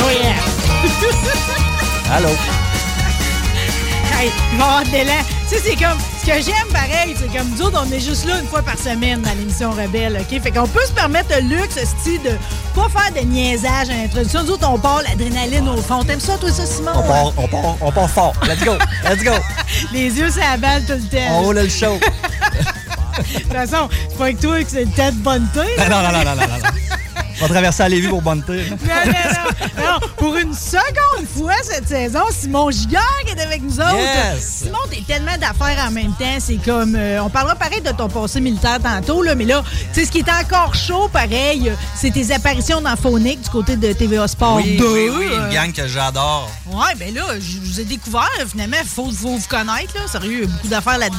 Oh yeah! Allô? Hey, il va y avoir de l'élan. Tu sais, c'est comme. Ce que j'aime, pareil, c'est comme nous autres, on est juste là une fois par semaine dans l'émission Rebelle, OK? Fait qu'on peut se permettre le luxe, style de pas faire de niaisage à l'introduction. Nous autres, on part l'adrénaline au fond. T'aimes ça, toi, ça, Simon? On part, on part, on part fort. Let's go. Let's go. Les yeux, ça balle tout le temps. On roule le show. De toute façon, c'est pas avec toi que c'est une tête bonne tête. non, non, non, non, non, non. non. On va traverser à Lévis pour bonne terre. Non, non, non. Non, Pour une seconde fois cette saison, Simon Giguère qui est avec nous autres. Yes. Simon, t'es tellement d'affaires en même temps. C'est comme. euh, on parlera pareil de ton passé militaire tantôt, là, mais là, tu sais, ce qui est encore chaud, pareil, euh, c'est tes apparitions dans Phonique du côté de TVA Sport Oui, 2. oui, oui, euh, une gang que j'adore. Ouais, ben là, je je vous ai découvert, euh, finalement, faut, faut vous connaître, là. Sérieux, il y a beaucoup d'affaires là-dedans.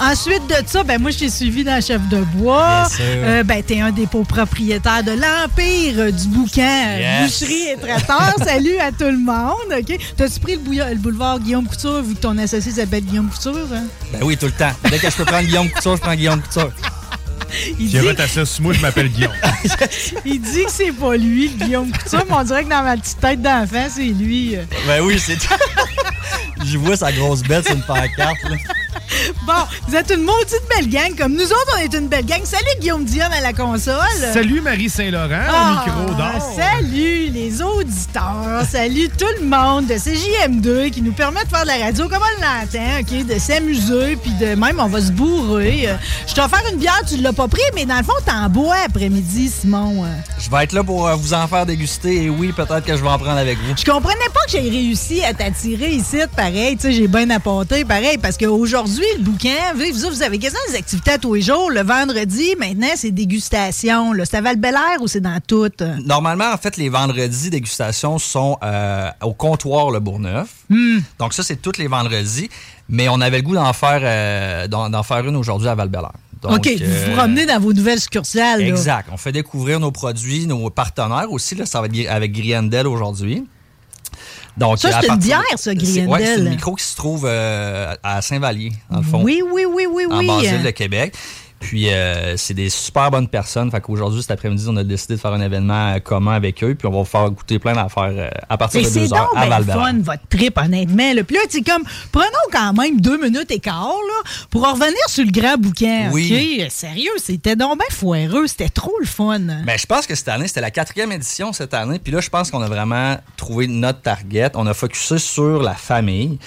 Euh, Ensuite de ça, ben moi, je t'ai suivi dans Chef de Bois. Bien sûr. Euh, ben, t'es un des propriétaires de l'Empire euh, du bouquin euh, Yes. Boucherie et Traiteur. Salut à tout le monde, OK? T'as-tu pris le, bouilla- le boulevard Guillaume Couture, vu que ton associé s'appelle Guillaume Couture? hein? Ben oui, tout le temps. Dès que je peux prendre Guillaume Couture, je prends Guillaume Couture. Il dit, Pierrot t'assures sur moi, je m'appelle Guillaume. il dit que c'est pas lui, le Guillaume Couture, mais on dirait que dans ma petite tête d'enfant, c'est lui. euh. Ben oui, c'est tout. Je vois sa grosse bête sur une pancarte. là. Bon, vous êtes une maudite belle gang, comme nous autres, on est une belle gang. Salut Guillaume Dion à la console. Salut Marie Saint-Laurent, Ah, au micro d'or. Salut les auditeurs, salut tout le monde de CJM2 qui nous permet de faire de la radio comme on l'entend, OK, de s'amuser, puis de même on va se bourrer. Euh, Je t'ai offert une bière, tu l'as pas pris, mais dans le fond, t'en bois après-midi, Simon. Euh, Je vais être là pour euh, vous en faire déguster. Et oui, peut-être que je vais en prendre avec vous. Je comprenais pas que j'ai réussi à t'attirer ici, pareil, tu sais, j'ai bien apporté, pareil, parce qu'aujourd'hui, le bouquin, vous, vous- vous avez quasiment des activités à tous les jours. Le vendredi, maintenant, c'est dégustation. Là. C'est à val ou c'est dans tout? euh? Normalement, en fait, les vendredis dégustation sont euh, au comptoir Le Bourgneuf. Hmm. Donc ça, c'est tous les vendredis. Mais on avait le goût d'en faire, euh, d'en d'en faire une aujourd'hui à val Donc, OK, vous euh, vous promenez dans vos nouvelles succursales. là. Exact. On fait découvrir nos produits, nos partenaires aussi. Là, ça va être gri- avec Griendel aujourd'hui. Donc, Ça, à c'est une partir de- bière, ça, C'est ouais, c'est Griendel. une micro qui se trouve euh, à Saint-Vallier, dans le fond, Oui, oui, oui, oui, en oui. euh. Basile de Québec. Puis, euh, c'est des super bonnes personnes. Fait qu'aujourd'hui, cet après-midi, on a décidé de faire un événement euh, commun avec eux. Puis, on va vous faire goûter plein d'affaires euh, à partir Mais de c'est 2 donc heures à ben le Val-d'Or. fun, votre trip, honnêtement. là. Puis là, c'est comme, prenons quand même deux minutes et quart là, pour en revenir sur le grand bouquin. Oui. OK, sérieux, c'était donc bien foireux. C'était trop le fun. Ben, je pense que cette année, c'était la quatrième édition cette année. Puis là, je pense qu'on a vraiment trouvé notre target. On a focusé sur la famille.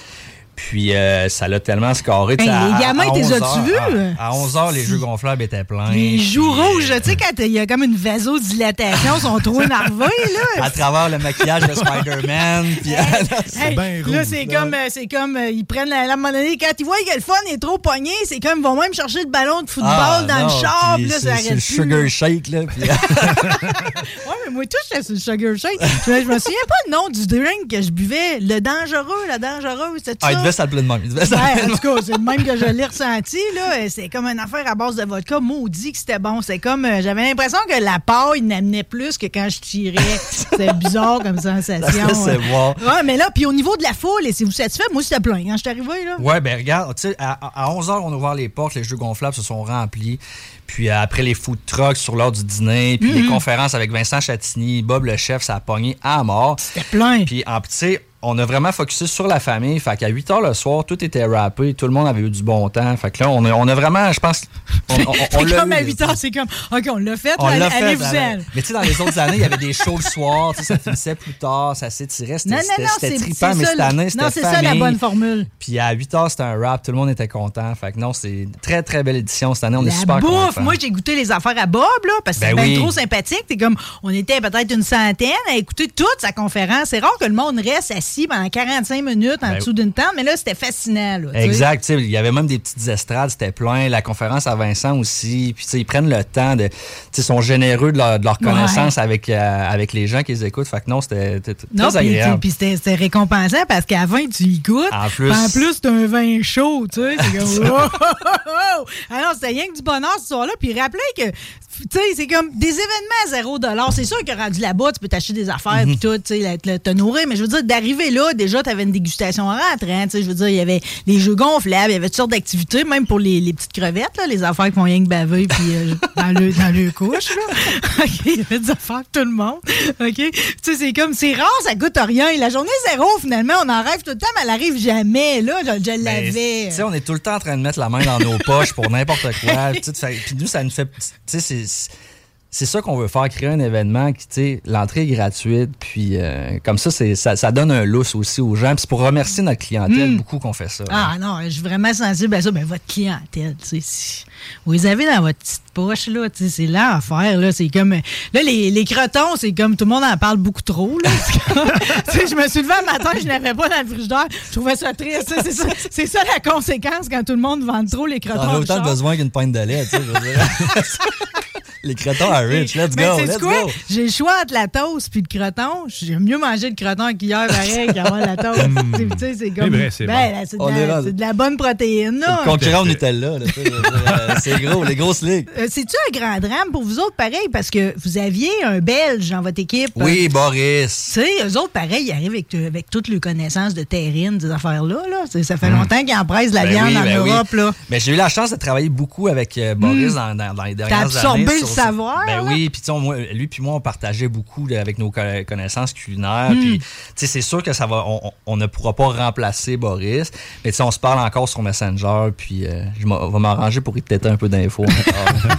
Puis euh, ça l'a tellement scoré. tu sais, Hey, Ben, les à- à- gamins, à t'es 11 as-tu heures, vus? À, à 11 h les jeux gonflables étaient pleins. Les Puis, joues euh, rouges, tu sais, quand il y a comme une vasodilatation, ils sont trop énervés, là. À travers le maquillage de Spider-Man. puis- Hey, bien là, rouge, c'est comme, euh, c'est comme euh, ils prennent la, la monnaie. Quand ils voient que le fun est trop pogné, c'est comme ils vont même chercher le ballon de football Ah, dans non, le char. puis puis là, c'est- ça C'est le arrête plus. sugar shake, là. puis- Ouais, mais moi, tout, j'étais sur le sugar shake. Je, je me souviens pas le nom du drink que je buvais. Le dangereux, la dangereuse, c'était Ah, ça? devait s'appeler de même. Il devait s'appeler Ouais, de en même. tout cas, c'est le même que je l'ai ressenti. là. C'est comme une affaire à base de vodka. Maudit que c'était bon. C'est comme. euh, J'avais l'impression que la paille n'amenait plus que quand je tirais. C'était bizarre comme sensation. hein. Ça se laissait voir. Ouais, mais là, puis au niveau de la foule, et si vous satisfait, moi, c'était plein. Quand je suis arrivé, là. Ouais, ben regarde, tu sais, à, 11h, on a ouvert les portes, les jeux gonflables se sont remplis. Puis euh, après les food trucks sur l'heure du dîner, puis Mm-hmm. les conférences avec Vincent Chatigny, Bob le chef, ça a pogné à mort. C'était plein. Puis en petit, on a vraiment focusé sur la famille. Fait qu'à 8 h le soir, tout était rappé, tout le monde avait eu du bon temps. Fait que là, on a, on a vraiment, je pense. On, on- on- on C'est l'a comme eu, à là. 8 heures, c'est comme. OK, on l'a fait. On là, l'a fait. Allez-vous-en. ben, Mais tu sais, dans les autres années, il y avait des shows le soir, tu sais, ça finissait plus tard, ça s'étirait, c'était Non, non, c'était- non, c'était c'est trippant, c'est mais ça, cette là. année, c'était Non, c'est ça la famille. bonne formule. Puis à 8 h c'était un rap, tout le monde était content. Fait que non, c'est une très, très belle édition cette année. On est La super bouffe, contents. moi j'ai goûté les affaires à Bob là, parce que Ben c'est bien oui. trop sympathique. T'es comme, on était peut-être une centaine à écouter toute sa conférence. C'est rare que le monde reste assis pendant 45 minutes en Ben dessous d'une tente, mais là c'était fascinant. là, tu sais. Exact. tu sais, Il y avait même des petites estrades, c'était plein. La conférence à Vincent aussi. Puis, tu sais, ils prennent le temps de. tu sais, Ils sont généreux de leur, de leur connaissance avec, euh, avec les gens qu'ils écoutent. Fait que non, c'était c'était très Non, puis- puis agréable. puis c'était c'était récompensant parce qu'à 20, tu y goûtes. En plus. Puis en plus, t'as un vin chaud, tu sais. C'est comme, oh, oh, oh, oh. Alors, c'était rien que du bonheur ce soir-là. Puis rappelez que, tu sais, c'est comme des événements à zéro dollar. C'est sûr que rendu là-bas, tu peux t'acheter des affaires puis Mhm. tout, tu sais, là, te- te nourrir. Mais je veux dire, d'arriver là, déjà, t'avais une dégustation en rentrant. Tu sais, je veux dire, il y avait les jeux gonflables, il y avait toutes sortes d'activités, même pour les, les petites crevettes, là, les affaires qui font rien que baver puis euh, dans, le, dans le couche, là. OK, il y avait des affaires pour tout le monde. OK? Tu sais, c'est comme, c'est rare, ça goûte à rien. Et la journée zéro, finalement, on en rêve tout le temps, mais elle arrive jamais, là. Je, je Ben, l'avais. Tu sais, on est tout le temps en train de mettre la main dans nos poches pour n'importe quoi. Puis tu sais, fait- puis nous, ça nous fait. Tu sais, c'est- c'est ça qu'on veut faire, créer un événement qui, tu sais, l'entrée est gratuite. Puis euh, comme ça, c'est- ça, ça donne un lousse aussi aux gens. Puis c'est pour remercier notre clientèle beaucoup qu'on fait ça. Hmm. Ah non, je suis vraiment sensible à ça. Ben, votre clientèle, tu sais, si vous les avez dans votre petite poche, là, tu sais, c'est là à faire, là. C'est comme, là, les, les crotons, c'est comme, tout le monde en parle beaucoup trop, là. C'est comme- tu sais, je me suis levée le matin, je n'avais pas dans le frigidaire. Je trouvais ça triste. tu sais, C'est ça, c'est ça la conséquence quand tout le monde vend trop les crotons. T'en as au autant char. besoin qu'une pinte de lait, tu sais. je veux dire. Les crétins à Rich, let's Mais go, sais-tu let's quoi? go. J'ai le choix entre la toast puis le croton. J'aime mieux manger le croton qu'hier, pareil, qu'avoir la toast. Tu sais, c'est comme. vrai, c'est ben, bon. là, c'est Hmm. On de, est la- rendu- c'est de la bonne protéine, là. Concurrent au fait. Nutella, là, tu sais, je veux dire, euh, c'est gros, les grosses ligues. Euh, C'est-tu un grand drame pour vous autres, pareil? Parce que vous aviez un Belge dans votre équipe. Oui, Tu Boris. sais, eux autres, pareil, ils arrivent avec, euh, avec toutes les connaissances de terrine, des affaires-là. Là. C'est- Ça fait longtemps qu'ils empressent de la Ben viande oui, en ben oui. Europe. Là. Hmm. Mais j'ai eu la chance de travailler beaucoup avec euh, Boris dans, dans- dans les dernières années. absorbé le sur- savoir, Ben là. oui, puis tu sais, on- moi, lui puis moi, on partageait beaucoup là, avec nos co- connaissances culinaires. Hmm. Puis, tu sais, c'est sûr que ça va, on, on- on ne pourra pas remplacer Boris, mais tu sais, on se parle encore sur Messenger, puis euh, je m'en- vais m'arranger pour y peut-être un peu d'infos. Ah, encore.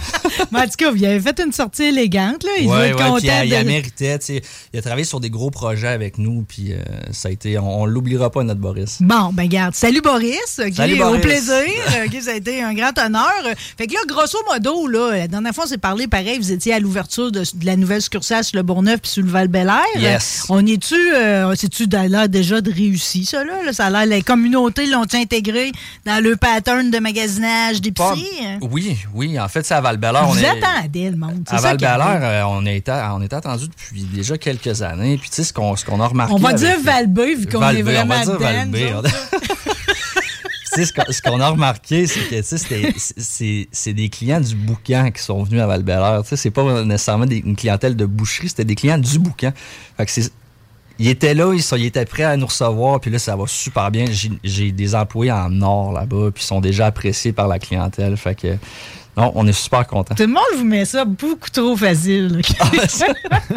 Mais en tout cas, vous avez fait une sortie élégante. Là. Ils Ouais, vont être ouais, contents. puis il, il de- la méritait. tu sais. Il a travaillé sur des gros projets avec nous, puis euh, ça a été. On, on l'oubliera pas, notre Boris. Bon, ben garde. Salut Boris. ok, Salut, Au Boris. plaisir. ok, ça a été un grand honneur. Euh, Fait que là, grosso modo, là, la dernière fois, on s'est parlé pareil. Vous étiez à l'ouverture de, de la nouvelle succursale sur le Bourgneuf puis sur le Val-Belair. Yes. On est-tu, euh, c'est-tu dans- là, déjà de réussi, ça, là? Là, Ça a l'air, les communautés l'ont intégré dans le pattern de magasinage d'épicerie? hein? Oui, oui. En fait, c'est à val on Vous est... attendez le monde. c'est À ça val qui est arrivé. on était, on était attendu depuis déjà quelques années. Puis tu sais, ce qu'on, ce qu'on a remarqué. On va avec- dire Valbé, vu qu'on est Valbé, on vraiment va dire dedans, Valbé. nous Tu sais, ce qu'on- ce qu'on a remarqué, c'est que tu sais, c'était- c'est- c'est c'est des clients du boucan qui sont venus à val Tu sais, c'est pas nécessairement des- une clientèle de boucherie, c'était des clients du boucan. Fait que c'est- ils étaient là, ils, sont, ils étaient prêts à nous recevoir, puis là, ça va super bien. J'ai- J'ai des employés en or là-bas, puis ils sont déjà appréciés par la clientèle. Fait que, non, on est super contents. Tout le monde vous met ça beaucoup trop facile. là. Ah,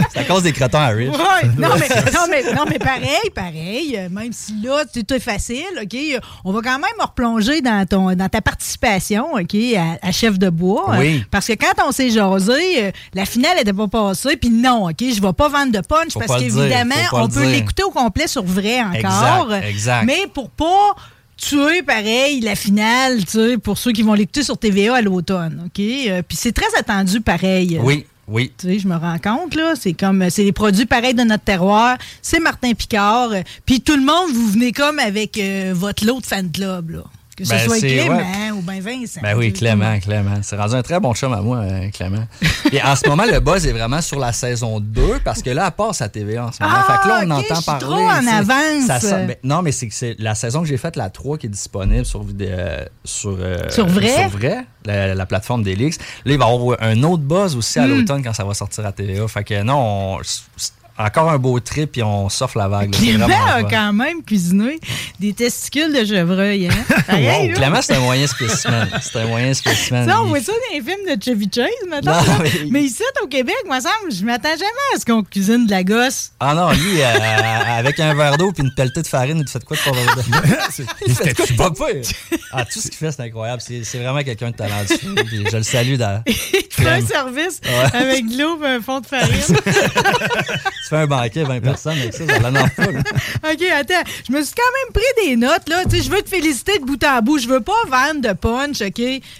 C'est à cause des crétins à Rich. Ouais, non, mais, non, mais, non, mais pareil, pareil. euh, Même si là, tout est facile, OK? euh, On va quand même replonger dans, ton, dans ta participation, OK, à, à Chef de bois. Oui. euh, parce que quand on s'est jasé, euh, la finale n'était pas passée. Puis non, OK, je vais pas vendre de punch Faut parce pas le dire, qu'évidemment, faut pas on le peut dire. l'écouter au complet sur vrai encore. Exact, exact. Mais pour pas tuer pareil la finale, tu sais, pour ceux qui vont l'écouter sur TVA à l'automne, OK? Euh, Puis c'est très attendu pareil. Oui, oui. Tu sais, je me rends compte, là, c'est comme, euh, c'est des produits pareils de notre terroir, c'est Martin Picard, euh, puis tout le monde, vous venez comme avec euh, votre lot de fan club, là. Que ce Ben, soit c'est- Clément ouais. ou ben Vincent. Ben oui, Clément, Clément. C'est rendu un très bon chum à moi, euh, Clément. Et en ce moment, le buzz est vraiment sur la saison 2 parce que là, elle passe à TVA en ce moment. Ah, fait que là, on ok, je entend suis parler. trop en tu sais. avance. Ça sent- ben, non, mais c'est que c'est la saison que j'ai faite, la 3, qui est disponible sur, vidéo, sur, euh, Sur Vrai? sur la, la plateforme d'Elix. Là, il va y avoir un autre buzz aussi à Hmm. l'automne quand ça va sortir à TVA. Fait que non, on- c'est encore un beau trip et on surfe la vague. là. C'est Clément vraiment a le fun. quand même cuisiné des testicules de chevreuil. Hein? Pareil, Wow, là. Clément, c'est un moyen spécimen. C'est un moyen spécimen. Ça, on Il- voit ça dans les films de Chevy Chase, maintenant. Non, là. mais- Mais ici, au Québec, moi, semble, je m'attends jamais à ce qu'on cuisine de la gosse. Ah non, lui, euh, avec un verre d'eau puis une pelletée de farine, il te fait de quoi de pas Il te fait de quoi de pas pire? Ah, tout ce qu'il fait, c'est incroyable. C'est c'est vraiment quelqu'un de talentueux. puis je le salue. dans- Il te fait un service Ouais. avec de l'eau et un fond de farine. Tu fais un banquet, 20 personnes avec ça, ça l'annonce pas. là. OK, attends. Je me suis quand même pris des notes, là. Tu sais, je veux te féliciter de bout en bout. Je veux pas vendre de punch, OK?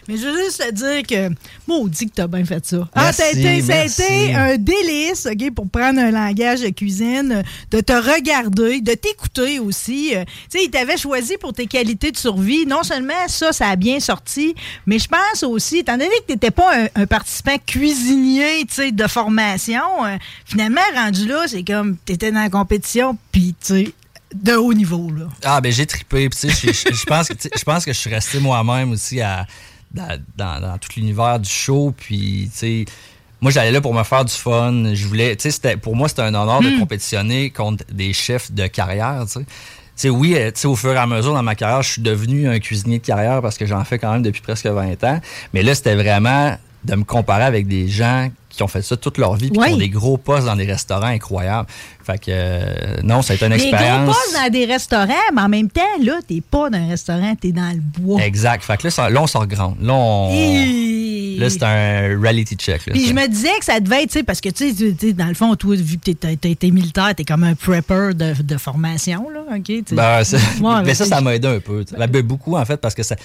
Mais je veux juste te dire que, maudit que t'as bien fait ça. ah, ça a Merci, été, ça a merci. été un délice, OK, pour prendre un langage de cuisine, euh, de te regarder, de t'écouter aussi. Euh, Tu sais, ils t'avaient choisi pour tes qualités de survie. Non seulement ça, ça a bien sorti, mais je pense aussi, étant donné que t'étais pas un, un participant cuisinier, tu sais, de formation, euh, finalement, rendu là, c'est comme, t'étais dans la compétition, puis, tu sais, de haut niveau, là. Ah, ben j'ai trippé. Puis, tu sais, je- je je pense que tu sais, je pense que je suis resté moi-même aussi à, dans, dans- dans tout l'univers du show. Puis, tu sais, moi, j'allais là pour me faire du fun. Je voulais, tu sais, c'était- pour moi, c'était un honneur Hmm. de compétitionner contre des chefs de carrière, tu sais. Tu sais, oui, euh, tu sais, au fur et à mesure dans ma carrière, je suis devenu un cuisinier de carrière parce que j'en fais quand même depuis presque 20 ans. Mais là, c'était vraiment de me comparer avec des gens qui ont fait ça toute leur vie puis Oui. qui ont des gros postes dans des restaurants incroyables. Fait que, euh, non, ça a été une Des gros expérience. postes dans des restaurants, mais en même temps, là, t'es pas dans un restaurant, t'es dans le bois. Exact. Fait que là, ça- là, on sort grand. Là, on- Et- là, c'est un reality check. là. Puis je me disais que ça devait être, tu sais, parce que, tu sais, tu sais, dans le fond, toi, vu que t'es- t'as t'as été militaire, t'es comme un prepper de, de formation, là, OK? tu sais. Ben, c'est- Ouais, mais ça, c'est- ça m'a aidé un peu. tu sais. Ben, beaucoup, en fait, parce que ça, tu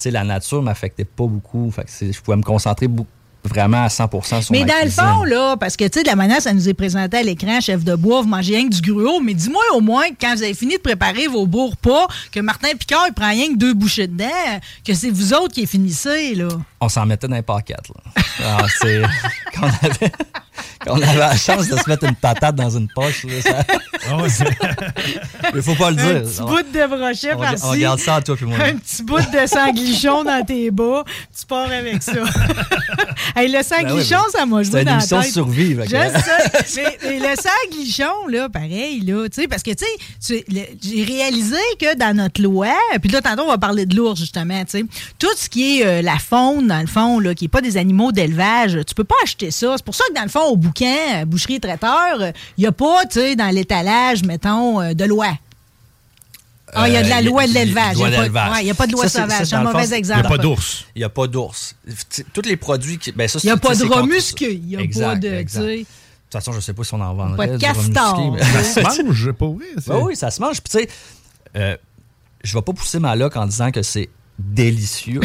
sais, la nature m'affectait pas beaucoup. Fait que c'est- je pouvais me concentrer beaucoup- vraiment à 100 sur Mais ma dans le cuisine. fond, là, parce que, tu sais, de la manière, ça nous est présenté à l'écran, chef de bois, vous mangez rien que du gruau, mais dis-moi au moins, que quand vous avez fini de préparer vos beaux repas, que Martin Picard, il prend rien que deux bouchées dedans, que c'est vous autres qui les finissez, là. on s'en mettait dans les paquettes. Là. Alors, c'est- quand, on avait, quand on avait la chance de se mettre une patate dans une poche, là, ça- Ah ouais, c'est- il faut pas le Un dire. petit On- bout de brochet on, par-ci. on garde ça à toi puis moi. un petit bout de sanglichon dans tes bas, tu pars avec ça. hey, le sanglichon, Ben oui, mais ça m'a joué C'est une dans la émission tête. survie. fait Je que- sais, mais, mais le sanglichon, là, pareil, là, tu sais, parce que, tu sais, tu- le- j'ai réalisé que dans notre loi, puis là, tantôt, on va parler de l'ours, justement, tu sais, tout ce qui est euh, la faune, dans le fond, là, qui n'est pas des animaux d'élevage, tu peux pas acheter ça. C'est pour ça que, dans le fond, au bouquin, euh, boucherie traiteur, il n'y a pas, tu sais, dans l'étalage, mettons, euh, de loi. Ah, il y a de la Euh, loi de il y a- l'élevage. il y a Il n'y a, de loi pas- d'élevage. ouais, il y a pas de loi Ça, c'est- ça, sauvage. C'est un dans le mauvais fond, Il n'y a exemple. pas d'ours. Il n'y a pas d'ours. Tu- Tous les produits qui. Ben ça, Il y a c'est- pas tu sais, de c'est contre- remusqué. Il y a Exact, pas de. tu exact. sais. De toute façon, je ne sais pas si on en vendrait. Pas de du castor. remusqué, Ça mais- se mange, pas vrai. Ah, c'est- Ben oui, ça se mange. Puis tu sais, euh, je vais pas pousser ma loque en disant que c'est délicieux,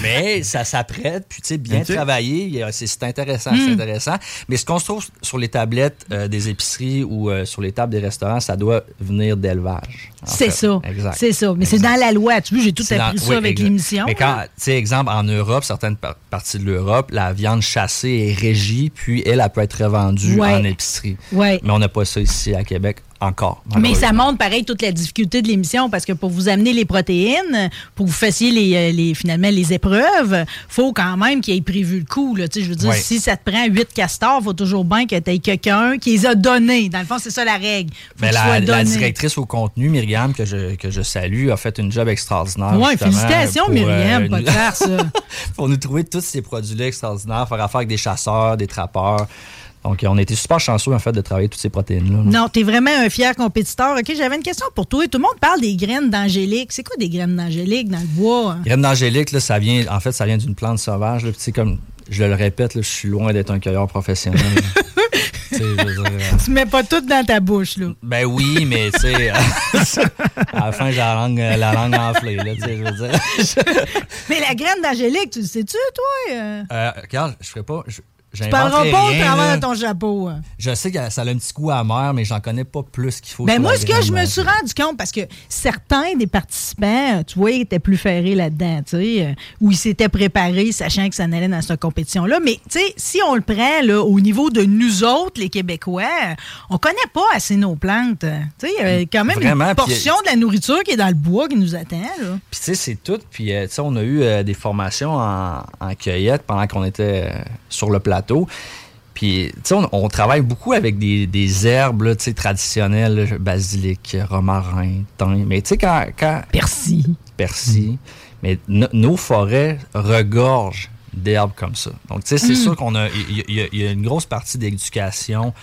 mais ça s'apprête, puis tu sais, bien Ok. travaillé, il y a- c'est c'est intéressant, Hmm. c'est intéressant. Mais ce qu'on se trouve sur les tablettes euh, des épiceries ou euh, sur les tables des restaurants, ça doit venir d'élevage. en C'est fait. ça. Exact. C'est ça. Mais c'est Exact. dans la loi. Tu vois, j'ai tout C'est appris dans- ça oui, avec exact. l'émission. Mais quand, tu sais, exemple, en Europe, certaines par- parties de l'Europe, la viande chassée est régie, puis elle, elle peut être revendue Ouais. en épicerie. Ouais. Mais on n'a pas ça ici à Québec encore. Mais ça malheureusement. montre pareil toute la difficulté de l'émission parce que pour vous amener les protéines, pour que vous fassiez les, euh, les- finalement les épreuves, faut quand même qu'il ait prévu le coup. Là. Tu sais, Je veux dire, Ouais. si ça te prend huit castors, faut toujours bien que tu aies quelqu'un qui les a donnés. Dans le fond, c'est ça la règle. Faut Mais qu'ils la, soient la donnés. directrice au contenu, Myriam, que je, que je salue, a fait une job extraordinaire. Ouais, justement, félicitations, pour, euh, Myriam, pas nous- de faire ça. pour nous trouver tous ces produits-là extraordinaires, faire affaire avec des chasseurs, des trappeurs. Donc, on était super chanceux, en fait, de travailler toutes ces protéines-là. Non, t'es vraiment un fier compétiteur. OK, j'avais une question pour toi. Tout le monde parle des graines d'angélique. C'est quoi des graines d'angélique dans le bois? hein? Graines d'angélique, là, ça vient, en fait, ça vient d'une plante sauvage. Là, Puis, tu sais, comme je le répète, là, je suis loin d'être un cueilleur professionnel. là. Tu sais, je veux dire, euh, Tu mets pas tout dans ta bouche, là. ben oui, mais tu sais, euh, à la fin, j'ai la langue, euh, la langue enflée. Là, tu sais, je veux dire. Mais la graine d'angélique, tu le sais-tu, toi? euh? Euh, regarde, je ferai pas. Je, Tu parleras J'inventerai pas au rien, travers là. de ton chapeau. hein. Je sais que ça a un petit goût amer, mais j'en connais pas plus qu'il faut. Ben sur moi, ce que je me l'environnement. suis rendu compte, parce que certains des participants, euh, tu vois, étaient plus ferrés là-dedans, tu sais, euh, ou ils s'étaient préparés, sachant que ça n'allait dans cette compétition-là. Mais, tu sais, si on le prend là, au niveau de nous autres, les Québécois, euh, on connaît pas assez nos plantes. hein. Tu sais, il y avait quand même Vraiment, une puis- portion de la nourriture qui est dans le bois qui nous attend. Là. Puis tu sais, c'est tout. Puis euh, tu sais, on a eu euh, des formations en, en cueillette pendant qu'on était euh, sur le plateau. Puis tu sais, on, on travaille beaucoup avec des, des herbes là, tu sais, traditionnelles, là, basilic, romarin, thym. Mais tu sais, quand, quand Persil. persil, mais no- nos forêts regorgent d'herbes comme ça. Donc, tu sais, Mm. c'est sûr qu'on a, il y, il y a- il y a une grosse partie d'éducation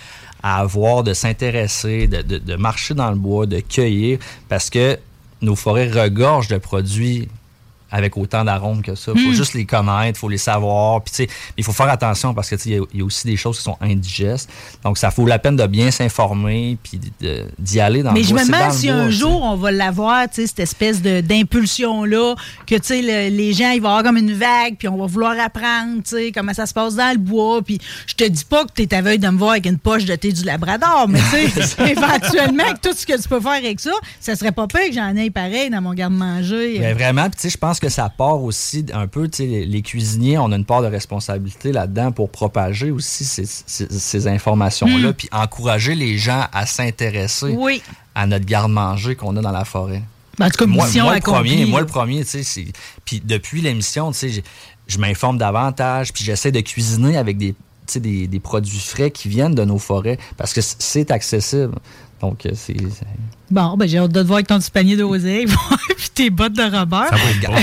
à avoir, de s'intéresser, de, de- de marcher dans le bois, de cueillir, parce que nos forêts regorgent de produits avec autant d'arômes que ça. Mm. faut juste les connaître, faut les savoir. Puis, tu sais, mais il faut faire attention parce que, tu sais, il y a- il y, a aussi des choses qui sont indigestes. Donc, ça vaut la peine de bien s'informer puis de- d'y aller dans Mais le je bois. me Ah, C'est dans demande le si bois, un tu sais. jour on va l'avoir, tu sais, cette espèce de- d'impulsion-là, que tu sais, le- les gens, ils vont avoir comme une vague, puis on va vouloir apprendre, tu sais, comment ça se passe dans le bois. Puis je te dis pas que tu es à veille de me voir avec une poche de thé du Labrador, mais tu sais, éventuellement, avec tout ce que tu peux faire avec ça, ça serait pas pire que j'en aille pareil dans mon garde-manger. euh, Mais Ben, vraiment, puis tu sais, je pense que ça part aussi d- un peu, tu sais, les, les cuisiniers, on a une part de responsabilité là-dedans pour propager aussi ces, ces- ces informations-là, puis encourager les gens à s'intéresser Hmm. Oui. à notre garde-manger qu'on a dans la forêt. Ben, en tout cas, Moi, mission moi le accomplie, premier, moi là. le premier, tu sais, c'est- puis depuis l'émission, tu sais, j'ai- je m'informe davantage, puis j'essaie de cuisiner avec des, tu sais, des, des produits frais qui viennent de nos forêts, parce que c- c'est accessible. Donc, euh, c'est c'est- Bon, ben j'ai hâte de te voir avec ton petit panier d'oseille, puis tes bottes de Robert.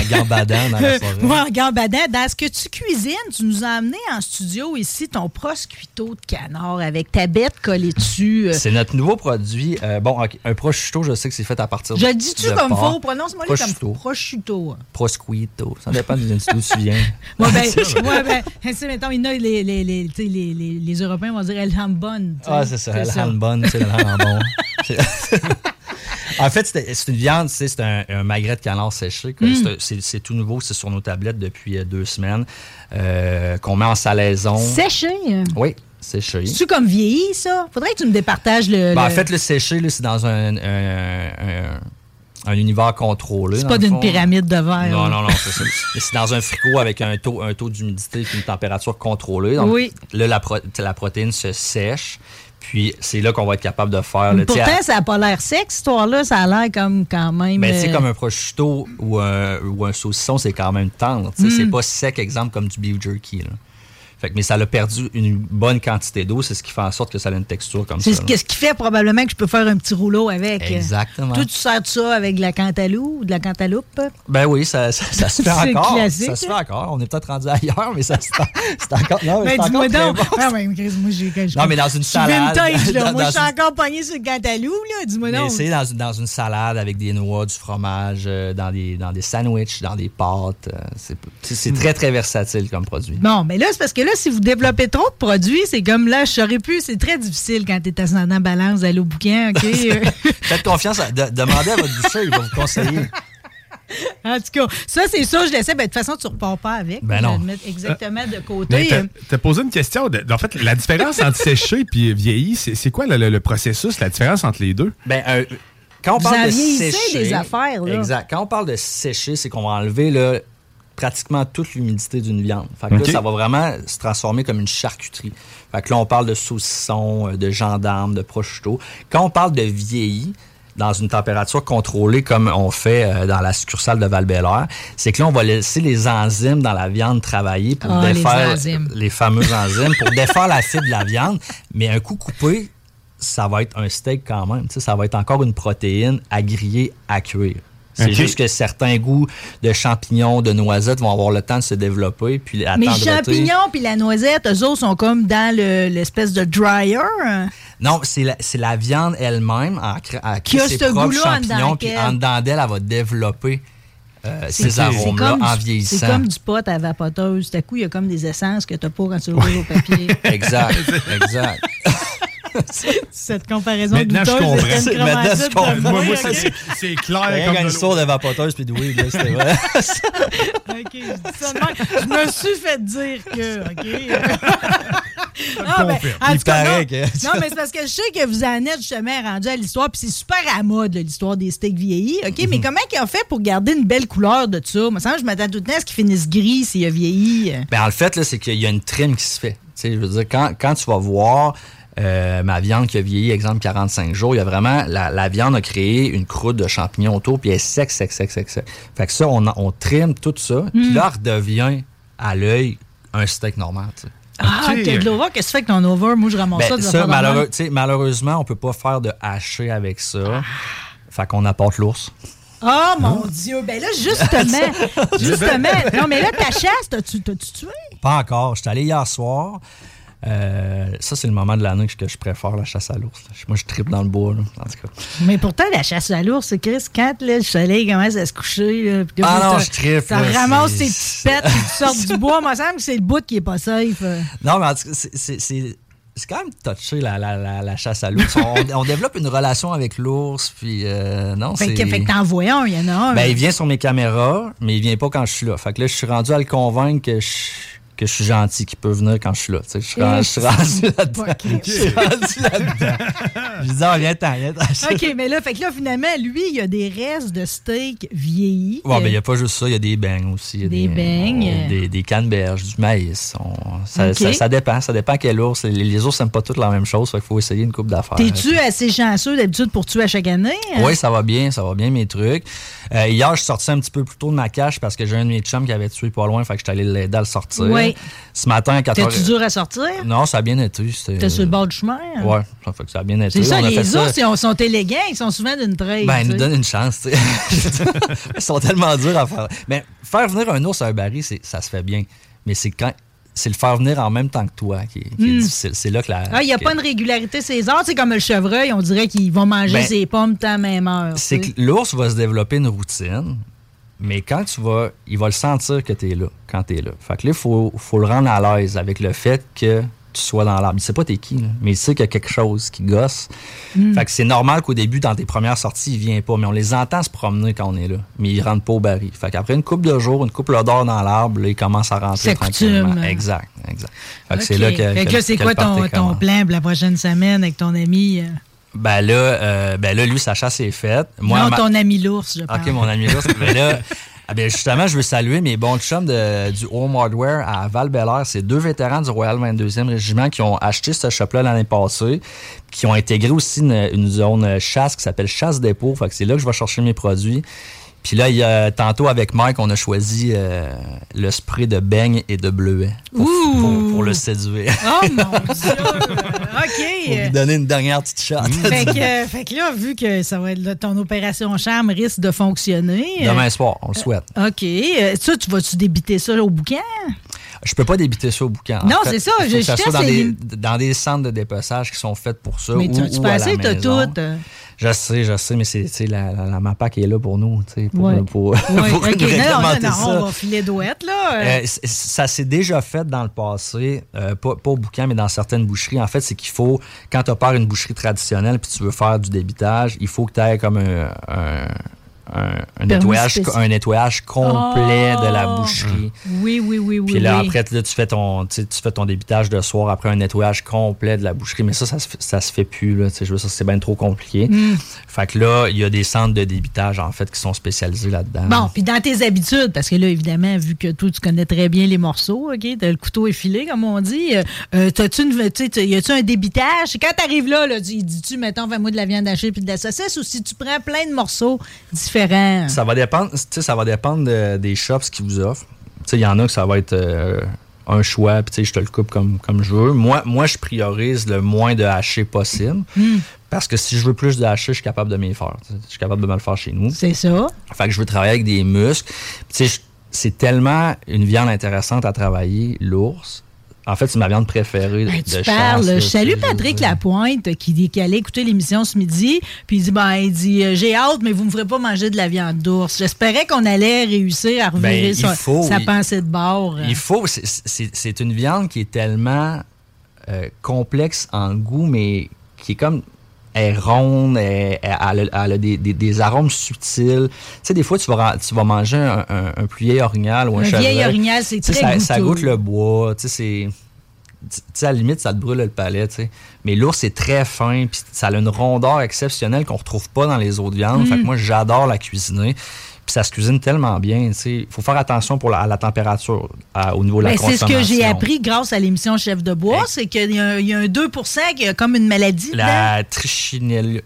un garbadan dans Ah, la forêt. Euh, Moi, regarde, Badin, dans ce que tu cuisines, tu nous as amené en studio ici ton prosciutto de canard avec ta bête collée dessus. euh. C'est notre nouveau produit. Euh, bon, ok, un prosciutto, je sais que c'est fait à partir Je de le dis-tu de comme porc. faux? Prononce-moi le prosciutto. comme prosciutto. Prosciutto. Ça dépend d'où d'où tu viens. Ouais, ben, ouais, ben, tu sais, mettons, il y en a, les, les, les, tu sais, les, les, les Européens vont dire El Hambon. tu sais. Ah, c'est ça. Le hanbon, tu sais, le hanbon. C'est- En fait, c'était- c'est une viande, tu sais, c'est un, un magret de canard séché. que Mm. c'est un- C'est c'est tout nouveau, c'est sur nos tablettes depuis euh, deux semaines, euh, qu'on met en salaison. Séché. hein. Oui, séché. C'est-tu comme vieilli, ça? Faudrait que tu me départages le. Ben, en le- fait, le séché, là, c'est dans un, un- un- un univers contrôlé. c'est dans pas le d'une fond. pyramide de verre. Non, là. non, non, c'est ça. Mais c'est dans un frigo avec un taux, un taux d'humidité et une température contrôlée. Donc, Oui. là, la, pro- la protéine se sèche. Puis, c'est là qu'on va être capable de faire. le Pourtant, ça n'a pas l'air sec, cette histoire-là. Ça a l'air comme quand même. mais tu sais, euh, ben, comme un prosciutto ou un, ou un saucisson, c'est quand même tendre. tu sais. Mm. C'est pas sec, exemple, comme du beef jerky. là. Fait que, mais ça a perdu une bonne quantité d'eau. C'est ce qui fait en sorte que ça a une texture comme C'est ça. ce, que- ce qui fait probablement que je peux faire un petit rouleau avec. euh, Exactement. Toi, tu sers de ça avec de la cantaloupe ou de la cantaloupe. Ben oui, ça, ça- ça se fait C'est encore. classique, Ça se fait hein? encore. On est peut-être rendu ailleurs, mais ça se fait c'est encore. Non, mais c'est encore Ben, dis-moi très donc. bon. Ah, mais Chris, moi, j'ai, je- Non, mais dans une je suis vintage, salade, là. dans- moi, je suis dans une- encore pogné sur le cantaloupe, là. Dis-moi Mais donc. c'est dans, une- dans une salade avec des noix, du fromage, euh, dans des, dans des sandwichs, dans des pâtes. euh, c'est- c'est c'est très, très versatile comme produit. Bon, mais là, c'est parce que là, si vous développez trop de produits, c'est comme là, je saurais plus. C'est très difficile quand t'es ascendant balance, aller au bouquin, OK? Faites confiance, à- de- demandez à votre boucher, il va vous conseiller. en tout cas, ça, c'est ça, je l'essaie. Ben, de toute façon, tu repars pas avec. Ben Je vais non. Euh, le mettre exactement de Mais côté. t'as- t'as posé une question. de- en fait, la différence entre séché et vieilli, c'est c'est quoi le, le- le processus, la différence entre les deux? Ben, euh, quand on Vous en parle de vieillissez sécher, des affaires, là. Exact. Quand on parle de sécher, c'est qu'on va enlever là, pratiquement toute l'humidité d'une viande. Fait que OK. là, ça va vraiment se transformer comme une charcuterie. Fait que là, on parle de saucisson, euh, de gendarme, de prosciutto. Quand on parle de vieilli, dans une température contrôlée comme on fait euh, dans la succursale de val c'est que là, on va laisser les enzymes dans la viande travailler pour Ah, les défaire enzymes. les fameuses enzymes pour défaire la fibre de la viande. Mais un coup coupé, ça va être un steak quand même. Tu sais, ça va être encore une protéine à griller, à cuire. C'est Ok. juste que certains goûts de champignons, de noisettes vont avoir le temps de se développer. Puis Mais attendre les champignons puis la noisette, eux autres sont comme dans le- l'espèce de dryer. hein. Non, c'est la, c'est la viande elle-même en cr- à Qui a ses ce propres goût-là en dedans champignons. Puis qu'elle. en dedans d'elle, elle va développer euh, ces C'est arômes-là comme en du- vieillissant. C'est comme du pot à vapoteuse. Tout à coup, il y a comme des essences que tu n'as pas quand tu le roules au papier. Exact, exact. cette comparaison Maintenant, je douteuse. comprends. c'était une Maintenant, je chromatite de comprends. Moi, moi, bruit, ça, ok? c'est c'est clair Rien comme qu'une de histoire l'eau. de vapoteuse puis de weed, là, c'était vrai. OK, je dis ça de même. Je me suis fait dire que, OK. ah, ben, confirme. en Il tout cas, paraît non. que- Non, mais c'est parce que je sais que vous en êtes justement rendu à l'histoire, puis c'est super à la mode, là, l'histoire des steaks vieillis, OK? Mais comment ils ont fait pour garder une belle couleur de ça? Moi, ça me semble que je m'attends tout le temps à ce qu'ils finissent gris s'il a vieilli. Ben, en le fait, là, c'est qu'il y a une trim qui se fait. Tu sais, je veux dire, quand, quand tu vas voir euh, ma viande qui a vieilli, exemple, 45 jours, il y a vraiment, la, la viande a créé une croûte de champignons autour, puis elle est sec, sec, sec, sec, sec. Fait que ça, on, en- on trim tout ça, puis là, elle redevient à l'œil un steak normal, tu sais. Ah, OK. t'as de l'over. Qu'est-ce que tu fais avec ton over? Moi, je ramasse Ben, ça. des ça, affaires de malheureux- même. tu sais, malheureusement, on peut pas faire de haché avec ça. Fait qu'on apporte l'ours. Ah, mon Dieu! Ben là, justement, justement. Non, mais là, ta chasse, t'as-tu t'as-tu tué? Pas encore. J'étais allé hier soir. Euh, ça, c'est le moment de l'année que je préfère, la chasse à l'ours. là. Moi, je tripe dans le bois, là, en tout cas. Mais pourtant, la chasse à l'ours, c'est Chris, quand là, le soleil commence à se coucher, là, pis Ah là, non, t'as- je trippe, t'as là, ramasses tes petites c'est- pètes, pis tu sors du bois, moi, ça me semble que c'est le bout qui est pas safe. euh. Non, mais en tout cas, c'est- c'est- c'est. C'est quand même touché la, la, la, la chasse à l'ours. On, on développe une relation avec l'ours, puis euh, non, Fait c'est. Ben, que, fait que t'en vois un, il y en a un. Ben, il vient sur mes caméras, mais il vient pas quand je suis là. Fait que là, je suis rendu à le convaincre que je, que je suis gentil, qu'il peut venir quand je suis là. Tu sais, je suis rendu, je suis rendu là-dedans. Ok. Je suis rendu là-dedans. Je dis, Ah, viens-t'en, viens-t'en. OK, mais là, fait que là, finalement, lui, il y a des restes de steak vieilli. Ouais, ben, il n'y a pas juste ça, il y a des beignes aussi. il y a Des beignes. on- des, des canneberges, du maïs. on- ça, Ok. ça, ça dépend, ça dépend quel ours. Les, les ours n'aiment pas toutes la même chose, fait qu'il faut essayer une coupe d'affaires. T'es-tu assez chanceux d'habitude pour tuer à chaque année? hein? Oui, ça va bien, ça va bien mes trucs. Euh, hier, je suis sorti un petit peu plus tôt de ma cache parce que j'ai un de mes chums qui avait tué pas loin, fait que je suis allé l'aider à le sortir. Ouais. Ce matin à 4 T'es-tu dur à sortir? Non, ça a bien été. c'était- T'es sur le bord du chemin? Ouais, ça fait que ça a bien été. C'est ça, On a fait les ça- ours, ils ont- sont élégants, ils sont souvent d'une traite. Ben, tu ils nous sais. donnent une chance, tu sais. Ils sont tellement durs à faire. Mais faire venir un ours à un baril, c'est- ça se fait bien. Mais c'est quand. C'est le faire venir en même temps que toi qui, est- qui est difficile. C'est là que la. Hmm. Ah, il n'y a que- pas une régularité ces heures. C'est comme le chevreuil, on dirait qu'ils vont manger Ben, ses pommes tant même heure. C'est tu sais. que l'ours va se développer une routine, mais quand tu vas. Il va le sentir que tu es là, quand tu es là. Fait que là, il faut, faut le rendre à l'aise avec le fait que tu sois dans l'arbre. Il sait pas t'es qui, là, mais il sait qu'il y a quelque chose qui gosse. Hmm. Fait que c'est normal qu'au début, dans tes premières sorties, il vient pas, mais on les entend se promener quand on est là, mais ils rentrent pas au baril. Fait qu'après une couple de jours, une couple d'heures dans l'arbre, là, ils commencent à rentrer C'est tranquillement. coutume. Exact, exact. Fait que ah, c'est OK. là que. Fait que que- là, c'est que quoi le ton, party ton commence. plan pour la prochaine semaine avec ton ami? euh? Ben là, euh, ben là, lui, sa chasse est faite. Moi, non, ma- ton ami l'ours, je parle. OK, mon ami Russ. Mais là, ah ben justement, je veux saluer mes bons chums de- du Home Hardware à val belair C'est deux vétérans du Royal 22e Régiment qui ont acheté ce shop-là l'année passée, qui ont intégré aussi une, une zone chasse qui s'appelle Chasse Dépôt. Fait que c'est là que je vais chercher mes produits. Puis là, il y a- tantôt avec Mike, on a choisi euh, le spray de beigne et de bleuet pour, Ouh! pour- pour le séduire. Oh mon Dieu! pour lui OK. donner une dernière petite shot. Fait que, euh, fait que là, vu que ça va être, là, ton opération charme risque de fonctionner. euh, Demain soir, on le souhaite. OK. Euh, Ça, tu vas-tu débiter ça là, au bouquin? Je peux pas débiter ça au bouquin. En Non, fait, c'est ça, il faut je- que ça je soit dans t'essaye. des, dans des centres de dépeçage qui sont faits pour ça. Mais Euh, ou, tu as-tu ou à la pensé, t'as maison. tout? euh? Je sais, je sais, mais c'est tu sais, la, la, la MAPAC est là pour nous, tu sais, pour, Ouais. pour, Ouais, pour OK. Non, non, nous réglementer non, ça. on va filer douette, là. euh. Euh, c- ça s'est déjà fait dans le passé, euh, pas, pas au bouquin, mais dans certaines boucheries. En fait, c'est qu'il faut, quand tu opères une boucherie traditionnelle puis tu veux faire du débitage, il faut que tu aies comme un, un, un- un nettoyage, spécial. un nettoyage complet de la Oh. boucherie. Oui, oui, oui, oui. Puis là, oui. après, là, tu fais ton, tu sais, tu fais ton débitage de soir après un nettoyage complet de la boucherie. Mais ça, ça, se fait- ça se fait plus. Là, Tu sais, je veux dire, ça, c'est bien trop compliqué. Mm. Fait que là, il y a des centres de débitage, en fait, qui sont spécialisés là-dedans. Bon, puis dans tes habitudes, parce que là, évidemment, vu que toi, tu connais très bien les morceaux, OK, t'as le couteau effilé, comme on dit, euh, euh, t'as-tu une, tu sais, t'as- y a-tu un débitage? Quand t'arrives là, là, dis- dis-tu, mettons, fais-moi de la viande hachée puis de la saucisse, ou si tu prends plein de morceaux différents? Ça va dépendre, tu sais, ça va dépendre de- des shops qu'ils vous offrent. Tu sais, il y en a que ça va être euh, un choix, puis tu sais, je te le coupe comme, comme je veux. Moi, moi, je priorise le moins de haché possible. Mm. Parce que si je veux plus de haché, je suis capable de m'y faire. tu sais. Je suis capable de me le faire chez nous. C'est ça. Fait que je veux travailler avec des muscles. Puis, tu sais, je- c'est tellement une viande intéressante à travailler, l'ours. En fait, c'est ma viande préférée Ben, de tu chasse, parles. là, Je salue tu sais, Patrick je veux dire. Lapointe qui, dit- qui allait écouter l'émission ce midi. Puis il dit ben, il dit euh, J'ai hâte, mais vous me ferez pas manger de la viande d'ours. J'espérais qu'on allait réussir à revirer Ben, il sa, faut, sa il- pensée de bord. Il faut. c'est- C'est c'est une viande qui est tellement euh, complexe en goût, mais qui est comme elle est ronde, elle, elle- elle a- elle a des, des- des arômes subtils. Tu sais, des fois, tu vas, tu vas manger un, un, un poulet orignal ou un, Un vieil chevreuil. orignal, c'est Tu sais, très ça, ça goûteux. goûte le bois, tu sais, c'est... Tu sais, à la limite, ça te brûle le palais, tu sais. Mais l'ours est très fin, puis ça a une rondeur exceptionnelle qu'on retrouve pas dans les autres viandes. Mm. Fait que moi, j'adore la cuisiner. Puis ça se cuisine tellement bien, tu sais. faut faire attention pour la, à la température à- au niveau de la Ben, c'est ce consommation. Ben, que j'ai appris grâce à l'émission Chef de bois, Hey. c'est qu'il y, a un- il y a un 2 qui a comme une maladie. dedans. La trichinelle...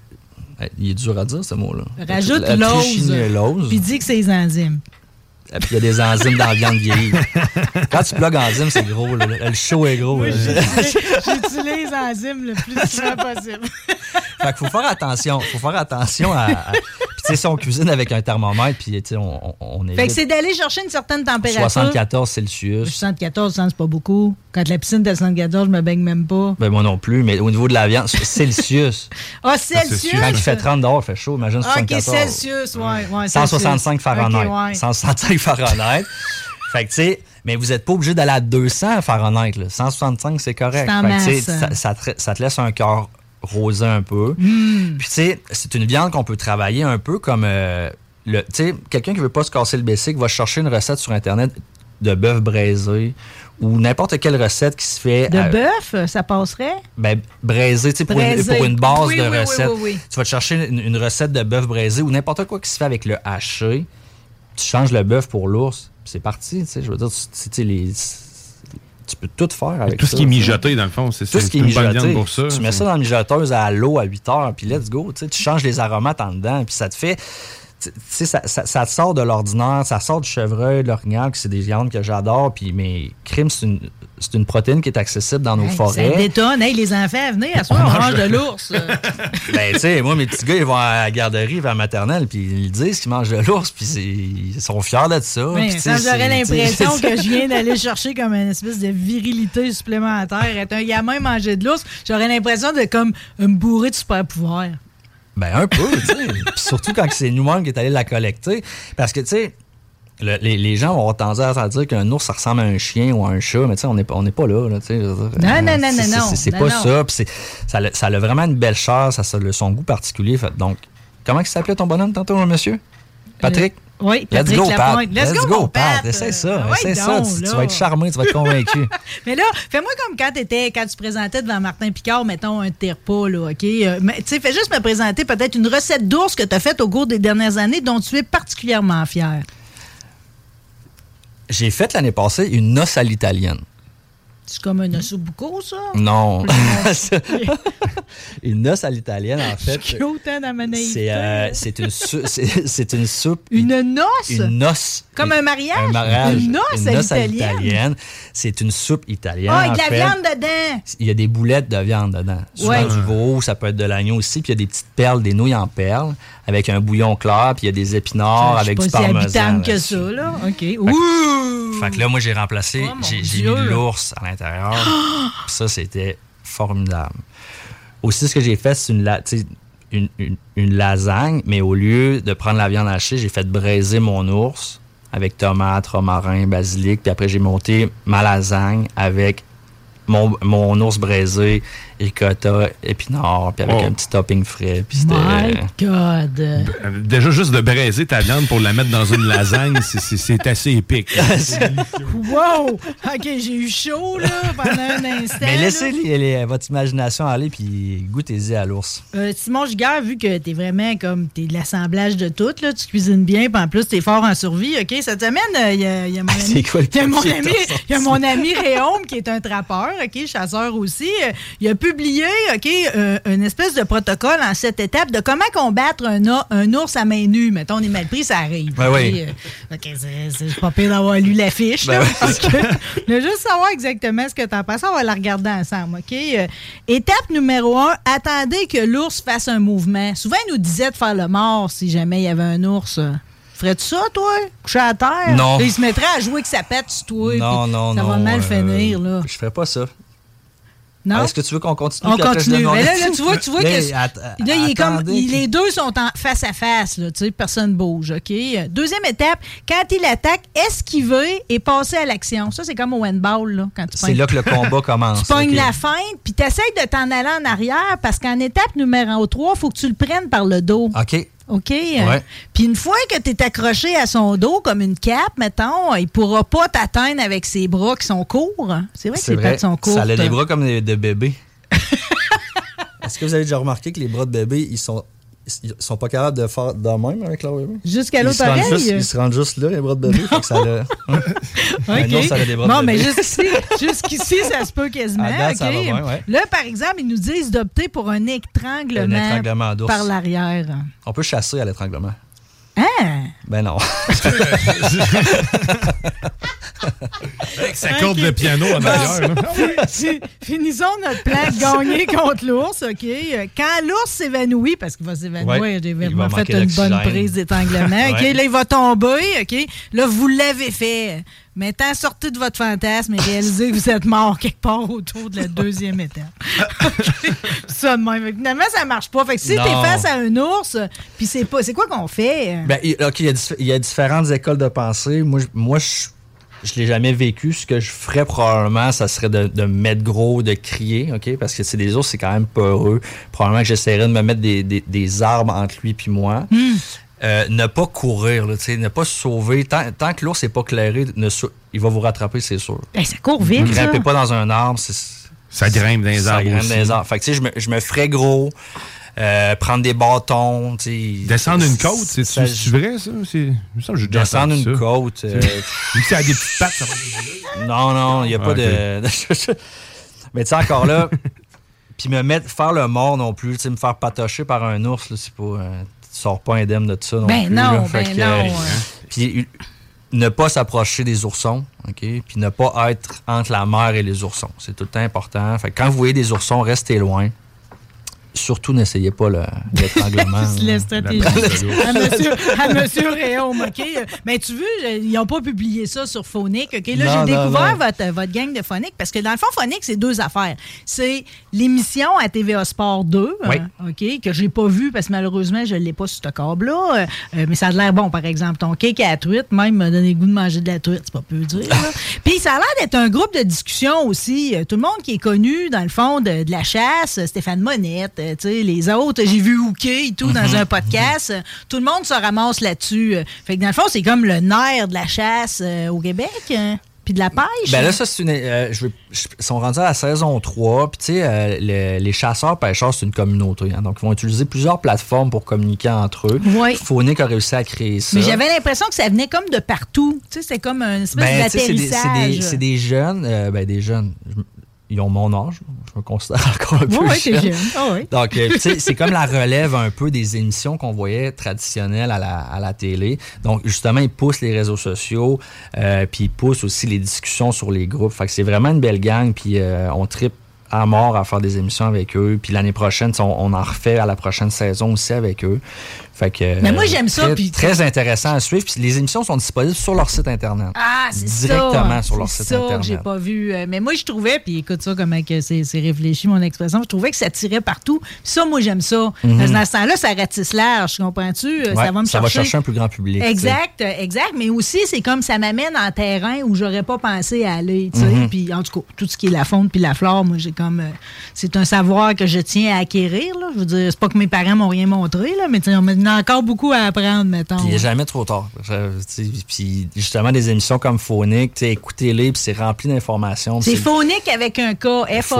Eh, Il est dur à dire, ce mot-là. Rajoute la l'ose. trichinellose. Puis dit que c'est les enzymes. Et puis il y a des enzymes dans la viande vieillie. Quand tu plugues enzymes, c'est gros. là. Le show est gros. là. J'utilise les enzymes le plus souvent possible. Fait qu'il faut faire attention. faut faire attention à. à- Puis, tu sais, si on cuisine avec un thermomètre, puis, tu sais, on, on- on Fait que évite c'est d'aller chercher une certaine température. 74 Je suis Celsius. 74, ça, c'est pas beaucoup. Quand la piscine est à 74, je me baigne même pas. Ben, moi non plus, mais au niveau de la viande, c'est Celsius. Ah, Celsius. Celsius! Quand il fait 30 dehors, il fait chaud. Imagine Ah, OK, 74. Celsius, ouais. ouais 165 Fahrenheit. Ok, ouais. 165 Fahrenheit. fait que, tu sais, mais vous n'êtes pas obligé d'aller à 200 Fahrenheit. là. 165, c'est correct. C'est en Fait que, tu sais, masse. ça, ça te, ça te laisse un cœur rosé un peu. Hmm. Puis, tu sais, c'est une viande qu'on peut travailler un peu comme. euh, le, tu sais, quelqu'un qui veut pas se casser le bessic va chercher une recette sur Internet de bœuf braisé ou n'importe quelle recette qui se fait. De à- bœuf, ça passerait? ben, braisé, tu sais, pour, une- Braisé. pour une base Oui, de oui, oui, recette. oui, oui. Tu vas te chercher une, une recette de bœuf braisé ou n'importe quoi qui se fait avec le haché. Tu changes le bœuf pour l'ours, puis c'est parti, tu sais. Je veux dire, tu, tu sais, les- tu peux tout faire avec Tout ce ça, qui est tu sais. mijoté, dans le fond, c'est Tout c'est ce qui est une bonne viande mijoté. pour ça. hein. Tu mets ça dans la mijoteuse à l'eau à 8 heures, puis let's go. Tu sais, tu changes les aromates en dedans, puis ça te fait. Tu tu sais, ça, ça- ça te sort de l'ordinaire, ça sort du chevreuil, de l'orignal, que c'est des viandes que j'adore, puis mes crimes, c'est une, c'est une protéine qui est accessible dans nos Hey, forêts. Ça détonne. Hey, les enfants, venez, à soir, on, mange de l'ours. Ben, tu sais, moi, mes petits gars, ils vont à la garderie, vers la maternelle, puis ils disent qu'ils mangent de l'ours, puis c'est- ils sont fiers de ça. Ouais, puis tu ça, sais, j'aurais c'est- l'impression c'est- que je viens d'aller chercher comme une espèce de virilité supplémentaire. Être un gamin manger de l'ours, j'aurais l'impression de comme me bourrer de super pouvoir. Ben, un peu, tu sais. Puis surtout quand c'est nous-mêmes qui est allé la collecter. Parce que, tu sais, le- les, les gens vont avoir tendance à dire qu'un ours, ça ressemble à un chien ou à un chat, mais tu sais, on n'est pas- on n'est pas là, là, tu sais. je veux dire, Non, euh, non, non, non, c'est- c'est- non. c'est- C'est Non, pas non. ça. Puis c'est- ça, a- ça a vraiment une belle chair, ça a le- son goût particulier. Fait- donc, comment il s'appelait ton bonhomme tantôt, hein, monsieur? Patrick? Oui, Let's Patrick go, Pat. Ben Lapointe. Let's, go, mon Pat. Essaye Euh, ça. ouais, Essaye ça. donc, Tu, tu là. vas être charmé, tu vas être convaincu. Mais là, fais-moi comme quand, t'étais, quand tu présentais devant Martin Picard, mettons, un terre-pas, là, OK? Euh, mais, tu sais, fais juste me présenter peut-être une recette d'ours que tu as faite au cours des dernières années dont tu es particulièrement fier. J'ai fait l'année passée une noce à l'italienne. C'est comme un osso bucco, ça? Non. une noce à l'italienne, en fait. euh, Autant hein, dans ma naïveté. C'est euh, c'est une, sou- c'est- c'est une soupe. Une noce? Une noce. Comme un mariage? Un mariage. Une noce à l'italienne? C'est une soupe italienne. Ah, il y a en de la fait. viande dedans! Il y a des boulettes de viande dedans. Souvent Ouais. du veau, ça peut être de l'agneau aussi. Puis il y a des petites perles, des nouilles en perles, avec un bouillon clair, puis il y a des épinards Ah, Je suis avec pas du si parmesan. habitante que là-dessus. ça, là. OK. Ouh! Fait que là, moi, j'ai remplacé, Oh, mon j'ai j'ai mis Dieu. de l'ours à l'intérieur. Puis ça, c'était formidable. Aussi, ce que j'ai fait, c'est une, la- tu sais, une, une- une lasagne, mais au lieu de prendre la viande hachée, j'ai fait braiser mon ours avec tomate, romarin, basilic. Puis après, j'ai monté ma lasagne avec mon, mon ours braisé, ricotta, épinards, puis avec Oh. un petit topping frais. Puis c'était... My God! Euh, Déjà, juste de braiser ta viande pour la mettre dans une lasagne, c'est- c'est c'est assez épique. Wow! OK, j'ai eu chaud, là, pendant un instant. Mais là. laissez les- les- votre imagination aller, puis goûtez-y à l'ours. Euh, Simon Giguère, vu que t'es vraiment comme t'es de l'assemblage de tout, là, tu cuisines bien, puis en plus t'es fort en survie, ok? Cette semaine, euh, il y a- il y, a mon ami. C'est quoi le il y a mon papier ami, t'as sorti? il y a mon ami Réaume, qui est un trappeur, ok, chasseur aussi. euh, Il a publié, ok, euh, une espèce de protocole en cette étape de comment combattre un, o- un ours à main nue. Mettons, on est mal pris, ça arrive. Ben ok, oui. euh, ok, c'est- c'est pas pire d'avoir lu la fiche, là, Ben oui. parce que je veux juste savoir exactement ce que t'en penses. On va la regarder ensemble, OK? Euh, étape numéro un, attendez que l'ours fasse un mouvement. Souvent, il nous disait de faire le mort si jamais il y avait un ours. Ferais-tu ça, toi? Coucher à terre? Non. Là, il se mettrait à jouer que ça pète sur toi. non, euh, puis non, ça non. va mal euh, finir, là. Je ferais pas ça. Non? Ah, Est-ce que tu veux qu'on continue? On puis après, je continue. donne mon Mais là, là, avis? tu vois, tu vois Mais que. att- là, il est comme, attendez. il- les deux sont en face à face, là, tu sais, personne bouge, OK? Deuxième étape, quand il attaque, esquiver et passer à l'action. Ça, c'est comme au handball, là, quand tu C'est là que le combat commence. tu pognes OK. la feinte, puis tu de t'en aller en arrière parce qu'en étape numéro 3, il faut que tu le prennes par le dos. OK. OK? Euh, Puis une fois que tu es accroché à son dos comme une cape, mettons, il pourra pas t'atteindre avec ses bras qui sont courts. C'est vrai que C'est ses vrai. pattes sont courtes. Ça a les bras comme des- de bébé. Est-ce que vous avez déjà remarqué que les bras de bébé, ils sont, ils sont pas capables de faire de même avec leur bébé? Jusqu'à ils, l'autre se rendent oreille. juste, ils se rendent juste là, les bras de bébé. Fait que ça le- OK. Ben non, ça a des bras de Bon, mais bébé. jusqu'ici, jusqu'ici, ça se peut quasiment. À date, ça OK? va bien, ouais. Là, par exemple, ils nous disent d'opter pour un étranglement, Un étranglement d'ours. par l'arrière. On peut chasser à l'étranglement. Hein? Ben non. Ça corde le piano Ah, en ben, Bah, arrière. là. Fi- Finissons notre plan de gagner contre l'ours, OK? Euh, Quand l'ours s'évanouit, parce qu'il va s'évanouir, Ouais, j'ai il va vraiment fait manquer une bonne d'oxygène. prise d'étanglement, OK? Ouais. Là, il va tomber, OK? Là, vous l'avez fait. Maintenant, sortez de votre fantasme et réalisez que vous êtes mort quelque part autour de la deuxième étape. OK? ça de même. Finalement, ça marche pas. Fait que si t'es Non. face à un ours, puis c'est pas... C'est quoi qu'on fait? Ben, il- OK, il y, a dif- il y a différentes écoles de pensée. Moi, je, moi, je, je l'ai jamais vécu. Ce que je ferais probablement, ça serait de, de me mettre gros, de crier, OK? Parce que c'est des ours, c'est quand même peureux. Probablement que j'essaierais de me mettre des, des, des arbres entre lui puis moi. Euh, ne pas courir, là, tu sais, ne pas se sauver. Tant, tant que l'ours n'est pas clairé, ne sou- il va vous rattraper, c'est sûr. Ben, ça court vite, Ne ça. grimpez pas dans un arbre. c'est- Ça grimpe dans les ça arbres grimpe aussi. dans les arbres. Fait que, tu sais, je me, je me ferais gros, euh, prendre des bâtons, tu sais. Descendre une côte, c'est Ça- c'est vrai, ça? C'est- Il me semble que j'ai déjà Descendre entendu une ça. côte. euh, Vu que ça a des petites pattes, ça va- non, non, il n'y a pas Ah, de. Mais tu sais, encore là, puis me mettre, faire le mort non plus, tu sais, me faire patocher par un ours, là, c'est pas. euh, tu sors pas indemne de ça non Ben plus. non, là. Fait ben que, euh, non, hein. Puis ne pas s'approcher des oursons, OK? Puis ne pas être entre la mer et les oursons. C'est tout le temps important. Fait que quand vous voyez des oursons, restez loin. Surtout, n'essayez pas le- l'étranglement. C'est là. la stratégie à monsieur, à monsieur Réaume, OK? Mais tu veux, euh, ils n'ont pas publié ça sur Phonique, OK? Là, Non, j'ai non, découvert non. Votre, euh, votre gang de Phonique parce que dans le fond, Phonique, c'est deux affaires. C'est l'émission à TVA Sport 2, Oui. euh, OK, que j'ai pas vue parce que malheureusement, je ne l'ai pas sur ce câble-là. euh, euh, mais ça a l'air bon, par exemple. Ton cake à la truite, même, m'a donné le goût de manger de la truite, c'est pas peu dire. là. Puis ça a l'air d'être un groupe de discussion aussi. Euh, Tout le monde qui est connu, dans le fond, de, de la chasse, euh, Stéphane Monette, euh, tu sais, les autres, j'ai vu Hooké et tout dans un podcast. Euh, Tout le monde se ramasse là-dessus. Euh, Fait que dans le fond, c'est comme le nerf de la chasse euh, au Québec. hein, Puis de la pêche. Ben là, ça, c'est une. euh, je veux- je- ils sont rendus à la saison 3. Puis, tu sais, euh, le- les chasseurs-pêcheurs, c'est une communauté. hein. donc, ils vont utiliser plusieurs plateformes pour communiquer entre eux. Oui. Phonic a réussi à créer ça. Mais j'avais l'impression que ça venait comme de partout. Tu sais, c'est comme une espèce Ben, tu sais, c'est des- c'est des, d'atterrissage. c'est des jeunes. euh, ben, des jeunes. Je me- ils ont mon âge. Je me considère encore un peu. Oui, oui, t'es jeune. jeune. Ah oui. Donc, euh, tu sais, c'est comme la relève un peu des émissions qu'on voyait traditionnelles à la, à la télé. Donc, justement, ils poussent les réseaux sociaux, euh, puis ils poussent aussi les discussions sur les groupes. Fait que c'est vraiment une belle gang, puis euh, on tripe à mort à faire des émissions avec eux. Puis l'année prochaine, on, on en refait à la prochaine saison aussi avec eux. Fait que, euh, Mais moi, j'aime ça, Très, puis- très intéressant à suivre. Puis les émissions sont disponibles sur leur site Internet. Ah, c'est ça. Directement sur leur C'est site ça Internet. que j'ai pas vu. Euh, Mais moi, je trouvais, puis écoute ça, comment que c'est c'est réfléchi, mon expression, je trouvais que ça tirait partout. Puis ça, moi, j'aime ça. Parce que dans ce temps-là, ça ratisse large, comprends-tu? Euh, Mhm. Ouais, ça va me ça va chercher. chercher un plus grand public. tu sais. Exact, euh, exact. Mais aussi, c'est comme ça m'amène en terrain où j'aurais pas pensé à aller. tu sais. Mhm. Puis en tout cas, tout ce qui est la faune puis la flore, moi, j'ai comme. euh, c'est un savoir que je tiens à acquérir. Là. Je veux dire, c'est pas que mes parents m'ont rien montré, là, mais tu sais, on m'a encore beaucoup à apprendre, mettons. Puis il n'est jamais trop tard. Je- tu sais, Puis justement, des émissions comme Phonique, tu sais, écoutez-les, puis c'est rempli d'informations. puis C'est phonique avec un K,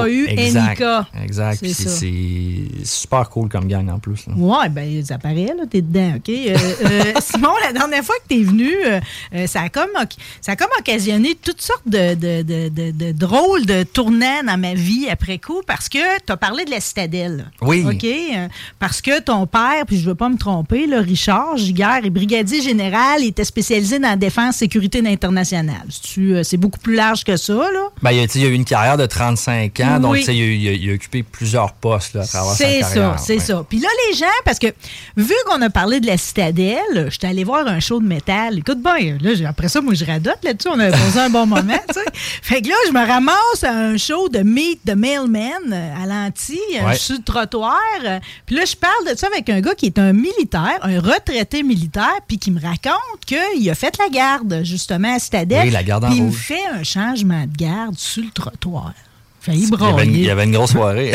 F-A-U-N-I-K. Exact. Exact. C'est Puis ça. c'est super cool comme gang en plus. là. Ouais, ben ça paraît, là, t'es dedans, OK? Euh, euh, Simon, la dernière fois que t'es venu, euh, euh, ça, a comme, oc- ça a comme occasionné toutes sortes de, de, de- de- de drôles de tournants dans ma vie après coup parce que t'as parlé de la citadelle. Oui. OK? Euh, Parce que ton père, puis je veux pas me tromper, là, Richard Giguère est brigadier général, il était spécialisé dans la défense, sécurité internationale. C'est-tu, euh, C'est beaucoup plus large que ça, là. Ben, il, y a, tu sais, il y a eu une carrière de 35 ans, donc Oui. tu sais, il, a, il a- il a occupé plusieurs postes là, à travers sa C'est ça, carrière, c'est ouais. ça. Puis là, les gens, parce que vu qu'on a parlé de la citadelle, j'étais allée voir un show de métal. Écoute bien, là, j'ai- après ça, moi, je radote là-dessus. On avait passé un bon moment, tu sais. Fait que là, je me ramasse à un show de Meet the mailman euh, à l'anti, euh, Ouais. sur le trottoir. euh, Puis là, je parle de ça avec un gars qui est un militaire, un retraité militaire, puis qui me raconte qu'il a fait la garde, justement, à Citadelle. Oui, la garde en Puis il me rouge. fait un changement de garde sur le trottoir. Failli Il y, avait une, il y brailler. avait une grosse soirée.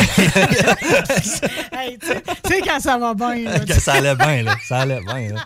Hey, tu sais- tu sais, quand ça va bien. là, tu ça allait bien, là. Ça allait bien, là.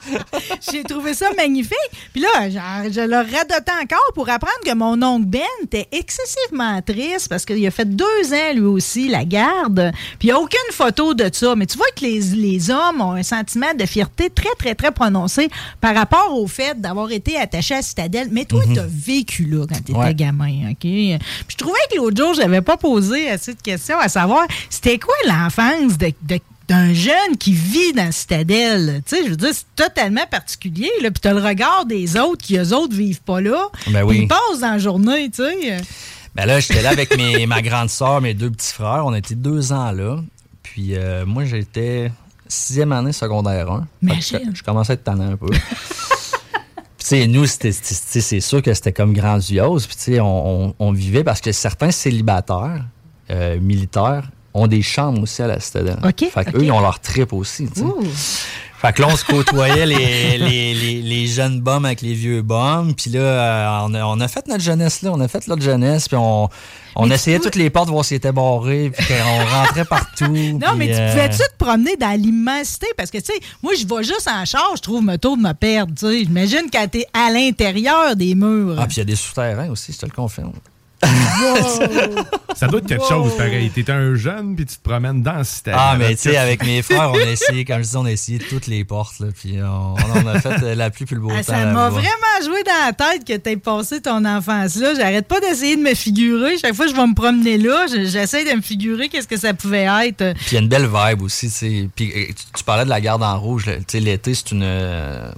J'ai trouvé ça magnifique. Puis là, genre, je le radotais encore pour apprendre que mon oncle Ben était excessivement triste parce qu'il a fait deux ans, lui aussi, la garde. Puis il n'y a aucune photo de ça. Mais tu vois que les, les hommes ont un sentiment de fierté très, très, très prononcé par rapport au fait d'avoir été attaché à Citadelle. Mais toi, tu as vécu là quand tu étais Ouais. gamin, OK? Puis je trouvais que l'autre jour, je n'avais pas posé assez de questions à savoir c'était quoi l'enfance de- de d'un jeune qui vit dans la citadelle. Tu sais, je veux dire, c'est totalement particulier. Là. Puis t'as le regard des autres qui, eux autres, vivent pas là. Ben Puis oui. Ils passent dans la journée, tu sais. Ben là, j'étais là avec mes, ma grande sœur, mes deux petits frères. On était deux ans là. Puis euh, moi, j'étais sixième année secondaire 1. Imagine. Je, je commençais à être tannant un peu. Puis tu sais, nous, c'était- c'était- c'était- c'est sûr que c'était comme grandiose. Puis tu sais, on, on- on vivait parce que certains célibataires, euh, militaires, ont des chambres aussi à la citadelle. OK, Fait OK. qu'eux, ils ont leur trip aussi. tu sais. Ouh. Fait que là, on se côtoyait les, les, les, les jeunes bombes avec les vieux bombes. Puis là, euh, on a, on a fait notre jeunesse, là. On a fait notre jeunesse. Puis on, on Mais tu essayait peux- toutes les portes, voir si étaient barrées. Puis on rentrait partout. euh, Non, mais tu pouvais-tu ça? te promener dans l'immensité? Parce que, tu sais, moi, je vais juste en charge, je trouve me tour de me perdre, tu sais. J'imagine quand t'es à l'intérieur des murs. Ah, puis il y a des souterrains aussi, je te le confirme. Ça doit être quelque chose pareil. T'es un jeune, puis tu te promènes dans la citadelle. Ah, mais tu sais, avec mes frères, on a essayé, comme je dis, on a essayé toutes les portes. Là, puis on, on en a fait euh, la pluie puis le beau Ah, temps. ça m'a là-bas. vraiment joué dans la tête que t'aies passé ton enfance là. J'arrête pas d'essayer de me figurer. Chaque fois que je vais me promener là, je- j'essaie de me figurer qu'est-ce que ça pouvait être. Puis il y a une belle vibe aussi. tu sais. Puis euh, tu- tu parlais de la garde en rouge. là. Tu sais, l'été, c'est une. euh,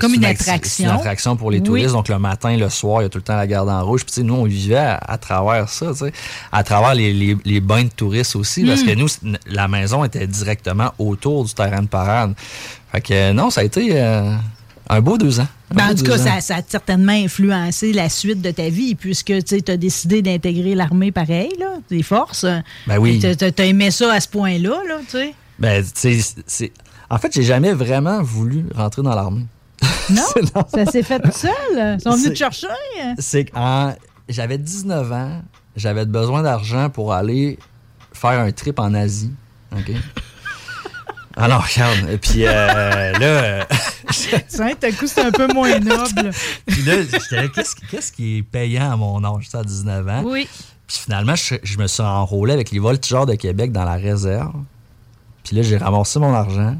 comme c'est une acti- C'est une attraction. attraction pour les Oui. touristes. Donc, le matin, le soir, il y a tout le temps la garde en rouge. Puis, tu sais, nous, on vivait à, à travers ça, tu sais, à travers les, les- les bains de touristes aussi. Parce Hmm. que nous, c'est- la maison était directement autour du terrain de parade. Fait que, euh, non, ça a été euh, un beau deux ans. Un Ben, beau en tout deux cas, ans. ça, ça a certainement influencé la suite de ta vie, puisque tu as décidé d'intégrer l'armée pareil, là, des forces. Ben oui. Tu as aimé ça à ce point-là, là, tu sais. Ben, tu sais, c'est- c'est- En fait, j'ai jamais vraiment voulu rentrer dans l'armée. Non, ça s'est fait tout seul. Ils sont venus te C'est- chercher. c'est qu'en j'avais 19 ans, j'avais besoin d'argent pour aller faire un trip en Asie. OK? Alors, regarde. Et puis euh, là, euh, Tiens, D'un coup, c'est un peu moins noble. puis là, j'étais là, qu'est-ce qui- qu'est-ce qui est payant à mon âge, ça, à 19 ans? Oui. Puis finalement, je, je me suis enrôlé avec les voltigeurs de Québec dans la réserve. Puis là, j'ai ramassé mon argent.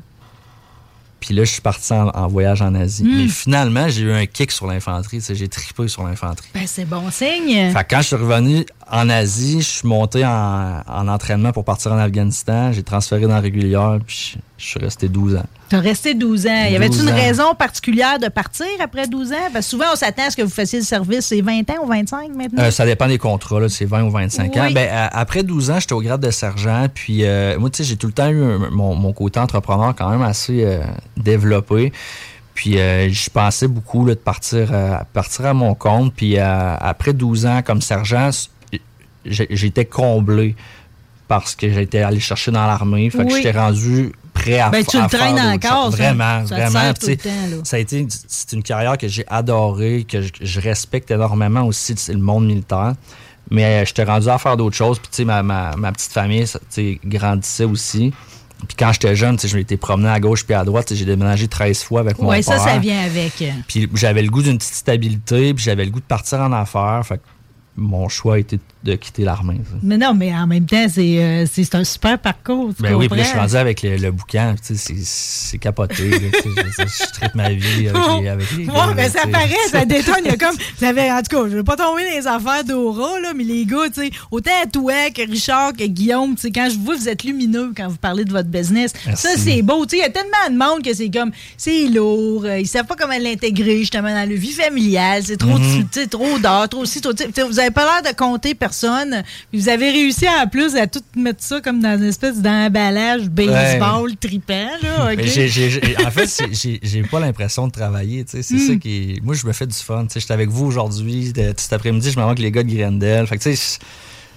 Puis là, je suis parti en, en voyage en Asie. Mais finalement, j'ai eu un kick sur l'infanterie. tu sais, J'ai tripé sur l'infanterie. Ben, c'est bon signe. Fait que quand je suis revenu en Asie, je suis monté en, en entraînement pour partir en Afghanistan. J'ai transféré dans la régulière, puis je, je suis resté 12 ans. T'as resté 12 ans. Y avait-tu 12 une ans. raison particulière de partir après 12 ans? Parce que souvent, on s'attend à ce que vous fassiez le service, c'est 20 ans ou 25 maintenant? Euh, ça dépend des contrats, là, c'est 20 ou 25 ans. Oui. Ben, à- après 12 ans, j'étais au grade de sergent, puis euh, moi, tu sais, j'ai tout le temps eu un- mon, mon côté entrepreneur quand même assez euh, développé. Puis euh, je pensais beaucoup là, de partir, euh, partir à mon compte. Puis euh, après 12 ans comme sergent, s- j'ai- j'étais comblé parce que j'étais allé chercher dans l'armée. Fait que Oui. j'étais rendu prêt à Ben, f- tu le à faire traînes d'autres encore, choses. ça. Vraiment, Ça te vraiment. sert Puis, tu tout le sais, temps, là. ça a été, c'est une carrière que j'ai adorée, que je, que je respecte énormément aussi, c'est le monde militaire. Mais euh, j'étais rendu à faire d'autres choses. Puis, tu sais, ma, ma, ma petite famille ça, tu sais, grandissait aussi. Puis, quand j'étais jeune, tu sais, je m'étais promené à gauche puis à droite. Tu sais, J'ai déménagé 13 fois avec mon oui, ça, père. ça vient avec. Puis, j'avais le goût d'une petite stabilité. Puis, j'avais le goût de partir en affaires. Fait que mon choix a été de quitter l'armée. ça. Mais non, mais en même temps, c'est euh, c'est- c'est un super parcours. tu Ben oui, puis là, je suis comprends? rendu avec le, le boucan, tu sais, c'est- c'est capoté. là, tu sais, je, veux dire, je traite ma vie avec les, avec les Ouais, gars, ben là, ça tu sais. paraît, ça détonne. Il y a comme. Vous avez, en tout cas, je veux pas tomber dans les affaires d'Aura, là, mais les gars, tu sais, autant toi que Richard que Guillaume, tu sais, quand je vous vois, vous êtes lumineux quand vous parlez de votre business. Merci. Ça, c'est beau. Tu sais, il y a tellement de monde que c'est comme. C'est lourd, euh, ils savent pas comment l'intégrer, justement, dans leur vie familiale. C'est trop, Mhm. tu sais, trop d'or, trop aussi, trop. tu sais, Vous avez pas l'air de compter personne. Puis vous avez réussi en plus à tout mettre ça comme dans une espèce d'emballage baseball tripant, là. OK? Mais j'ai- j'ai- j'ai- en fait, c'est- j'ai- j'ai pas l'impression de travailler. tu sais, Hmm. C'est ça qui. est- Moi, je me fais du fun. tu sais, J'étais avec vous aujourd'hui. de- Cet après-midi, je me rends avec les gars de Grendel. Fait que, tu sais, je-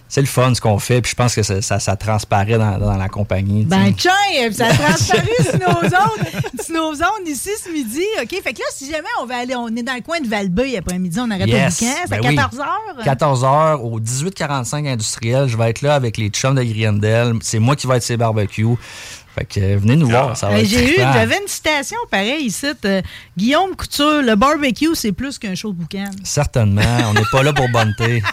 c'est le fun ce qu'on fait, puis je pense que ça, ça, ça transparaît dans, dans la compagnie. tu Ben, sais. tiens, puis ça transparaît sur nos zones, sur nos zones ici ce midi. OK, fait que là, si jamais on va aller, on est dans le coin de Valbeuil après-midi, on arrête Yes. au week-end, c'est à Ben oui. 14 h 14 h au 18h45 industriel. Je vais être là avec les chums de Griendel. C'est moi qui vais être ces barbecues. Fait que euh, venez nous voir, ça va Ben, être J'ai eu, trippant. j'avais une citation pareille ici. euh, Guillaume Couture, le barbecue, c'est plus qu'un show de boucan. Certainement, on n'est pas là pour bonne thé.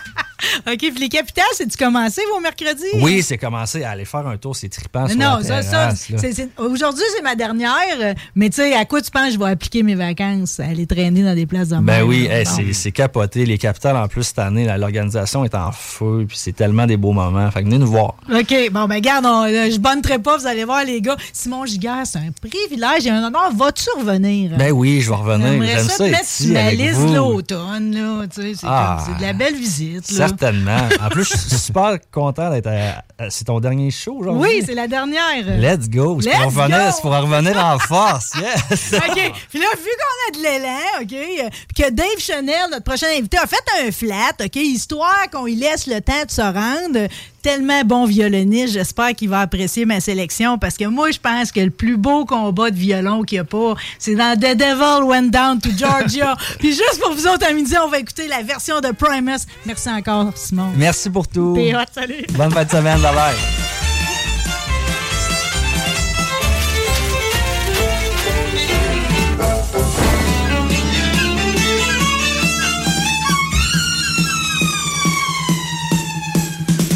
OK, puis les capitales, c'est-tu commencé vos mercredis? Oui, c'est commencé à aller faire un tour, c'est trippant. sur Non, la ça, ça, terrasse, là. c'est- c'est- aujourd'hui, c'est ma dernière, euh, mais tu sais, à quoi tu penses que je vais appliquer mes vacances? Aller traîner dans des places de Ben mer, oui, là. hey, Bon. c'est- c'est capoté. Les capitales, en plus, cette année, là, l'organisation est en feu, puis c'est tellement des beaux moments. Fait que venez nous voir. OK, bon, ben garde, on- euh, je bonnerai pas, vous allez voir, les gars. Simon Giguère, c'est un privilège et un honneur. Vas-tu revenir? Ben oui, je vais revenir. J'aimerais J'aime ça, ça te mettre être sur ici ma avec liste vous. l'automne, là. Tu sais, c'est Ah. comme- c'est de la belle visite, là. Certainement. En plus, je suis super content d'être à- à- C'est ton dernier show, genre. Oui, c'est la dernière. Let's go. C'est Let's pour, revenir, go. c'est pour revenir en force. Yes. OK. Puis là, vu qu'on a de l'élan, OK, euh, puis que Dave Chanel, notre prochain invité, a fait un flat, OK, histoire qu'on lui laisse le temps de se rendre. Tellement bon violoniste, j'espère qu'il va apprécier ma sélection parce que moi, je pense que le plus beau combat de violon qu'il n'y a pas, c'est dans The Devil Went Down to Georgia. puis juste pour vous autres, à midi, on va écouter la version de Primus. Merci encore, Simon. Merci pour tout. T'es hot, salut. Bonne fin de semaine. Bye bye.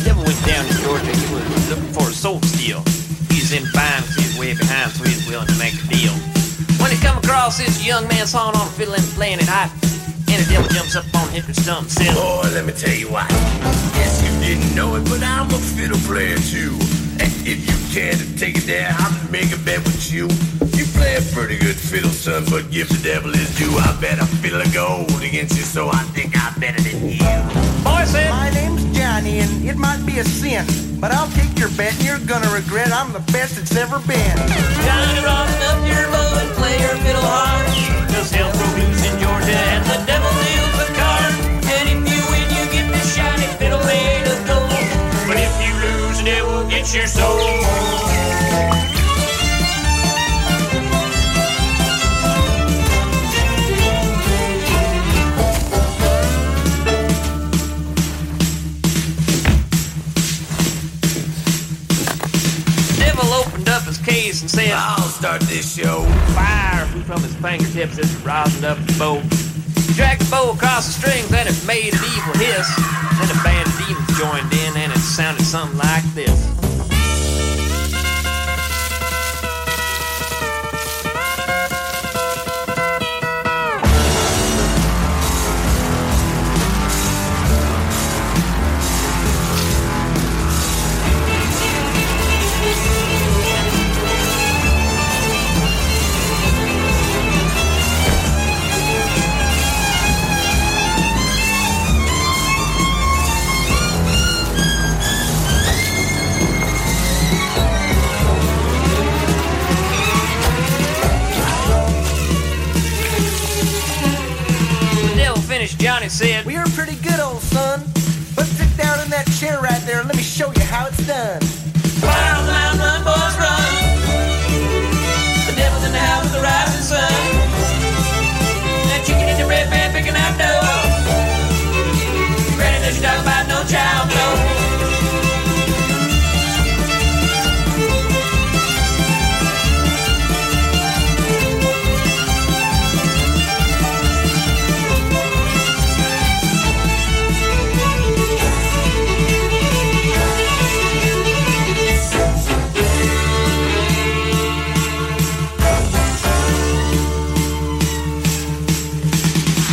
devil went down to Georgia. He was looking for a soul steal. He's in fine, so he's way behind, so he's willing to make a deal. When he come across this young man sawing on a fiddle and playing it hot, and the devil jumps up on him and stump and says, Boy, Oh, let me tell you what. Guess you didn't know it, but I'm a fiddle player too. And if you care to take it there, I'll make a bet with you. You play a pretty good fiddle, son, but give the devil his due. I bet a fiddle of gold against you, so I think I'm better than you. Boy said, My name's Johnny, and it might be a sin, but I'll take your bet, and you're gonna regret I'm the best it's ever been. Johnny, rock up your bow and play your fiddle hard. The sale produce in Georgia and the devil deals with card. And if you win, you get the shiny fiddle made of gold. But if you lose, the devil gets your soul. Devil opened up his case and said, I'll start this show. fire flew from his fingertips as he rosin up the bow. He dragged the bow across the strings and it made an evil hiss. Then a band of demons joined in and it sounded something like this. The devil finished, Johnny said, Well, you're pretty good, old son. But sit down in that chair right there, and let me show you how it's done. Wild man, run, boys, run. The devil's in the house with the rising sun. That chicken in the red man picking out dough. Granny doesn't talk about no child, no.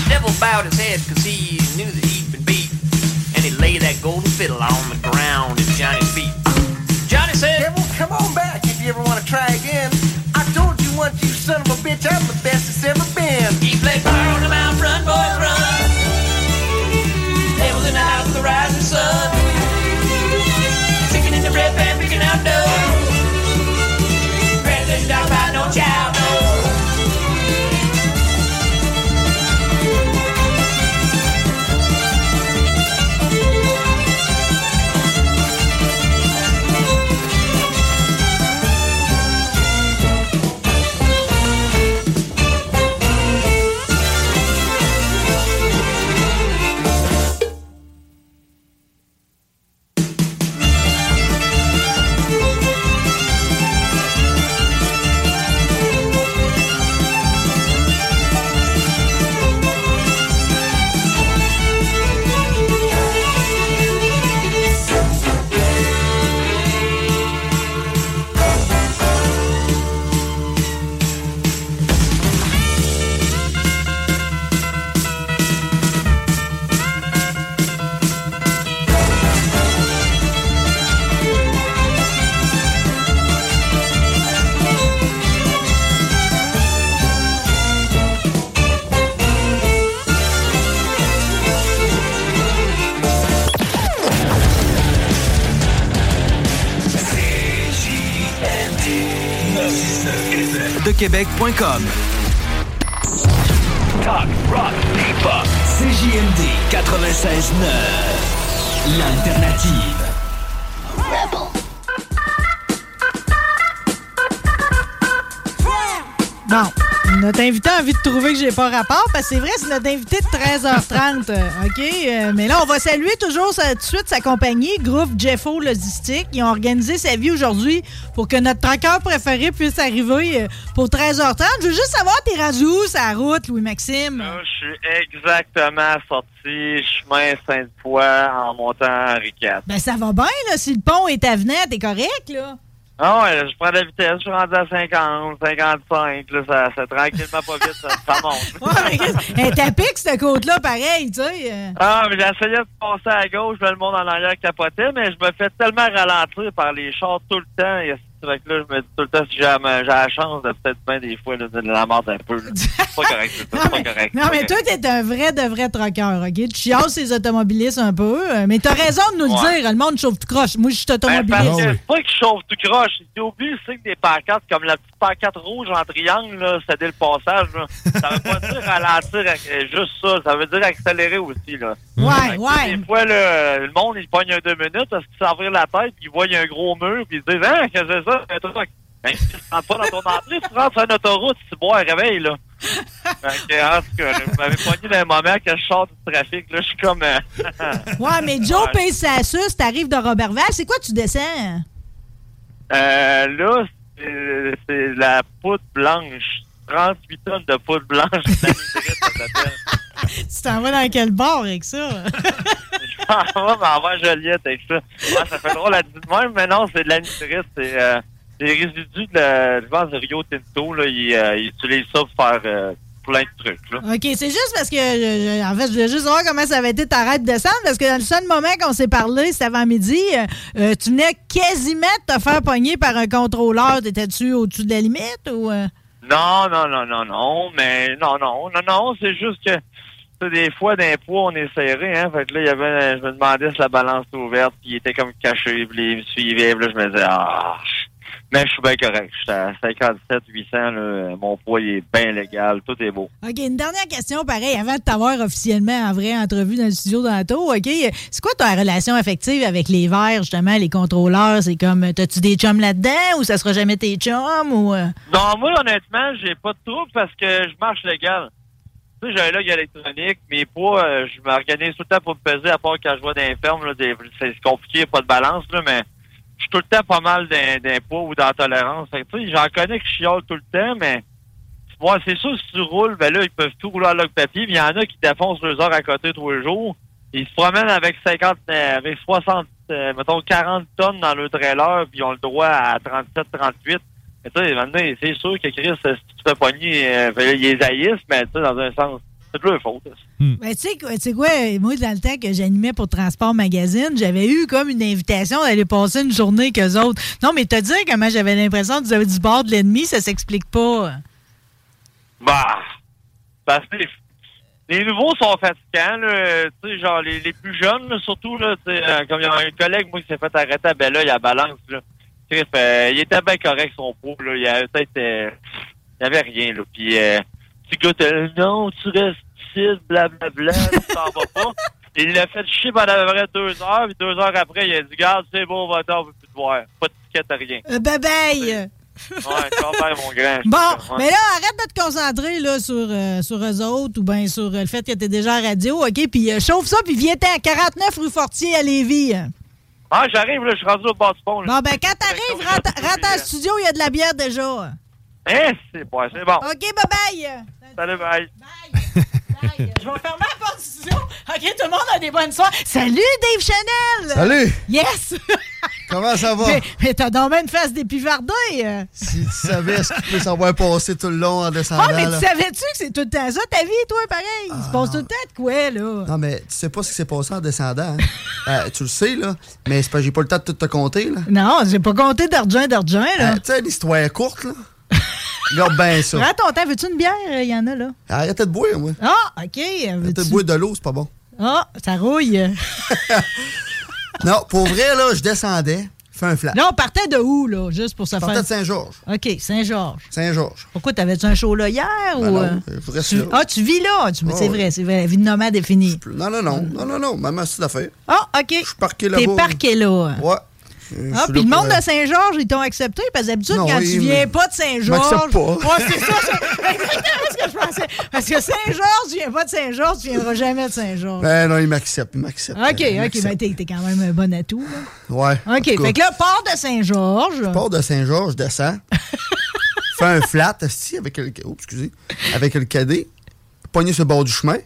devil bowed his head cause he knew that he'd been beat. And he laid that golden fiddle on the ground at Johnny's feet. Johnny said, Devil, come on back if you ever wanna try again. I told you once, you son of a bitch, I'm the best it's ever been. He played fire on the mountain, run, boys, run. Devil's in the house with the rising sun. Chicken in the bread pan picking out dough. Grandma's not by no child, no. Well, de Québec.com. Talk, rock, hip-hop. CJMD 96.9. L'alternative. Bon, notre invité a envie de trouver que j'ai pas rapport, parce que c'est vrai, c'est notre invité de 13h30, euh, OK? Euh, mais là, on va saluer toujours sa- tout de suite sa compagnie, Groupe Jeffo Logistique. Ils ont organisé sa vie aujourd'hui pour que notre traqueur préféré puisse arriver euh, pour 13h30. Je veux juste savoir, t'es rendu où, sa route, Louis-Maxime? Là, je suis exactement sorti chemin Sainte-Foy en montant à Ricard. Ben, ça va bien, là, si le pont est à venir, t'es correct, là? Ah ouais, je prends de la vitesse, je suis rendu à 50, 55, là, ça, ça tranquillement pas vite, ça, ça monte. Ouais, mais t'as pique, cette côte-là, pareil, tu sais. euh. Ah, mais j'essayais de passer à gauche, là, le monde en arrière capotait, mais je me fais tellement ralentir par les chars tout le temps. Et ce truc-là, je me dis tout le temps, si j'ai la, j'ai la chance de peut-être bien des fois là, de la mordre un peu. là. C'est pas correct, c'est ça, c'est pas correct. Non, mais toi, t'es un vrai de vrai troqueur, OK? Tu chiasses les automobilistes un peu, euh, mais t'as raison de nous le Ouais. dire. Le monde chauffe tout croche. Moi, je suis Ben, parce que automobiliste. c'est pas qu'ils chauffent tout croche. Ils oublient le signe des pancartes, comme la petite pancarte rouge en triangle, là, c'était le passage. Là. Ça veut pas dire ralentir, euh, juste ça. Ça veut dire accélérer aussi. Là. Ouais, Des ouais. fois, là, le monde, il pogne un deux minutes parce qu'il s'envire la tête, puis il voit il y a un gros mur, puis il se dit Hein, qu'est-ce que c'est ça? Un truc. Ben, si tu rentres pas dans ton entrée, tu rentres sur une autoroute, tu bois un réveil, là. Fait que, en tout cas, là, vous m'avez pogné dans un moment que je sors du trafic, là, je suis comme. euh, Ouais, mais Joe Ouais. paye sa suce, t'arrives de Robertval. C'est quoi, tu descends? Euh, là, c'est c'est la poudre blanche. 38 tonnes de poudre blanche. Ça s'appelle. Tu t'en vas dans quel bar avec ça? Je m'en vais m'envoyer Joliette avec ça. Ouais, ça fait drôle à dire de même, mais non, c'est de l'anitriste. C'est euh, des résidus de la je pense, de Rio Tinto. Là, ils, euh, ils utilisent ça pour faire euh, plein de trucs. Là. OK, c'est juste parce que, je- je- en fait, je voulais juste voir comment ça avait été t'arrêtes de descendre, parce que dans le seul moment qu'on s'est parlé, c'était avant midi, euh, euh, tu venais quasiment de te faire pogner par un contrôleur. T'étais-tu au-dessus de la limite ou... euh? Non, non, non, non, non, mais non, non, non, non, c'est juste que tu sais, des fois, d'un poids, on est serré, hein. Fait que là, il y avait, un- je me demandais si la balance était ouverte, puis il était comme caché, puis il me suivait, puis là, je me disais, ah, mais je suis bien correct. Je suis à 57, 800, là, mon poids, il est bien légal, tout est beau. OK, une dernière question, pareil, avant de t'avoir officiellement en vraie entrevue dans le studio d'Anto, OK? C'est quoi ta relation affective avec les verts, justement, les contrôleurs? C'est comme, t'as-tu des chums là-dedans ou ça sera jamais tes chums ou... euh? Non, moi, honnêtement, j'ai pas de trouble parce que je marche légal. Tu sais, j'ai un log électronique, mes poids, euh, je m'organise tout le temps pour me peser, à part quand je vois d'inferme, là, des- c'est compliqué, pas de balance, là, mais je suis tout le temps pas mal d'un, d'un poids ou d'intolérance. Fait que, Tu sais, j'en connais que je chiale tout le temps, mais tu vois, c'est sûr, si tu roules, ben là, ils peuvent tout rouler à log papier, mais il y en a qui défoncent deux heures à côté tous les jours. Ils se promènent avec 50, euh, avec 60, euh, mettons 40 tonnes dans le trailer, puis ils ont le droit à 37, 38. Mais tu sais, maintenant, c'est sûr que Chris, euh, si tu te fais pogner, euh, ben là, ils les haïssent, mais tu sais, dans un sens, c'est de leur faute. Ben, tu sais quoi, tu sais quoi, moi, dans le temps que j'animais pour Transport Magazine, j'avais eu comme une invitation d'aller passer une journée qu'eux autres. Non, mais te dire comment j'avais l'impression que vous avez du bord de l'ennemi, ça s'explique pas. Bah! Parce que les, les nouveaux sont fatigants, là. Euh, Tu sais, genre, les, les plus jeunes, là, surtout, là, tu sais, euh, comme il y a un collègue, moi, qui s'est fait arrêter à Bella, il a balance, là. Chris, euh, il était bien correct, son pot, là. Il avait peut-être, euh, il avait rien, là. Puis, euh, petit gars, t'as le non, tu restes ici, blablabla, tu t'en vas pas. Il l'a fait chier pendant à peu près deux heures, puis deux heures après, il a dit, garde, c'est bon, va-t'en, on veut plus te voir. Pas de ticket, rien. Euh, bye bye! Ouais, je hein. t'en prie, mon grand. Bon, Ouais. mais là, arrête de te concentrer là, sur, euh, sur eux autres ou bien sur euh, le fait que t'es déjà à radio, OK? Puis euh, chauffe ça, puis viens-t'en à 49 rue Fortier à Lévis. hein. Ah, j'arrive, là, je suis rendu au bas du pont, là. Bon, ben quand t'arrives, rentre, rentre en studio, il y a de la bière déjà. Eh, c'est bon, c'est bon. Uh, OK, bye-bye! Salut, bye. Bye! Bye! Je vais fermer la porte du studio. OK, tout le monde a des bonnes soirées. Salut, Dave Chanel! Salut! Yes! Comment ça va? mais mais t'as donc même une face d'épivardé. euh. Si tu savais ce qui peut s'en voir passer tout le long en descendant. Ah, mais tu là. Ah, savais-tu que c'est tout le temps ça, ta vie, toi, pareil? Il se passe tout le temps de quoi, là? Non, mais tu sais pas ce qui s'est passé en descendant. hein. Euh, tu le sais, là. Mais c'est parce que j'ai pas le temps de tout te compter, là. Non, j'ai pas compté d'argent, d'argent, là. Euh, tu sais, l'histoire courte, là. Regarde bien ça. Prends ton temps, veux-tu une bière? Il y en a là. Arrêtez de boire, moi. Ah, OK. Arrêtez de veux-tu- boire de l'eau, c'est pas bon. Ah, ça rouille. Non, pour vrai, là, je descendais. Fais un flash. Là, on partait de où, là, juste pour se faire. partait de Saint-Georges. OK, Saint-Georges. Saint-Georges. Pourquoi, t'avais-tu un show là hier Ben ou. non, euh, je reste tu- là. Ah, tu vis là. Tu... Ah c'est oui. vrai, c'est vrai. La vie de nomade est finie. Non, non, non. Non, non, non. Maman, c'est d'affaires. Ah, OK. Je suis parqué T'es là-bas. parqué là. Ouais. Euh, je Ah, suis puis là le pour, monde euh, de Saint-Georges, ils t'ont accepté parce que d'habitude, Non, quand ils tu viens me- pas de Saint-Georges. m'acceptent pas. Ouais, c'est ça. c'est- Exactement ce que je pensais. Parce que Saint-Georges, tu viens pas de Saint-Georges, tu viendras jamais de Saint-Georges. Ben non, il m'accepte, il m'accepte. OK, Il OK. Ben, m'accepte. t'es t'es quand même un bon atout. là. Ouais. en OK. tout cas. Fait que là, port de Saint-Georges. Je pars de Saint-Georges, descends, fais un flat, esti, avec le, oh, excusez, avec le cadet, pogné sur le bord du chemin.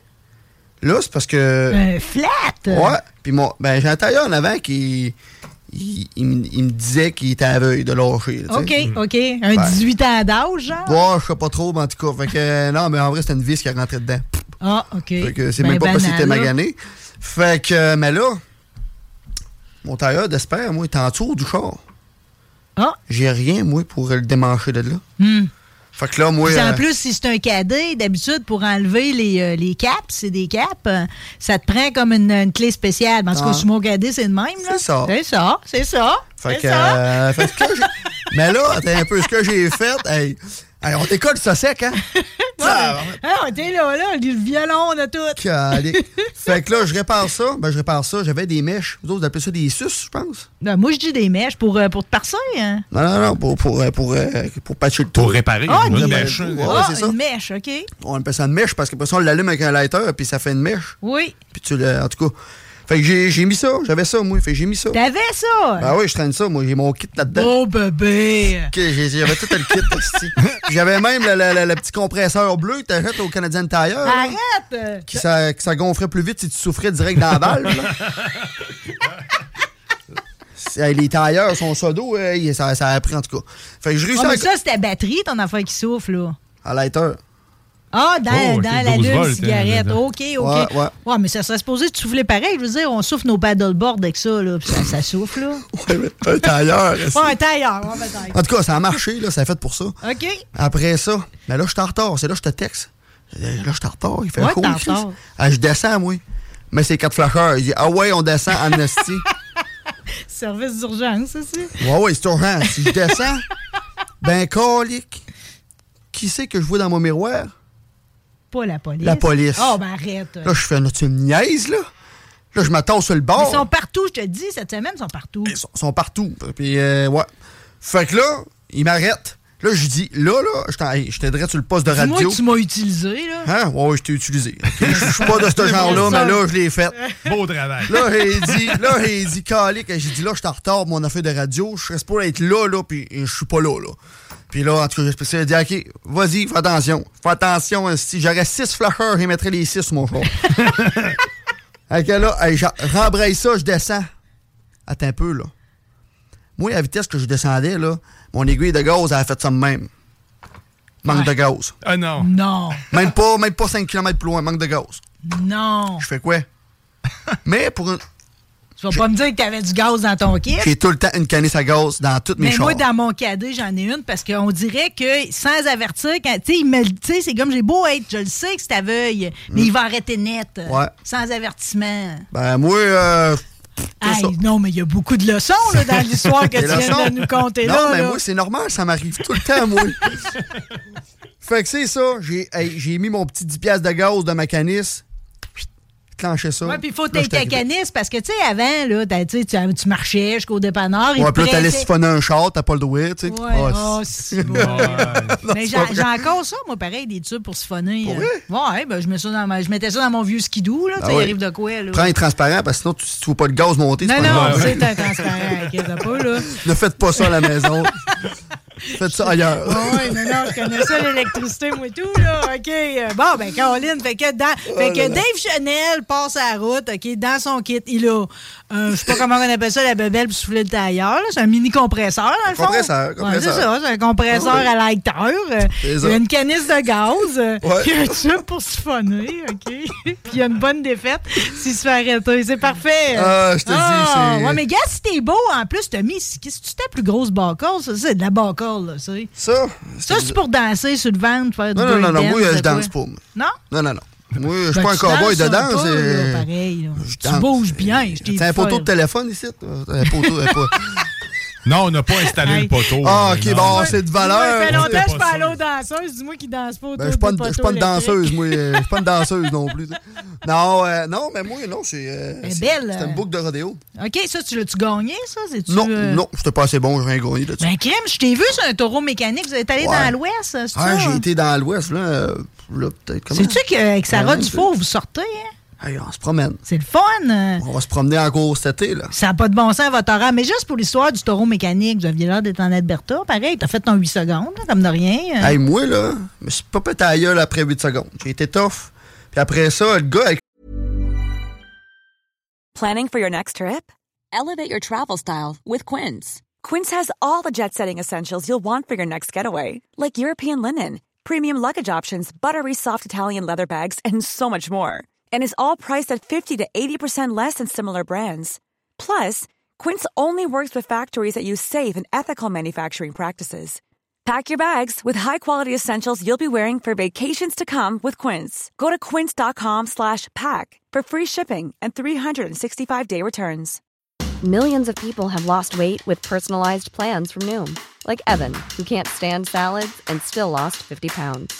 Là, c'est parce que... Un euh, flat? Ouais. Puis mon, ben, j'ai un tailleur en avant qui... Il, il me- il me disait qu'il était aveugle de lâcher. tu sais. OK, OK. Un Ben. 18 ans d'âge, genre? Ouais, je sais pas trop, mais en tout cas. Fait que, euh, non, mais en vrai, c'était une vis qui est rentrée dedans. Ah, OK. Fait que c'est Ben, même pas parce que banal, c'était là. magané. Fait que, euh, mais là, mon tailleur d'espère, moi, il est en dessous du char. Ah. J'ai rien, moi, pour le démancher de là. Hmm. Fait que là, moi. Puis en euh, plus, si c'est un cadet, d'habitude, pour enlever les, euh, les caps, c'est des caps, euh, ça te prend comme une, une clé spéciale. En tout cas, Ah. sur mon cadet, c'est le même. là. C'est ça. C'est ça, c'est ça. Fait c'est que, ça. euh, fait que j'ai- mais là, attends un peu, ce que j'ai fait, hey, hey, on décolle ça sec, hein? Ça, Ah, on était là, là, le violon, on a tout. calique. fait que là, je répare ça. Ben, je répare ça. J'avais des mèches. Vous autres, vous appelez ça des suces, je pense. Non, moi, je dis des mèches pour, euh, pour te parser. Hein. Non, non, non, pour, pour, euh, pour, euh, pour patcher le trou. Pour réparer, Ah, une mèche. Ouais, Ah, c'est ça. une mèche, OK. On appelle ça une mèche parce qu'après ça, on l'allume avec un lighter, puis ça fait une mèche. Oui. Puis tu le. En tout cas. Fait que j'ai j'ai mis ça. J'avais ça, moi. Fait que j'ai mis ça. T'avais ça. Ah oui, je traîne ça, moi. J'ai mon kit là-dedans. Oh, bébé. Ok, j'ai- J'avais tout le kit, esti. J'avais même le, le- le- le petit compresseur bleu que t'achètes au Canadian Tire. là, Arrête. Qui ça, que ça gonfrait plus vite si tu souffrais direct dans la valve. là. C'est- hey, les tailleurs sont sodo, hey, ça, ça a pris en tout cas. Fait que je Ah, mais réussis ça, c'est ta batterie, ton affaire qui souffle, là. à, à lighter. Ah, dans, Oh, ok, dans la 12 lune volts, hein, cigarette. là-dedans. OK, OK. Ouais, ouais. mais ça serait supposé de souffler pareil. Je veux dire, on souffle nos paddleboards avec ça, là. puis ça, ça souffle, là. Un tailleur. esti. Pas un tailleur, ouais, peut-être. En tout cas, ça a marché, là, ça a fait pour ça. OK. Après ça, mais là, je suis en retard. C'est là que je te texte. Euh, Là, je suis en retard. Il fait Ouais, cool. t'es en Chris. retard. Ah, je descends, moi. Mais c'est quatre flasheurs. Il dit Ah ouais, on descend en esti. Service d'urgence, ça, c'est. ouais, ouais, c'est urgent. Si je descends, ben, colique. Qui c'est que je vois dans mon miroir? Pas la police. La police. Oh, ben arrête. Là, je fais, tu me niaises, là? Là, je m'attends sur le bord. Ils sont partout, je te dis, cette semaine, ils sont partout. Ils sont partout. Puis, euh, ouais. Fait que là, ils m'arrêtent. Là, je dis, là, là, je t'en- hey, je t'aiderais sur le poste de Dis-moi radio. que tu m'as utilisé, là. Hein? Ouais, ouais, je t'ai utilisé. Ok, Je suis pas de ce genre-là, mais là, je l'ai fait. Beau travail. Là, j'ai dit, là, j'ai dit, calé, que j'ai dit, là, je suis en retard pour mon affaire de radio, je serais pas être là, là, puis je suis pas là, là. Puis là, en tout cas, j'ai dit, OK, vas-y, fais attention. Fais attention, si j'aurais six flasheurs, je les mettrais les six sur mon char. Fait que là, hey, j'a- rembraye ça, je descends. Attends un peu, là. Moi, à la vitesse que je descendais, là, mon aiguille de gaz, elle a fait ça de même. Manque de gaz. Ah non. Non. Même pas, même pas 5 km plus loin, manque de gaz. Non. Je fais quoi? Mais pour une, Tu vas pas me dire que t'avais du gaz dans ton kit. J'ai tout le temps une canisse à gaz dans toutes mes Mais choses. moi, dans mon cadet, j'en ai une parce qu'on dirait que sans avertir, quand tu sais, il me le- tu sais, c'est comme j'ai beau être, je le sais que c'est aveugle, mais il va arrêter net. euh, Ouais. Sans avertissement. Ben, moi, euh, Hey, non, mais il y a beaucoup de leçons là, dans l'histoire que tu des viens leçons. de nous conter non, là. mais là. moi, c'est normal, ça m'arrive tout le temps, moi. fait que c'est ça. J'ai hey, j'ai mis mon petit 10 piastres de gaz dans ma canisse. Clenché ça. Ouais, puis il faut Là, t'aider j'étais ta arrivé. canisse parce que, tu sais, avant, là, t'as- tu sais, tu- tu marchais jusqu'au dépanneur. ils Ouais, te puis là, t'allais pressaient. siphonner un char, t'as pas le droit, tu sais. Ouais, Ah, oh, c'est- c'est bon. Mais c'est pas j'en- vrai. j'ai encore ça, moi, pareil, des tubes pour siphonner. euh. Ouais, ben, je, mets ça dans ma- je mettais ça dans mon vieux skidoo, là. Ah tu sais, il ouais. arrive de quoi, là? Prends un transparent, parce que sinon, tu, si tu vois pas le gaz monter, Non, c'est pas non, grave. c'est un transparent, inquiète pas, là. Ne faites pas ça à la maison. Faites ça ailleurs. Oui, Ah non, non, je connais ça, l'électricité, moi, et tout, là. OK. euh, Bon, ben, Caroline, fait que, Ah, dans, fait que Dave Chanel passe à la route, OK, dans son kit, il a, euh, je sais pas comment on appelle ça, la bebelle pour souffler le tailleur, là. C'est un mini compresseur, dans le fond. Compresseur, compresseur. Ah, Ouais, c'est ça, c'est un compresseur Ouais. à l'acteur. euh, C'est Il y ça. a une canisse de gaz, euh, Ouais. il y a un tube pour siphonner, OK. Puis il y a une bonne défaite s'il se fait arrêter. C'est parfait. Ah, je te dis, Ah, c'est- Ouais, mais gars, si t'es beau, en plus, t'as mis, si si tu t'es plus grosse bacole, ça, c'est de la bacole, là, ça. Ça, Ça, c'est pour danser sur le ventre, faire du Non, non, non, non, breakdance, moi, je c'est quoi? danse pas. moi. Non? Non, non, non. Moi, je suis Ben, pas un tu cowboy danses de un danse. peu, euh, là, pareil, là. Tu danse. bouges bien, je t'ai C'est un dit folle. Euh, poteau de téléphone ici. toi? Un poteau, un poteau. Non, on n'a pas installé le poteau. Ah, ok, Non. bon, c'est de valeur. Ça fait longtemps que je C'était suis pas pas ça. allée aux danseuses. Dis-moi qui danse pas autour Ben, je suis pas, du une- je suis poteau pas une électrique. danseuse, moi. euh, Je suis pas une danseuse non plus. Non, euh, non, mais moi, non, c'est. euh, Elle est c'est- belle, C'est euh. une boucle de rodéo. OK, ça, tu l'as-tu gagné, ça? C'est-tu, Non, euh, non, j'étais pas assez bon, j'ai rien gagné là-dessus. Ben, Kim, je t'ai vu sur un taureau mécanique. Vous êtes allé Ouais. dans l'Ouest, c'est ça? hein? Ah, j'ai été dans l'Ouest, là, euh, là peut-être. comment? C'est-tu qu'avec Sarah Ouais, Dufour, vous sortez, hein? c'est- Hey, on se promène. C'est le fun! euh. On va se promener en cours cet été, là. Ça n'a pas de bon sens à votre horaire. Mais juste pour l'histoire du taureau mécanique, vous aviez l'air d'être en Alberta. Pareil, t'as fait ton 8 secondes, là, comme de rien. euh. Hey, moi, là, je me suis pas pété à la gueule après 8 secondes. J'ai été tough. Puis après ça, le gars, avec Planning for your next trip? Elevate your travel style with Quince. Quince has all the jet setting essentials you'll want for your next getaway, like European linen, premium luggage options, buttery soft Italian leather bags, and so much more. And is all priced at 50 to 80% less than similar brands. Plus, Quince only works with factories that use safe and ethical manufacturing practices. Pack your bags with high-quality essentials you'll be wearing for vacations to come with Quince. Go to quince.com/pack for free shipping and 365-day returns. Millions of people have lost weight with personalized plans from Noom, like Evan, who can't stand salads and still lost 50 pounds.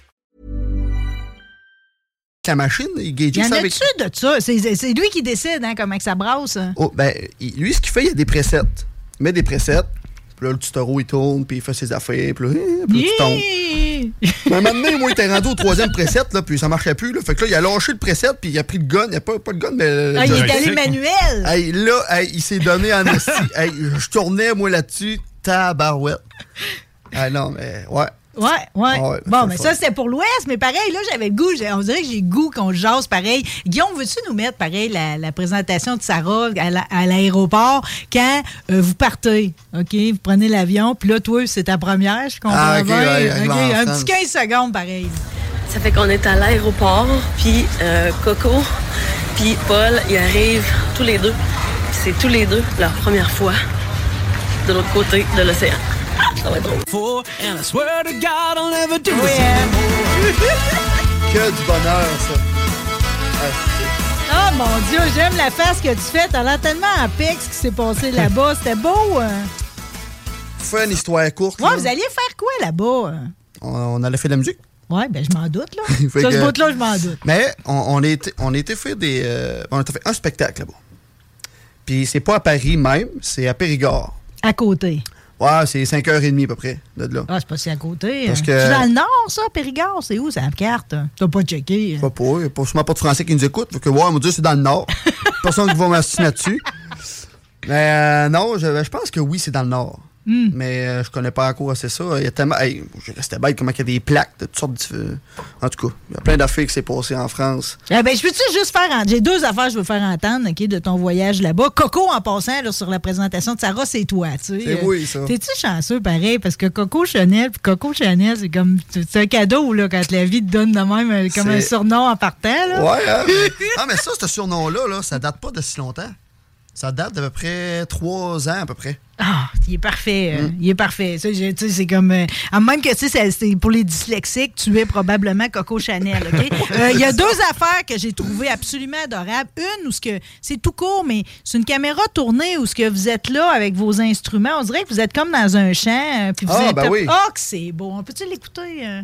la machine, il Il y gageait en ça a-tu avec. de ça? C'est c'est lui qui décide hein, comment que ça brasse. hein. Oh, ben, il- lui, ce qu'il fait, il y a des presets. Il met des presets. Puis là, le petit taureau, il tourne, puis il fait ses affaires, puis là, eh, puis là, tu tombes. Hi! Mais un moment donné, moi, il était rendu au troisième preset, là, puis ça marchait plus. Là. Fait que là, il a lâché le preset, puis il a pris le gun. Il a pas, pas de gun, mais. le- Ah, il le est allé joystick. manuel! Hey, là, hey, il s'est donné en esti. Hey, je tournais, moi, là-dessus, tabarouette. Ah non, mais ouais. Ouais, ouais. Ah ouais, bon, c'est mais le ça, fun. c'était pour l'Ouest, mais pareil, là, j'avais le goût. j'ai- On dirait que j'ai le goût qu'on jase pareil. Guillaume, veux-tu nous mettre pareil la, la présentation de Sarah à la- à l'aéroport quand euh, vous partez? OK, vous prenez l'avion, puis là, toi, c'est ta première, je comprends Ah, OK, bien. ouais, avec OK, un l'enfance. petit 15 secondes pareil. Ça fait qu'on est à l'aéroport, puis euh, Coco, puis Paul, ils arrivent tous les deux. Puis C'est tous les deux leur première fois de l'autre côté de l'océan. Ça va être drôle. And I swear to God I'll never do this Que du bonheur, ça. Ah, Oh mon Dieu, j'aime la face que tu fais. T'as l'air tellement en paix que ce qui s'est passé là-bas. C'était beau. hein. c'est- Fais une histoire courte. Ouais, là. vous alliez faire quoi là-bas? hein? on, on allait faire de la musique. Ouais, ben je m'en doute, là. Fait ça, que- ce bout-là, je m'en doute. Mais on, on, a été, on a été faire des. euh, on a fait un spectacle là-bas. Puis c'est pas à Paris même, c'est à Périgord. À côté. Ouais, c'est 5h30 à peu près, de là. Ah, c'est pas si à côté. Parce hein. que- C'est dans le nord, ça, Périgord. C'est où, ça, la carte? hein? T'as pas checké. hein? Pas pour eux. Pas sûrement pas de Français qui nous écoutent. Fait que, ouais, on m'a dit c'est dans le Nord. Personne qui va m'assister là-dessus. Mais euh, non, je, je pense que oui, c'est dans le Nord. Mais euh, je connais pas à quoi c'est ça. Il y a tellement. Hey, je restais bête comment il y a des plaques de toutes sortes de. En tout cas, il y a plein d'affaires qui s'est passé en France. Ah, ben, je peux-tu juste faire. en- J'ai deux affaires que je veux faire entendre, OK, de ton voyage là-bas. Coco, en passant, là, sur la présentation de Sarah, c'est toi, tu sais. C'est Euh, moi, ça. T'es-tu chanceux, pareil? Parce que Coco Chanel, puis Coco Chanel, c'est comme. C'est un cadeau, là, quand la vie te donne de même, euh, comme C'est- un surnom en partant, là. Ouais, hein? mais- Ah, mais ça, ce surnom-là, là, ça date pas de si longtemps. Ça date d'à peu près trois ans, à peu près. Ah, il est parfait. Mm. euh, Il est parfait. Ça, je- tu sais, c'est comme. euh, à même que, tu sais, ça- c'est pour les dyslexiques, tu es probablement Coco Chanel, OK? Euh, Il y a deux affaires que j'ai trouvées absolument adorables. Une où ce que c'est tout court, mais c'est une caméra tournée où ce que vous êtes là avec vos instruments. On dirait que vous êtes comme dans un champ. euh, Puis vous Ah, êtes- ben oui. Ah, que c'est beau. On peut-tu l'écouter? euh?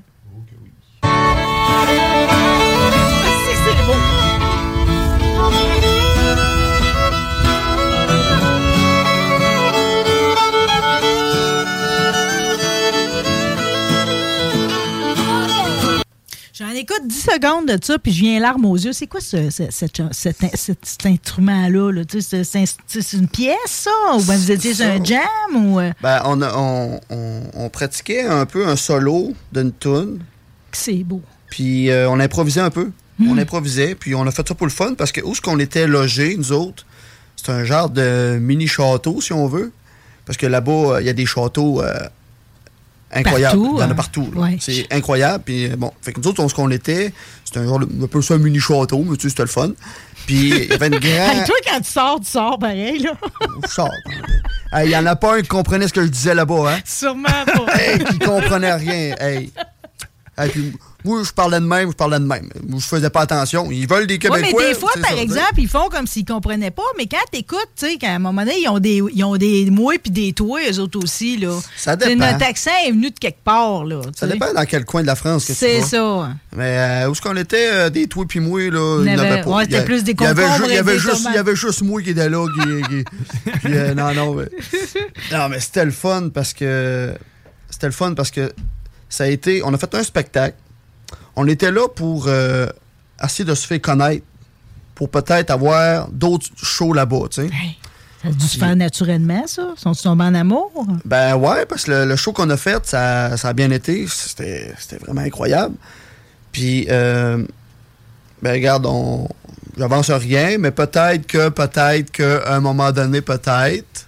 J'en écoute 10 secondes de ça, puis je viens larmes aux yeux. C'est quoi ce, ce- cette- cet, cet- cet instrument-là? là? Tu sais, C'est c'est- c'est une pièce, ça? Ou bien vous étiez sur un jam? Ou... euh, Ben, on, a- on, on, on pratiquait un peu un solo d'une toune. que C'est beau. Puis euh, on improvisait un peu. Hmm. On improvisait, puis on a fait ça pour le fun parce que où est-ce qu'on était logés, nous autres, c'est un genre de mini château, si on veut. Parce que là-bas, euh, il y a des châteaux euh, incroyable. Partout, Il y en hein. a partout. là. Ouais. C'est incroyable. Puis euh, bon, fait que nous autres, on- ce qu'on était, c'était un genre de, un peu ça un mini château, mais tu sais, c'était le fun. Puis il y avait une Hey, grande. toi, quand tu sors, tu sors pareil, là. Je sors. Hey, Il n'y en a pas un qui comprenait ce que je disais là-bas, hein? Sûrement pas. Hey, qui comprenait rien. Hey. Hey, puis, moi, je parlais de même, je parlais de même. Moi, Je faisais pas attention. Ils veulent des Oui, Québécois. mais des fois, c'est hein. par ça, tu sais. exemple, ils font comme s'ils comprenaient pas, mais quand t'écoutes, tu sais, qu'à un moment donné, ils ont des, ils ont des mouilles puis des toits, eux autres aussi, là. Ça Tu sais, dépend. Notre accent est venu de quelque part, là. tu Ça sais. dépend Euh, dans quel coin de la France que tu C'est vas. ça. Mais euh, où est-ce qu'on était, euh, des toi puis moi, là, Il y il n'y en avait- avait pas. ben, ouais, Il y a- c'était plus des il y avait concombres ju- il y et avait des juste- tomates. Il y avait juste moi qui était là. qui- qui- puis, euh, non, non, mais, non, mais c'était le fun parce que... C'était le fun parce que ça a été... On a fait un spectacle. On était là pour euh, essayer de se faire connaître pour peut-être avoir d'autres shows là-bas, tu sais. Ça a dû se faire naturellement, ça. Sont-ils tombés en amour? Ben ouais, parce que le, le show qu'on a fait, ça, ça a bien été. C'était c'était vraiment incroyable. Puis, euh, ben regarde, on, j'avance rien, mais peut-être que, peut-être qu'à un moment donné, peut-être,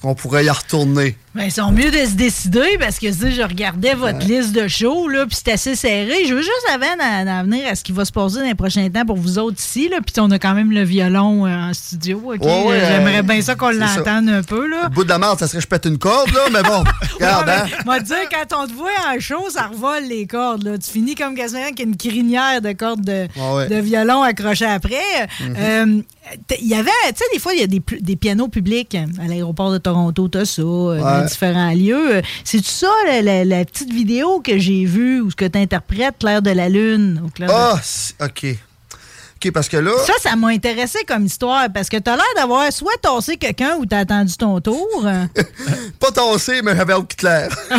qu'on pourrait y retourner. Ben, ils sont mieux de se décider parce que tu sais, je regardais votre liste de shows, là, puis c'est assez serré. Je veux juste avant d'en d'en venir à ce qui va se passer dans les prochains temps pour vous autres ici, là, puis on a quand même le violon euh, en studio. ok? Ouais, ouais, J'aimerais euh, bien ça qu'on c'est ça. l'entende un peu. Là. Au bout de la merde, ça serait que je pète une corde, là, mais bon, regarde, Ouais, hein. mais, moi, dire, quand on te voit en show, ça revole les cordes. là. Tu finis comme quasiment avec une crinière de cordes de, Ouais, ouais. de violon accrochées après. Mhm. Euh, t- Il y avait, tu sais, des fois, il y a des, pl- des pianos publics hein, à l'aéroport de Toronto, t'as ça, euh, dans Ouais. différents lieux. Euh, C'est-tu ça, la, la- la petite vidéo que j'ai vue où ce que tu interprètes, Claire de la Lune? ou Clair de- Ah, c'est- OK. OK, parce que là... Ça, ça m'a intéressé comme histoire parce que t'as l'air d'avoir soit tassé quelqu'un ou t'as attendu ton tour. Pas tossé, mais j'avais un petit clair.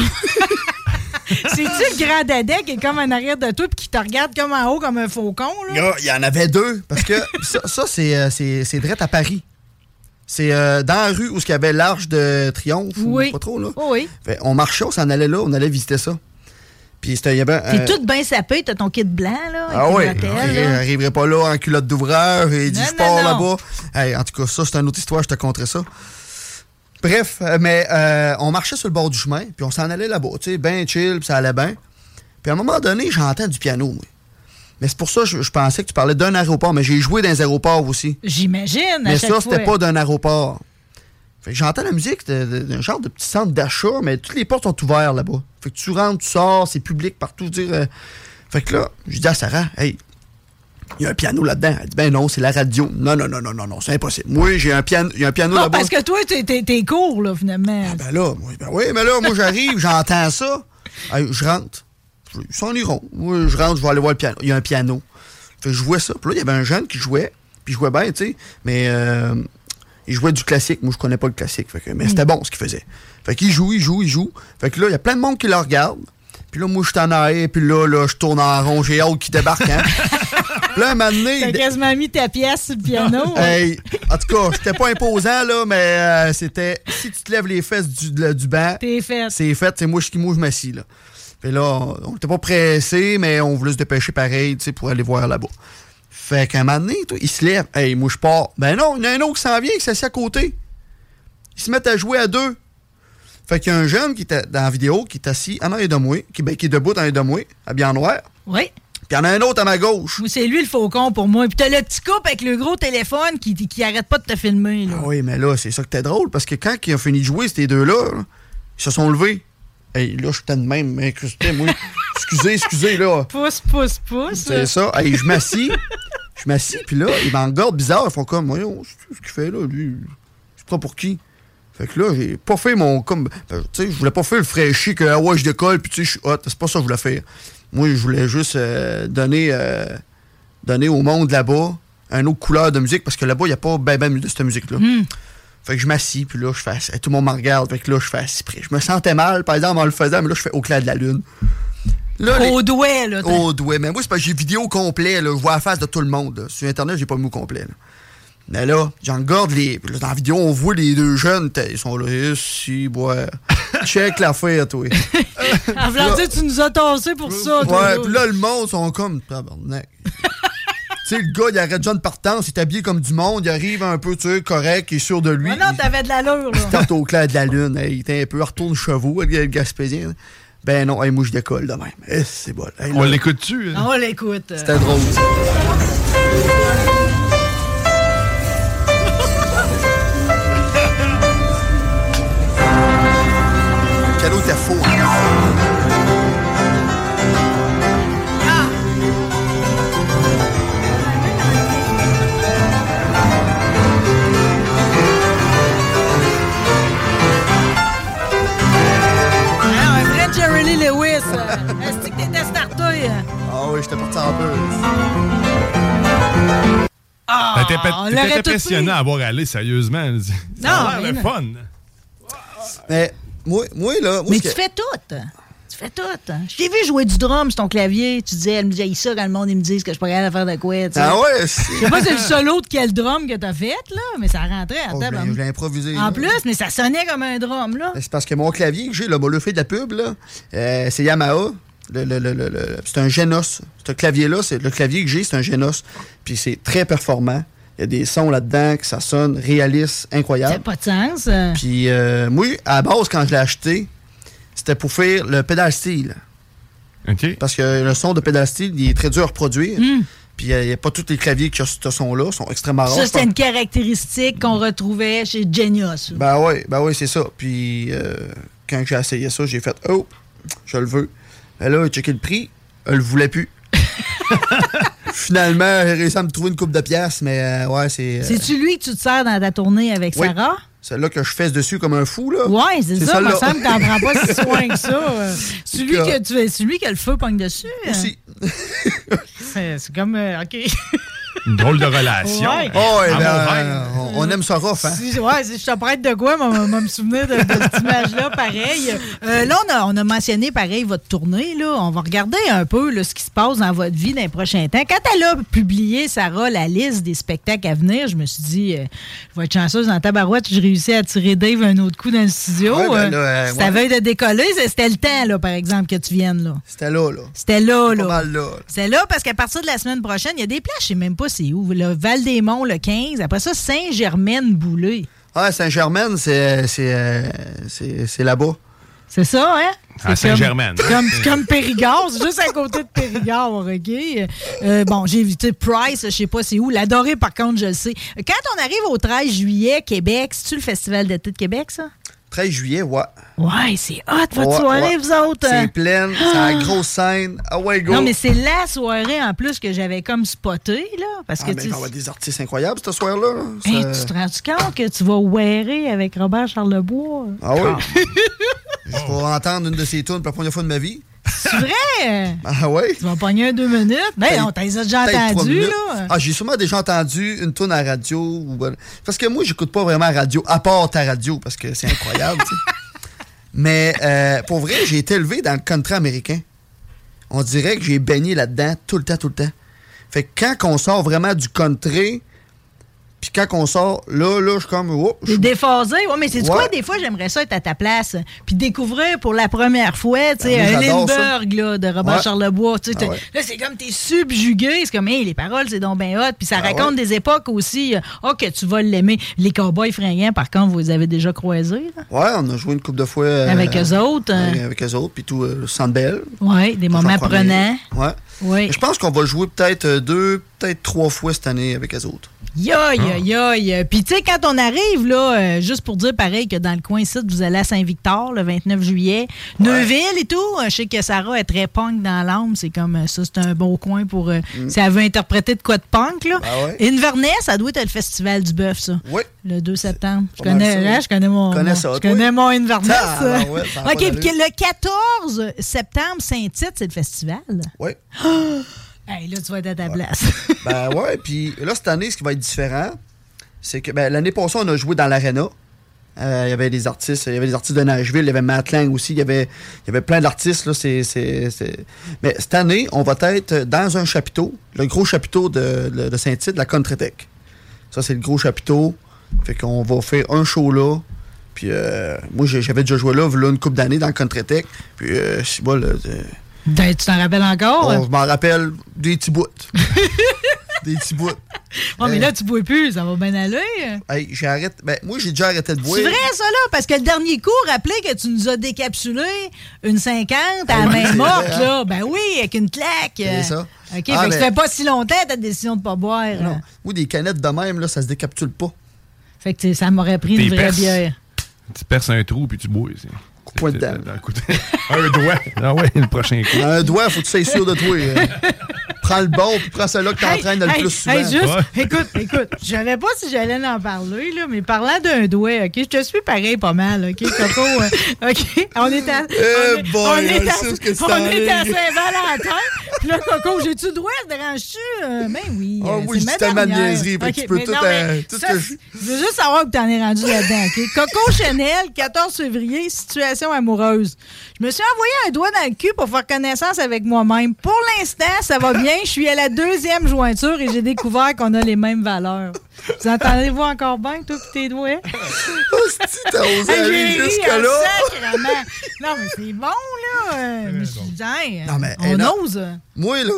C'est-tu le grand dadais qui est comme en arrière de toi et qui te regarde comme en haut comme un faucon? Là? Gars, Il y en avait deux. Parce que ça, ça, c'est, euh, c'est, c'est direct à Paris. C'est euh, dans la rue où il y avait l'Arche de Triomphe. ou Oui. Pas trop, là. Oh oui. Fait, on marchait, on s'en allait là, on allait visiter ça. Puis c'était. il y avait, T'es euh, toute bien sapée, t'as ton kit blanc, là. Ah avec oui, tes bretelles, là. j'arriverai pas là en culotte d'ouvreur et du Non, sport non, non. là-bas. Hey, en tout cas, ça, c'est une autre histoire, je te conterai ça. Bref, euh, mais euh, on marchait sur le bord du chemin, puis on s'en allait là-bas, tu sais, bien chill, puis ça allait bien. Puis à un moment donné, j'entends du piano, moi. Mais c'est pour ça que je, je pensais que tu parlais d'un aéroport, mais j'ai joué dans les aéroports aussi. J'imagine. à Mais chaque ça, c'était fois. pas d'un aéroport. Fait que j'entends la musique de- de- d'un genre de petit centre d'achat, mais toutes les portes sont ouvertes là-bas. Fait que tu rentres, tu sors, c'est public partout. je veux Dire, euh, Fait que là, je dis à Sarah, hey, il y a un piano là-dedans. Elle dit, ben non, c'est la radio. Non, non, non, non, non, non, c'est impossible. Moi, j'ai un piano, il y a un piano Non, là-bas. parce que toi, t'es- t'es t'es court, là, finalement. Ben là, moi, ben oui, mais là, moi, j'arrive, j'entends ça. Hey, je rentre. Je- Ils s'en iront. Moi, je rentre, je vais aller voir le piano. Il y a un piano. Fait que je jouais ça. Puis là, il y avait un jeune qui jouait. Puis il jouait bien, tu sais. Mais euh, il jouait du classique. Moi, je connais pas le classique. Fait que, mais c'était bon ce qu'il faisait. Fait qu'il joue, il joue, il joue. Fait que là, il y a plein de monde qui le regarde. Puis là, moi, je suis en arrière. Puis là, là, je tourne en rond. J'ai hâte qui débarque, hein. Puis là, un moment donné, T'as il- quasiment mis ta pièce sur le piano. hein. Hey, en tout cas, c'était pas imposant, là, mais euh, c'était si tu te lèves les fesses du, de la- du banc, c'est fait. C'est moi je- qui moi, je m'assis, là. Puis là, on on était pas pressé, mais on voulait se dépêcher pareil, tu sais, pour aller voir là-bas. Fait qu'à un moment donné, toi, il se lève. Hey, moi, je pars. Ben non, il y en a un autre qui s'en vient, qui s'assied à côté. Ils se mettent à jouer à deux. Fait qu'il y a un jeune qui était dans la vidéo qui est assis en arrière de moi, qui, ben, qui est debout en arrière de moi, habillé en noir. Oui. Puis il y en a un autre à ma gauche. Ou c'est lui le faucon pour moi. Puis t'as le petit couple avec le gros téléphone qui, qui arrête pas de te filmer. Là. Ah oui, mais là, c'est ça que t'es drôle, parce que quand ils ont fini de jouer, ces deux-là, là, ils se sont levés. Hey, là, je suis de même incrusté, moi. excusez, excusez, là. Pousse, pousse, pousse. C'est ça. Hey, je m'assis. Je m'assis, puis là, ils m'engordent bizarre. Ils font comme, voyons, c'est ce qu'il fait, là, lui. Je prends pour qui? Fait que là, j'ai pas fait mon. comme ben, Tu sais, je voulais pas faire le fraîchi que, ah ouais, je décolle, puis tu sais, je suis hot. C'est pas ça que je voulais faire. Moi, je voulais juste euh, donner, euh, donner au monde là-bas un autre couleur de musique, parce que là-bas, il n'y a pas ben, ben de cette musique-là. Fait que je m'assis, puis là, je fais assis. Tout le monde me regarde, fait que là, je fais assis près. Je me sentais mal, par exemple, en le faisant, mais là, je fais au clair de la lune. Au douet, là. t'as- Au doué. Mais moi, c'est parce que j'ai vidéo complet, là. Je vois la face de tout le monde. là. Sur Internet, j'ai pas le mot complet, là. Mais là, j'en garde les. là, dans la vidéo, on voit les deux jeunes. t'as- Ils sont là, eh, si, ouais. Check l'affaire, toi. En voulant dire, tu nous as tassé pour ça. toi, ouais, là. puis là, le monde, sont comme. Tabarnak. tu sais, le gars, il arrête John Partance, il est habillé comme du monde, il arrive un peu, tu sais, correct, il est sûr de lui. Ah non, t'avais de l'allure, là. Tarte au clair de la lune. Hey, il était un peu retourne chevaux, le gars- le Gaspésien. Ben non, hey, moi, je décolle de même. Eh, c'est bon. Hey, On là, l'écoute-tu? hein? Ah, On l'écoute. C'était drôle. ça. Le cadeau était faux. Ah, un vrai Jerry Lee Lewis. euh, Est-ce que t'étais startouille? Ah oui, j'étais parti en buzz. Ben, t'es- on t'es- l'aurait tout T'es impressionnant à voir aller, sérieusement. Ça a Non, l'air le mais- fun. Mais moi, moi là, moi, Mais ce tu que- fais tout. Tu fais tout. Je t'ai vu jouer du drum sur ton clavier. Tu disais, elle me disait ça quand le monde ils me disent que je pourrais rien faire de quoi. tu sais. Ah ouais? Je sais pas c'est le solo de quel drum que t'as fait, là, mais ça rentrait à Oh, je table. hein. l'ai- je l'ai improvisé. en là. plus, mais ça sonnait comme un drum, là. C'est parce que mon clavier que j'ai, le le fait de la pub, là, euh, c'est Yamaha. Le- le- le- le- le- c'est un Genos. Ce clavier-là, c'est le clavier que j'ai, c'est un Genos. Puis c'est très performant. Il y a des sons là-dedans que ça sonne réaliste, Ça n'a incroyable. pas de sens. euh. Puis euh, moi, à la base, quand je l'ai acheté, c'était pour faire le pédal steel. Parce que le son de pédal steel, il est très dur à reproduire. Puis euh, il n'y a, pas tous les claviers qui ont ce son-là, ils sont extrêmement rares. Ça, Je pense- c'était une caractéristique qu'on retrouvait chez Genius. Ben oui, ben oui, c'est ça. Puis euh, quand j'ai essayé ça, j'ai fait Oh, je le veux. Ben là, j'ai checké le prix, elle le voulait plus. Finalement, j'ai réussi à me trouver une coupe de pièces, mais euh, ouais, c'est. euh, C'est-tu lui que tu te sers dans ta tournée avec oui. Sarah? Celle-là que je fesse dessus comme un fou, là. Ouais, c'est ça. Il me celle-là. semble que t'en prends pas si soin que ça. euh. C'est lui que, tu, c'est lui que le feu pogne dessus. euh. c'est c'est comme. euh, OK. Une drôle de relation. Ouais. Oh, ouais, À ben, Montréal. euh, on, on aime ça rough, hein. Si- ouais, si je te prête de quoi, moi, moi, me souvenir de, de cette image-là, pareil. Euh, là, on a, on a mentionné, pareil, votre tournée. Là. On va regarder un peu là, ce qui se passe dans votre vie dans les prochains temps. Quand elle a publié, Sarah, la liste des spectacles à venir, je me suis dit, euh, je vais être chanceuse dans Tabarouette, je réussis à tirer Dave un autre coup dans le studio. Ouais, ben Euh, là, euh, c'est à ouais. veille de décoller. C'est- C'était le temps, là, par exemple, que tu viennes. Là. C'était là, là. C'était là, là. Pas mal là. C'est là parce qu'à partir de la semaine prochaine, il y a des places, je sais même pas c'est où. Le Val-des-Monts, le 15. Après ça, Saint-Germaine-Boulay. Ah, Saint-Germain, c'est c'est, euh, c'est- c'est là-bas. C'est ça, hein? À C'est comme- Saint-Germain. c'est Comme, c'est comme Périgord, c'est juste à côté de Périgord, OK? Euh, bon, j'ai évité Price, je sais pas c'est où. L'adoré, par contre, je le sais. Quand on arrive au 13 juillet, Québec, c'est-tu le Festival d'été de Québec, ça? 13 juillet, ouais. Ouais, c'est hot, votre Ouais, soirée, ouais. vous autres. hein? C'est pleine, c'est la grosse scène. Ah ouais, go. Non, mais c'est la soirée, en plus, que j'avais comme spotée, là. Parce Ah, que mais tu on va des artistes incroyables ce soir-là. là. Hey, Ça- tu te rends compte que tu vas wearer avec Robert Charlebois? Ah oui? Je vais entendre une de ces tunes pour la première fois de ma vie. C'est vrai? Ah oui? Tu vas pogner un deux minutes? Ben, Peut-être- on t'a déjà peut-être trois entendu, minutes. là. Ah, j'ai sûrement déjà entendu une tune à radio. ou- Parce que moi, j'écoute pas vraiment la radio, à part ta radio, parce que c'est incroyable. tu sais. Mais euh, pour vrai, j'ai été élevé dans le country américain. On dirait que j'ai baigné là-dedans tout le temps, tout le temps. Fait que quand on sort vraiment du country, puis quand on sort, là, là, je suis comme, oh, je T'es déphasé. Ouais, mais c'est Ouais. quoi? Des fois, j'aimerais ça être à ta place. Puis découvrir pour la première fois, tu sais, Ben, moi, un j'adore ça. Lindbergh, là, de Robert Ouais. Charlebois. tu sais, t'es- Ah ouais. Là, c'est comme t'es subjugué. C'est comme, hey, les paroles, c'est donc ben hot. Puis ça Ah raconte ouais. des époques aussi. euh, Ah, que tu vas l'aimer. Les cowboys fringants, par contre, vous les avez déjà croisés, là, Ouais, on a joué une couple de fois. euh, Avec eux autres, hein. ouais, avec eux autres, puis tout, euh, Sandbell. Ouais, des moments prenants. Ouais. Oui. Je pense qu'on va le jouer peut-être euh, deux, peut-être trois fois cette année avec eux autres. Yoï, Ah. yoï, yoï. Puis, tu sais, quand on arrive, là, euh, juste pour dire pareil que dans le coin ici, vous allez à Saint-Victor le 29 juillet, Neuville et tout. euh, Je sais que Sarah est très punk dans l'âme. C'est comme euh, ça, c'est un bon coin pour. euh, Si elle veut interpréter de quoi de punk, là. Ben Mm. ouais. Inverness, ça doit être le Festival du Bœuf, ça. Oui. Le 2 septembre. Je pas mal connais, ça, là, oui. je connais mon. Je connais mon- ça, je toi. connais mon Inverness. hein. Tabarouette, ça a pas OK, puis d'allure. le 14 septembre, Saint-Tite, c'est le festival. Oui. Hey, là, tu vas être à ta place. Ben ouais, puis là, cette année, ce qui va être différent, c'est que ben, l'année passée, on a joué dans l'Arena. Euh, Il y avait des artistes, il y avait des artistes de Nashville, il y avait Matt Lang aussi, il y avait, il y avait plein d'artistes. Là, c'est, c'est- c'est- Mais cette année, on va être dans un chapiteau, le gros chapiteau de, de- de Saint-Tite, la Country Tech. Ça, c'est le gros chapiteau. Fait qu'on va faire un show là. Puis euh, moi, j'ai- j'avais déjà joué là, voilà une couple d'années dans le Country Tech. Puis euh, c'est bon, là, euh, Oh, Ben, tu t'en rappelles encore? on- je m'en rappelle des petits bouts. des petits bouts. Ouais, Ah, mais Euh, là, tu bois plus, ça va bien aller. hey, j'arrête. Ben, moi, j'ai déjà arrêté de boire. C'est vrai, ça, là, parce que le dernier coup, rappelez que tu nous as décapsulé une 50 à la Ah oui, main c'est morte, vrai, hein? là. Ben oui, avec une claque. C'est ça. OK, Ah, fait que ben- ça fait pas si longtemps ta décision de pas boire. Non. Moi, des canettes de même, là, ça se décapsule pas. Fait que tu sais, ça m'aurait pris une T'es vraie perse. bière. Tu perces un trou puis tu bois. c'est- Pas c'est- dedans. c'est- écoute, Un doigt. Ah ouais, le prochain coup. Un doigt, faut que tu sois sûr de toi. euh. prends le bon, puis prends celui-là que t'entraînes le Hey, plus souvent. hey, juste, écoute, écoute, je savais pas si j'allais en parler, là, mais parlant d'un doigt, OK, je te suis pareil pas mal, OK, Coco, euh, OK, on est à... on est- Eh boy, on on est à, sait où ce que tu t'en on est à vas. Saint-Valentin, puis là, Coco, j'ai-tu le droit, je dérange-tu? Euh, ben oui, Ah euh, oui, c'est j'ai ma tellement de dernière. niaiseries, fait que OK, tu peux mais tout, non, mais euh, tout ce ça, que je- je veux juste savoir que t'en es rendu là-dedans, OK? Coco Chanel, 14 février, situation amoureuse. Je me suis envoyé un doigt dans le cul pour faire connaissance avec moi-même. Pour l'instant, ça va bien. Je suis à la deuxième jointure et j'ai découvert qu'on a les mêmes valeurs. Vous entendez-vous encore bien, toi, pis tes doigts? t'as osé Hey, j'ai aller ri en jusque-là. euh, sacrément. Non, mais c'est bon, là. euh, mais je dis, hey, Non, mais, on hey, non. ose. Moi, là,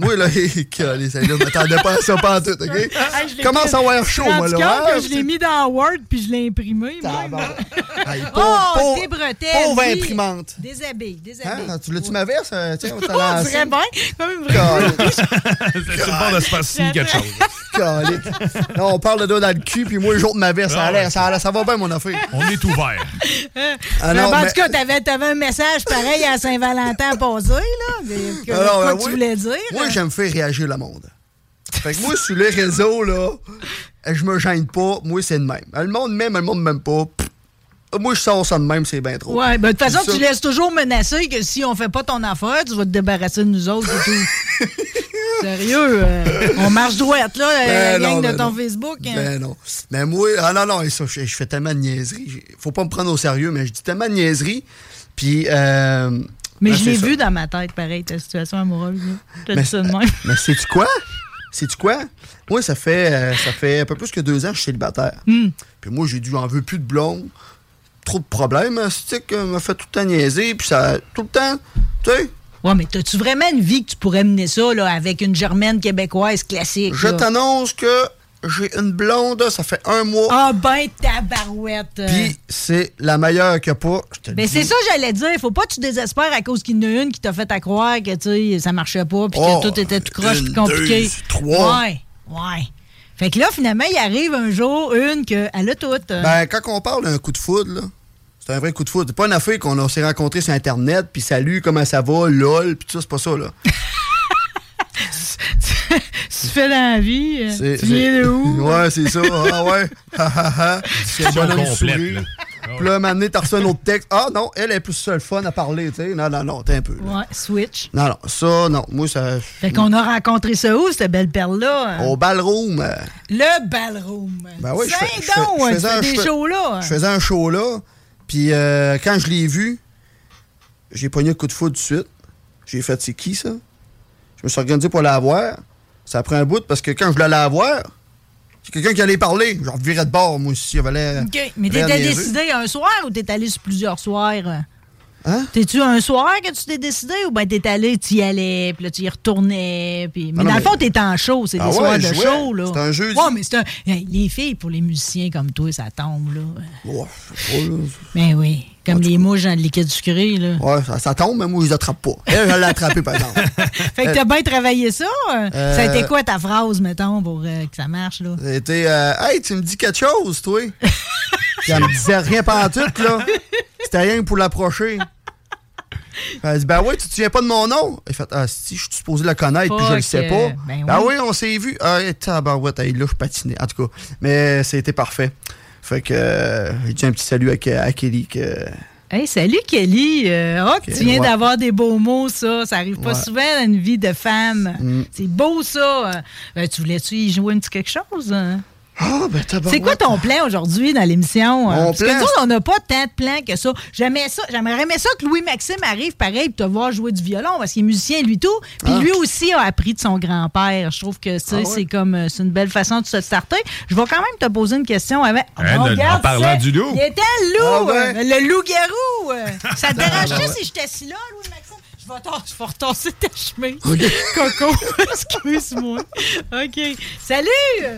moi, là, calé, ça, là, je m'attendais pas à ça pas tout, OK? Hey, je l'ai Commence pris- à avoir chaud, Je me suis moi, rendu là. compte hein? que je l'ai mis dans Word puis je l'ai imprimé. même. Hey, oh, pauvre- pauvre- tes bretelles. Pauvre oui. imprimante. Déshabille, déshabille. Hein? Eh Tu l'as-tu ma verse? euh, Tiens, on Oh, t'a lancé. vraiment, comme une vraie. Calique. C'est sur le bord de se faire signer quelque chose. Calique. Là, on parle de doigt dans le cul, puis moi, le jour de ma verse, ça a l'air, ça a l'air, ça va bien, mon affaire. On est ouvert. Ah Mais non, bon, En mais- tout cas, t'avais, t'avais un message pareil à Saint-Valentin à passer, là. Mais que- Alors, quoi ben, tu moi- voulais dire? hein? Moi, j'aime faire réagir le monde. Fait que moi, sur les réseaux, là, je me gêne pas. Moi, c'est le même. Le monde m'aime, le monde m'aime pas. Pff, Moi, je sors ça de même, c'est bien trop. Ouais, ben, de toute façon, Ça- tu laisses toujours menacer que si on fait pas ton affaire, tu vas te débarrasser de nous autres et tout. Sérieux, euh, on marche droite, là, la Ben non, gang de ben ton non. Facebook. hein. Ben non. Mais moi, ah non, non, et ça, je, je fais tellement de niaiseries. J'ai- Faut pas me prendre au sérieux, mais je dis tellement de niaiseries. Puis. euh, Mais ben, je c'est l'ai ça. vu dans ma tête, pareil, ta situation amoureuse. là. Je te Mais- dis ça de même. Mais sais-tu quoi? Sais-tu quoi? Moi, ça fait, euh, ça fait un peu plus que deux ans que je suis célibataire. Hmm. Puis moi, j'ai dû en veux plus de blonde, trop de problèmes. hein, C'est que m'a fait tout le temps niaiser, puis ça, tout le temps, tu sais, Ouais, mais t'as-tu vraiment une vie que tu pourrais mener ça, là, avec une germaine québécoise classique? je là? t'annonce que j'ai une blonde, ça fait un mois, Ah, ben, ta barouette! puis c'est la meilleure que pas. Je te le Ben dis. c'est ça que j'allais dire. Faut pas que tu désespères à cause qu'il y en a une qui t'a fait à croire que tu sais, ça marchait pas puis Oh, que tout était tout croche une, puis compliqué. deux, trois. Ouais, ouais. Fait que là, finalement, il arrive un jour une que elle a Euh, toute. Ben, quand on parle d'un coup de foudre, là, c'est un vrai coup de foudre. C'est pas une affaire qu'on on s'est rencontrés sur Internet, puis salut, comment ça va, lol, puis tout ça, c'est pas ça, là. tu fais l'envie. C'est- euh, Tu viens c'est- de où? euh? Ouais, c'est ça. Ah ouais. Ha, ha, ha. C'est un Discussion bonhomme complète, sourire. là. Puis là, m'amener, t'as reçu un autre texte. Ah non, elle est plus seule fun à parler, tu sais. Non, non, non, t'es un peu. là. Ouais, switch. Non, non, ça, non. Moi, ça. Fait qu'on a rencontré ça où, cette belle perle-là? Au ballroom. euh, Le ballroom. Ben oui, je fais- je Saint fais- donc, je hein, tu faisais fais un- des je fais- shows-là. Je faisais un show là. Puis euh, quand je l'ai vu, j'ai pogné le coup de foudre tout de suite. J'ai fait, c'est qui ça? Je me suis organisé pour la voir. Ça prend un bout parce que quand je voulais la voir, c'est quelqu'un qui allait parler. Je revirais de bord, moi, si elle valait. OK. Mais t'étais décidé un soir ou t'es allé sur plusieurs soirs? euh? Hein? T'es-tu un soir que tu t'es décidé ou ben t'es allé, t'y allais, puis là tu y retournais, puis... Mais Ah Non, non, dans le fond, mais- t'es en show, c'est Ah des ouais, soirs de je jouais. show, là. C'est un jeudi. Ouais, mais c'est un... Hey, Les filles, pour les musiciens comme toi, ça tombe, là. Ouais, je sais pas, là. Ben oui, comme les mouches dans le liquide sucré, là. Ouais, ça, ça tombe, mais moi, je les attrape pas. Elle, je l'ai attrapé, par exemple. Fait que t'as bien travaillé ça? euh? Euh, Ça a été quoi ta phrase, mettons, pour euh, que ça marche, là? C'était, euh, hey, tu me dis quelque chose, toi. Puis elle me disait rien pendant tout, là. C'était rien que pour l'approcher. Elle dit, ben oui, tu te souviens pas de mon nom? Elle fait, ah, si, je suis supposé la connaître, puis je le Fuck, sais pas. euh, ben Ben oui. oui, on s'est vu. Ah, et tabarouette, hey, là, je patinais. En tout cas, mais c'était parfait. Fait que, euh, j'ai dit un petit salut à, à Kelly que. Hey, salut Kelly! Euh, oh, que tu viens ouais. d'avoir des beaux mots, ça. Ça arrive pas Ouais. souvent dans une vie de femme. Mm. C'est beau, ça. Euh, tu voulais-tu y jouer un petit quelque chose? hein? Ah, ben tabarouette. C'est quoi ton plan aujourd'hui dans l'émission? hein? Mon Parce que plan, nous, autres, on n'a pas tant de plans que ça. J'aimerais ça, j'aimerais aimer ça que Louis-Maxime arrive pareil pour te voir jouer du violon parce qu'il est musicien lui tout. Puis Ah. lui aussi a appris de son grand-père. Je trouve que tu sais, Ah ouais? c'est comme euh, c'est une belle façon de se starter. Je vais quand même te poser une question avec. Hein, de- en parlant ça, du loup. Il était le loup, Ah ouais? euh, le loup-garou. euh. Ça te Ah dérange-tu ouais. si je t'assis là, Louis-Maxime? Je vas, tor- je vais retasser ta chemise. Coco, excuse-moi. OK. Salut!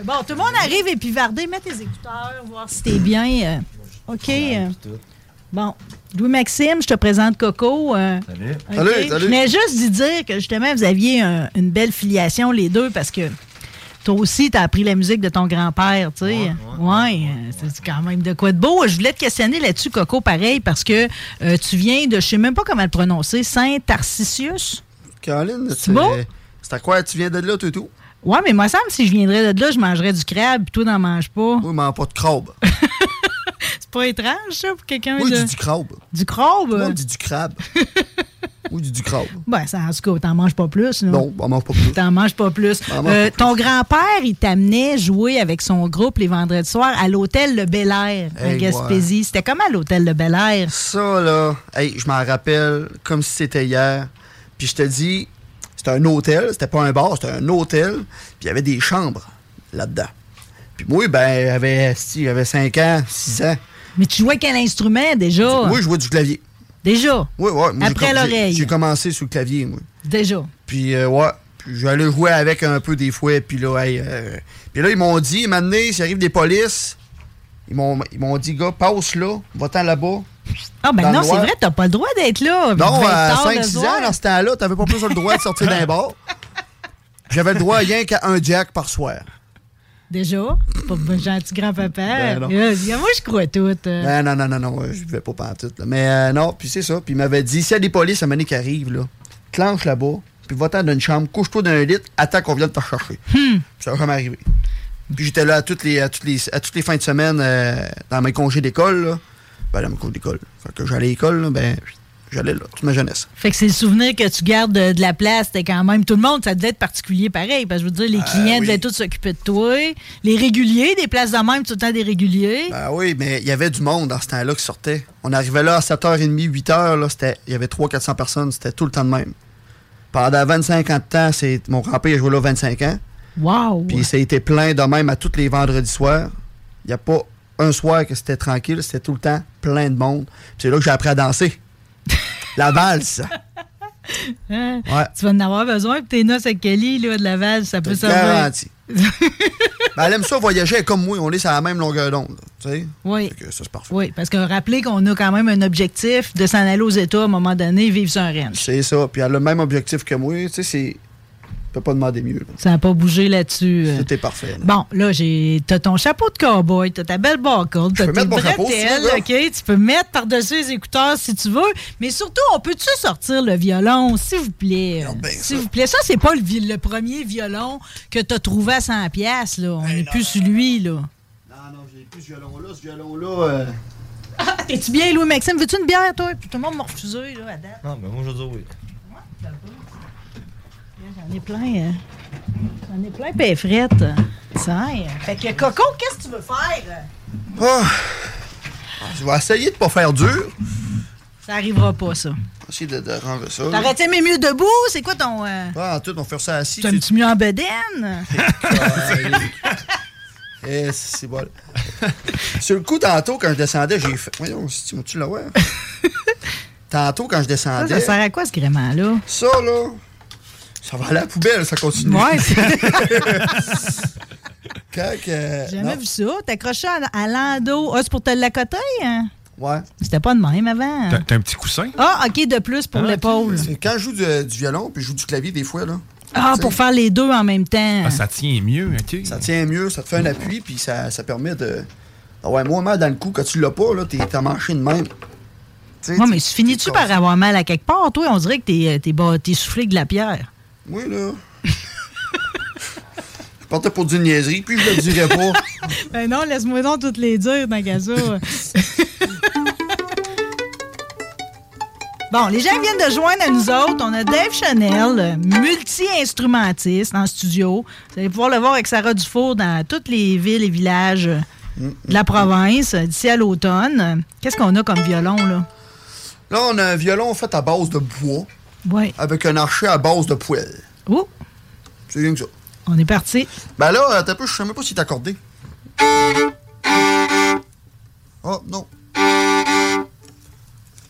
Bon, tout le monde arrive et puis Vardé, mets tes écouteurs, voir si t'es bien. euh, OK. euh, Bon. Louis-Maxime, je te présente Coco. euh, Salut. OK. Salut, salut. Je venais juste d'y dire que justement, vous aviez un- une belle filiation, les deux, parce que toi aussi, t'as appris la musique de ton grand-père, tu sais. Ouais, euh, c'est quand même de quoi de beau. Je voulais te questionner là-dessus, Coco, pareil, parce que euh, tu viens de, je sais même pas comment le prononcer, Saint-Tarcisius. Caroline, c'est. beau? C'est à quoi tu viens de là, tout Ouais, mais moi, ça me semble, si je viendrais de là, je mangerais du crabe, puis toi, n'en manges pas. Oui, mais pas de crabe. c'est pas étrange, ça, pour quelqu'un Moi, de... je dis du crabe. Du crabe? Moi, je dis du crabe. Ou du, du crabe. Ben, ça, en tout cas, t'en manges pas plus. là. Non, on mange pas plus. T'en manges pas plus. T'en manges Euh, pas plus. ton grand-père, il t'amenait jouer avec son groupe les vendredis soirs à l'hôtel Le Bel Air, à Hey, Gaspésie. C'était comment l'hôtel Le Bel Air? Ça, là, hey, je m'en rappelle comme si c'était hier. Puis je te dis, c'était un hôtel, c'était pas un bar, c'était un hôtel. Puis il y avait des chambres là-dedans. Puis moi, ben, j'avais, si, j'avais 5 ans, 6 ans. Mais tu jouais quel instrument déjà? Moi, je jouais du clavier. Déjà? Oui, oui. moi, j'ai Après com- j'ai- l'oreille. J'ai commencé sur le clavier, moi. Déjà. Puis, euh, ouais. Puis j'allais jouer avec un peu des fois. Puis là, hey, euh, puis là ils m'ont dit, maintenant, s'il arrive des polices, ils m'ont, ils m'ont dit, gars, passe là, va-t'en là-bas. Ah, ben Dans le non, c'est noir. vrai, t'as pas le droit d'être là. Non, Il devait à être tard le 5-6 soir. euh, ans, dans ce temps-là, t'avais pas plus le droit de sortir d'un bar. J'avais le droit rien qu'à un jack par soir. Déjà? Pas bon gentil grand-papa. Ben non. Euh, moi, je crois tout. euh. Ben non, non, non, non, euh, je buvais pas pantoute. Là. Mais euh, non, puis c'est ça. Puis il m'avait dit, s'il y a des polices à manier qui arrivent, là, clenche là-bas, puis va-t'en d'une chambre, couche-toi dans un lit, attends qu'on vienne te chercher. Ça va jamais arriver. Puis j'étais là à toutes les, à toutes les, à toutes les fins de semaine euh, dans mes congés d'école. là. Ben, dans mes congés d'école. Quand que j'allais à l'école, là, ben, j'allais là, toute ma jeunesse. Fait que c'est le souvenir que tu gardes de, de la place. C'était quand même tout le monde, ça devait être particulier pareil. Parce que je veux dire, les clients devaient tous s'occuper de toi. Les réguliers, des places de même, tout le temps des réguliers. Ben oui, mais il y avait du monde dans ce temps-là qui sortait. On arrivait là à 7h30, 8h, là, c'était, il y avait 300-400 personnes, c'était tout le temps de même. Pendant 25 ans de temps, c'est, mon grand-père il a joué là 25 ans. Wow! Puis ça a été plein de même à tous les vendredis soirs. Il n'y a pas un soir que c'était tranquille, c'était tout le temps plein de monde. Puis c'est là que j'ai appris à danser. La valse. Hein? Ouais. Tu vas en avoir besoin. Puis tes noces avec Kelly, là, de la vase, ça peut servir. Garanti. Ben, elle aime ça voyager elle est comme moi, on est sur la même longueur d'onde. là, Tu sais? Oui. Fait que ça, c'est parfait. Oui, parce que rappelez qu'on a quand même un objectif de s'en aller aux États à un moment donné, vivre sur un ranch. C'est ça. Puis elle a le même objectif que moi. Tu sais, c'est. Je peux pas demander mieux. là. Ça n'a pas bougé là-dessus. euh. Tout est parfait. là. Bon, là, j'ai. T'as ton chapeau de cowboy, t'as ta belle buckle, t'as peux tes mettre mon chapeau, bretelles, si tu OK? Tu peux mettre par-dessus les écouteurs si tu veux. Mais surtout, on peut-tu sortir le violon, s'il vous plaît? euh, ben S'il vous plaît. Ça, c'est pas le, vi- le premier violon que t'as trouvé à 100$, piastres, là. On Ben n'est plus sur lui, là. Là, euh, Ah, T'es-tu bien, Louis-Maxime? Veux-tu une bière, toi? Puis tout le monde m'a refusé, là, à date. Non, mais moi, je dis oui. J'en ai plein, hein. J'en ai plein, pis frette. Ça aille. hein. Fait que, Coco, qu'est-ce que tu veux faire? ah, je vais essayer de pas faire dur. Ça arrivera pas, ça. Essayer de, de rendre ça. là. T'aurais aimé mieux debout? C'est quoi ton. euh, Ah, en tout, on fait ça assis. T'aimes-tu mieux en bedaine? Eh, c'est bon. Sur le coup, tantôt, quand je descendais, j'ai fait. Voyons, si tu m'as-tu le voir? tantôt, quand je Ça, descendais. ça sert à quoi, ce gréement-là? Ça, là. Ça va aller à la poubelle, ça continue. Ouais, c'est- Quand que. J'ai non. jamais vu ça. T'accrochais à, à l'ando. Ah, c'est pour te l'accoter, hein? Ouais. C'était pas de même avant. hein? T'as t'as un petit coussin? Ah, OK, de plus pour l'épaule. C'est Quand je joue du, du violon, puis je joue du clavier des fois, là. Ah, pour faire les deux en même temps. Ah, ça tient mieux, OK. Ça tient mieux, ça te fait un appui, puis ça, ça permet de. ah Ouais, moi, mal dans le coup, quand tu l'as pas, là, t'es t'as manché de même. Tu sais, Ouais, tu- mais tu finis-tu t'es par avoir mal à quelque part, toi? On dirait que t'es, euh, t'es, bas- t'es soufflé que de la pierre. Oui, là. je partais pour du niaiserie, puis je le dirais pas. Ben non, laisse-moi donc toutes les dire dans Gaza. bon, les gens viennent de joindre à nous autres. On a Dave Chanel, euh, multi-instrumentiste en studio. Vous allez pouvoir le voir avec Sarah Dufour dans toutes les villes et villages euh, de la province euh, d'ici à l'automne. Qu'est-ce qu'on a comme violon, là? Là, on a un violon fait à base de bois. Ouais. Avec un archer à base de poêle. Oh! C'est rien que ça. On est parti. Ben là, euh, t'as peu, je sais même pas si t'es accordé. Oh, non.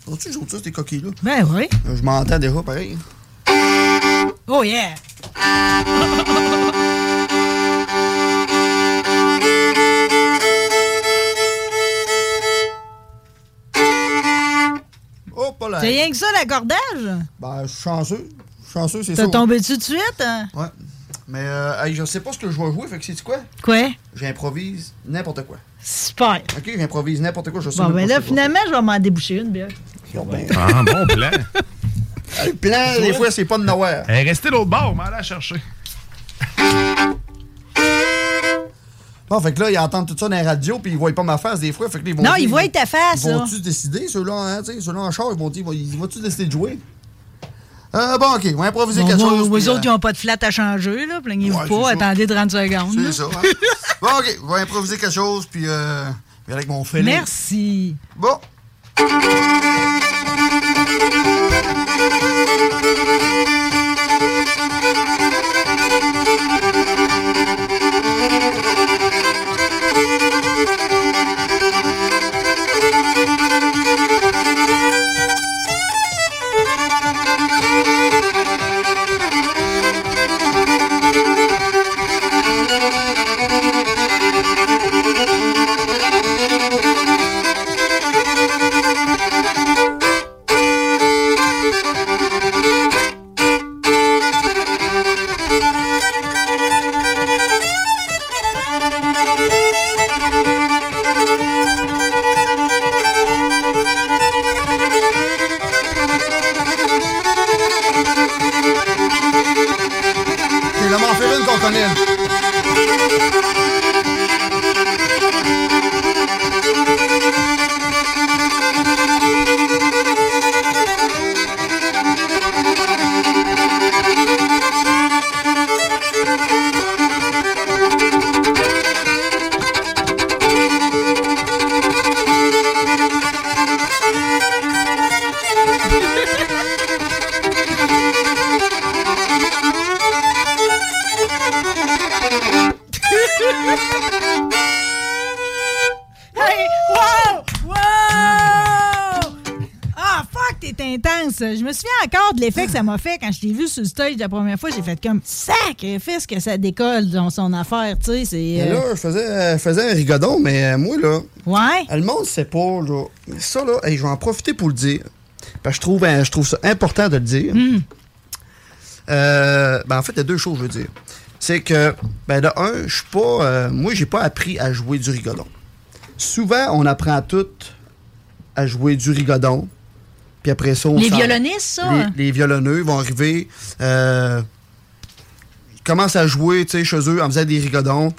Oh, tu Ah, que j'ouvre ça, ces coquilles-là? Ben oui. Je m'entends déjà, pareil. Oh yeah! Oh, pas là. C'est rien que ça, l'accordage? Ben, je suis chanceux. Je suis chanceux, c'est ça. T'as tombé dessus de suite? hein? Ouais. Mais euh, hey, je sais pas ce que je vais jouer, fait que c'est quoi? Quoi? J'improvise n'importe quoi. Super. OK, j'improvise n'importe quoi, je sais Bon, ben même pas là, ce que je vais finalement, je vais m'en déboucher une bière. faire. Ah, bon plan. Le plan, des fois, c'est pas de nowhere. Eh, restez l'autre bord, on va aller la chercher. Bon, fait que là, ils entendent tout ça dans la radio, puis ils voient pas ma face des fois. Fait que là, ils vont Non, dire, ils voient ta face, Ils là. vont-tu décider, ceux-là, hein, tu sais, ceux-là en char, ils vont dire, ils vont-tu décider de jouer? Euh, bon, OK, on va improviser Bon, quelque vous- chose. vous puis, autres, euh, ils n'ont pas de flat à changer, là. Plaignez-vous Ouais, pas, c'est ça. attendez 30 secondes. là. C'est ça. hein. bon, OK, on va improviser quelque chose, puis euh, puis avec mon feeling. Merci. Bon. C'est la m'en fait une qu'on connaît. Hey! Wow! Wow! Ah, fuck, t'es intense! Je me souviens encore de l'effet que ça m'a fait quand je t'ai vu sur le stage la première fois. J'ai fait comme sacrifice que ça décolle dans son affaire, tu sais. C'est. Et euh, là, je faisais, euh, je faisais un rigodon, mais euh, moi, là. Ouais. Le monde sait pas, là. Mais ça, là, hey, je vais en profiter pour le dire. Parce que je trouve, euh, je trouve ça important de le dire. Euh, ben, en fait, il y a deux choses, je veux dire. C'est que, ben, de un, je suis pas. euh, moi, j'ai pas appris à jouer du rigodon. Souvent, on apprend tout à jouer du rigodon. Puis après ça, on Les s'en- violonistes, ça? Les, les violonneux vont arriver. euh, ils commencent à jouer, tu sais, chez eux, en faisant des rigodons.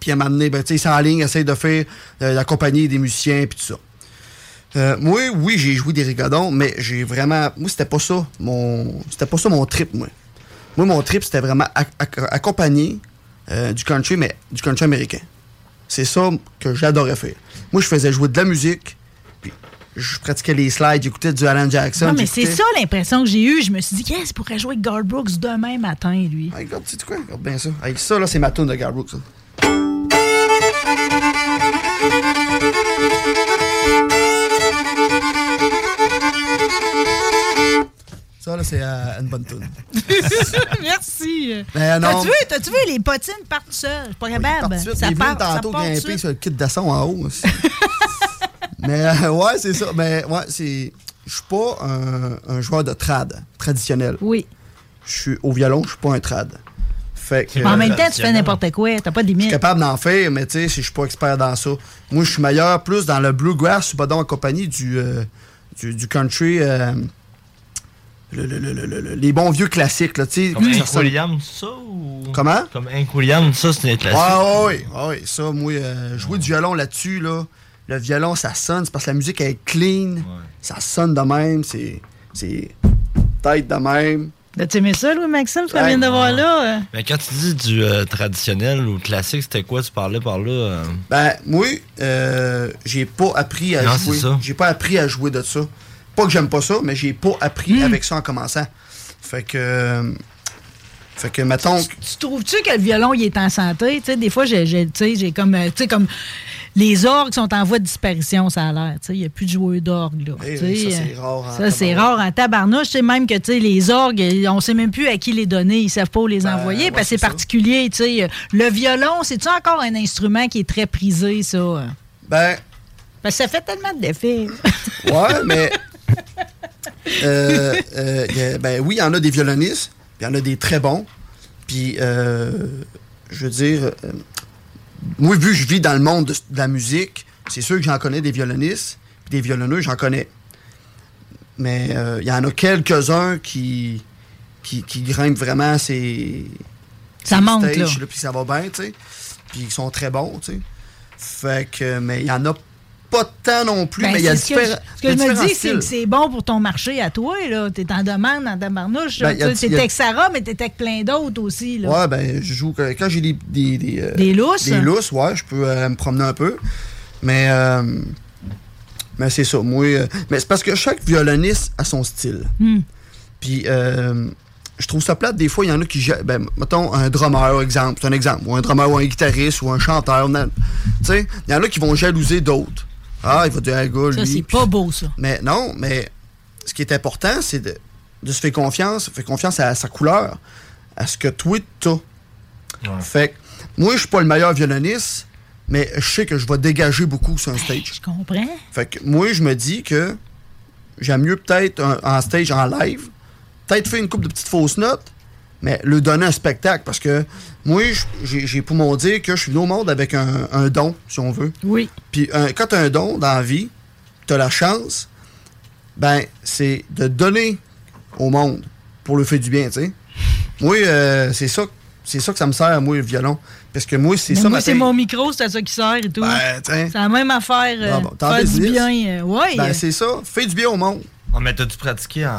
Puis à m'amener, ben, tu sais, ils sont en ligne, essayent de faire euh, la compagnie des musiciens, puis tout ça. Euh, moi, oui, j'ai joué des rigodons, mais j'ai vraiment. Moi, c'était pas ça. Mon... C'était pas ça mon trip, moi. Moi, mon trip, c'était vraiment ac- ac- accompagné euh, du country, mais du country américain. C'est ça que j'adorais faire. Moi, je faisais jouer de la musique, puis je pratiquais les slides, j'écoutais du Alan Jackson. Non, mais c'est j'écoutais- ça l'impression que j'ai eue. Je me suis dit, qu'est-ce pourrait jouer avec Garth Brooks demain matin, lui? Hey, regarde, tu sais quoi? Regarde bien ça. Hey, ça, là, c'est ma tune de Garbrooks. ça. Ça, là, c'est euh, une bonne tune. Merci. Ben non. T'as-tu vu, t'as-tu vu, les potines partent seules. Je suis pas capable. Tout de suite, ça il est venu part, ça tantôt part tout de grimper suite. sur le kit de son en haut. aussi. mais euh, ouais, c'est ça. Mais ouais, c'est. Je suis pas un, un joueur de trad traditionnel. Oui. Je suis au violon, je suis pas un trad. Fait que, en même temps, tu fais n'importe quoi. T'as pas de Je suis limite. capable d'en faire, mais tu sais, si je suis pas expert dans ça. Moi, je suis meilleur plus dans le bluegrass, pas en compagnie du, euh, du, du country. euh, le- le- le- le- le- les bons vieux classiques, là, tu sais. Comme ça Hank ressemble- Williams, ça ou. Comment? Comme Hank Williams, ça, c'est un classique. Ouais, ouais, ouais, ouais. Ça, moi, euh, jouer du violon là-dessus, là, le violon, ça sonne. C'est parce que la musique, elle est clean. Ça sonne de même. C'est. C'est. Tête de même. T'as-tu aimé ça, Louis-Maxime? Ça Ouais. vient de voir là. euh? Mais Ben, quand tu dis du euh, traditionnel ou classique, c'était quoi Tu parlais par là euh, Ben, moi, euh, j'ai pas appris à Non, jouer. c'est ça. J'ai pas appris à jouer de ça. Pas que j'aime pas ça, mais j'ai pas appris avec ça en commençant. Fait que. euh, Fait que, mettons. Tu trouves-tu que le violon, il est en santé? Tu sais, des fois, j'ai- j'ai tu sais, j'ai comme, euh, tu sais, comme les orgues sont en voie de disparition, ça a l'air. tu sais. Il n'y a plus de joueurs d'orgue. là, Eh tu oui, sais. euh, ça, c'est rare en Ça, c'est rare en tabarnouche. Je sais même que tu sais, les orgues, on ne sait même plus à qui les donner. Ils ne savent pas où Ben, les envoyer parce que c'est particulier. tu sais. euh, Le violon, c'est-tu encore un instrument qui est très prisé, ça? Euh, Ben, Parce que ça fait tellement de défis. Ouais, mais. euh, euh, y a- ben oui, il y en a des violonistes, puis il y en a des très bons. Puis, euh, je veux dire, euh, moi, vu que je vis dans le monde de, de la musique, c'est sûr que j'en connais des violonistes, puis des violonneux, j'en connais. Mais euh, il y en a quelques-uns qui, qui, qui grimpent vraiment ces. Ça ces monte, là. Puis ça va bien, tu sais. Puis ils sont très bons, tu sais. Fait que, mais il y en a pas tant non plus, Ben, mais il y a c'est ce que différents. je- Ce que il y je a me différents dis, c'est styles. que c'est bon pour ton marché à toi. Tu es en demande en tabarnouche. Ben, y a- tu y a- es avec Sarah, mais tu avec plein d'autres aussi. Là. Ouais, ben, je joue. que- Quand j'ai des. Des, des, euh, Des lousses? Des lousses, ouais, je peux euh, me promener un peu. Mais. euh, mais c'est ça, moi. euh, mais c'est parce que chaque violoniste a son style. Hmm. Puis, euh, je trouve ça plate. Des fois, il y en a qui. ja- Ben, mettons, un drummer, exemple. C'est un exemple. Ou un drummer, ou un guitariste, ou un chanteur. na- Tu sais, il y en a qui vont jalouser d'autres. Ah, il va dire, ah, gars, Ça, lui, c'est pas beau, ça. mais non, mais ce qui est important, c'est de, de se faire confiance, faire confiance à sa couleur, à ce que toi t'as. Fait que, moi, je suis pas le meilleur violoniste, mais je sais que je vais dégager beaucoup sur un stage. Je comprends. Fait que moi, je me dis que j'aime mieux peut-être un- en stage, en live, peut-être faire une coupe de petites fausses notes, mais le donner un spectacle. Parce que moi, je- j'ai j'ai pour mon dire que je suis venu au monde avec un, un don, si on veut. Oui. Puis un- quand tu as un don dans la vie, tu as la chance, ben, c'est de donner au monde pour le fait du bien, tu sais. Moi, euh, c'est ça, c'est ça que ça me sert, moi, le violon. Parce que moi, c'est Mais ça moi, ma c'est thé- mon micro, c'est à ça qui sert et tout. c'est la même affaire. euh, Ah bon, t'en faire du business. bien. euh, ouais. Ben, c'est ça. Fais du bien au monde. Oh, mais t'as-tu pratiqué en,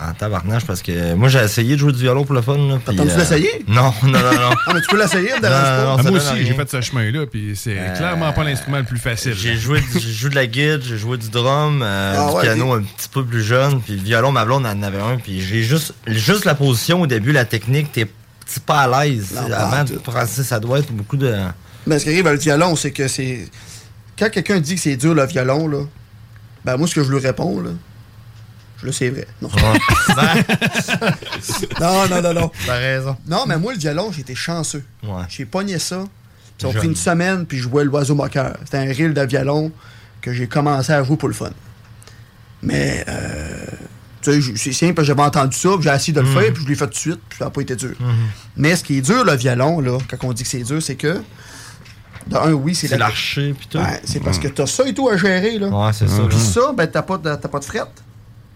en tabarnage? Parce que moi, j'ai essayé de jouer du violon pour le fun. Là, puis, T'as-tu euh, l'essayé? Non, non, non, non. Ah, mais tu peux l'essayer, me dérange pas. Non, non, Ah, ça moi donne aussi, rien. j'ai fait ce chemin-là, puis c'est Euh, clairement pas l'instrument le plus facile. J'ai joué, du- j'ai joué de la guide, j'ai joué du drum, euh, Ah du ouais, piano un petit peu plus jeune, puis le violon, ma blonde en avait un, puis j'ai juste, juste la position au début, la technique, t'es t'es pas à l'aise. Non, Avant pas de penser, ça doit être beaucoup de. Ben, ce qui arrive avec le violon, c'est que c'est. Quand quelqu'un dit que c'est dur le violon, là, ben moi, ce que je lui réponds, là, je le sais vrai. Non. non, non, non, non. T'as raison. Non, mais moi, le violon, j'étais chanceux. J'ai pogné ça. Puis on Jeune. pris une semaine, puis je jouais l'oiseau moqueur. C'était un reel de violon que j'ai commencé à jouer pour le fun. Mais, euh, tu sais, j- c'est simple, parce que j'avais entendu ça, puis j'ai essayé Mm. de le faire, puis je l'ai fait tout de suite, puis ça n'a pas été dur. Mm-hmm. Mais ce qui est dur, le violon, là, quand on dit que c'est dur, c'est que. De un, oui, c'est C'est la- l'archer, puis tout. Ouais, c'est parce que t'as ça et tout à gérer, là. Ouais, c'est ça. Puis ça, ben, t'as pas, de- t'as pas de fret.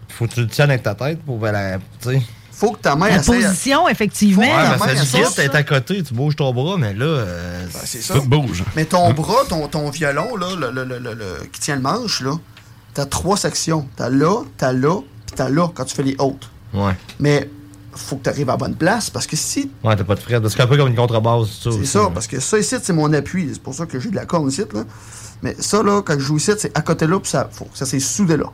Faut que tu le tiennes avec ta tête pour ben, la. Tu sais. Faut que ta main La essaie- position, effectivement. Ouais, la mais main, c'est elle difficile saute, d'être à côté, tu bouges ton bras, mais là. euh, Ben, c'est ça. Tout bouge. hein. Mais ton bras, ton, ton violon, là, le, le- le- le- le- qui tient le manche, là, t'as trois sections. T'as là, t'as là, puis t'as là quand tu fais les hautes. Ouais. Mais faut que t'arrives à la bonne place parce que si. Ouais, t'as pas de fret. C'est un peu comme une contrebasse, ça. C'est aussi. ça, parce que ça ici, c'est mon appui. C'est pour ça que j'ai de la corne ici, là. Mais ça, là, quand je joue ici, c'est à côté là, puis ça, faut que ça s'est soudé là.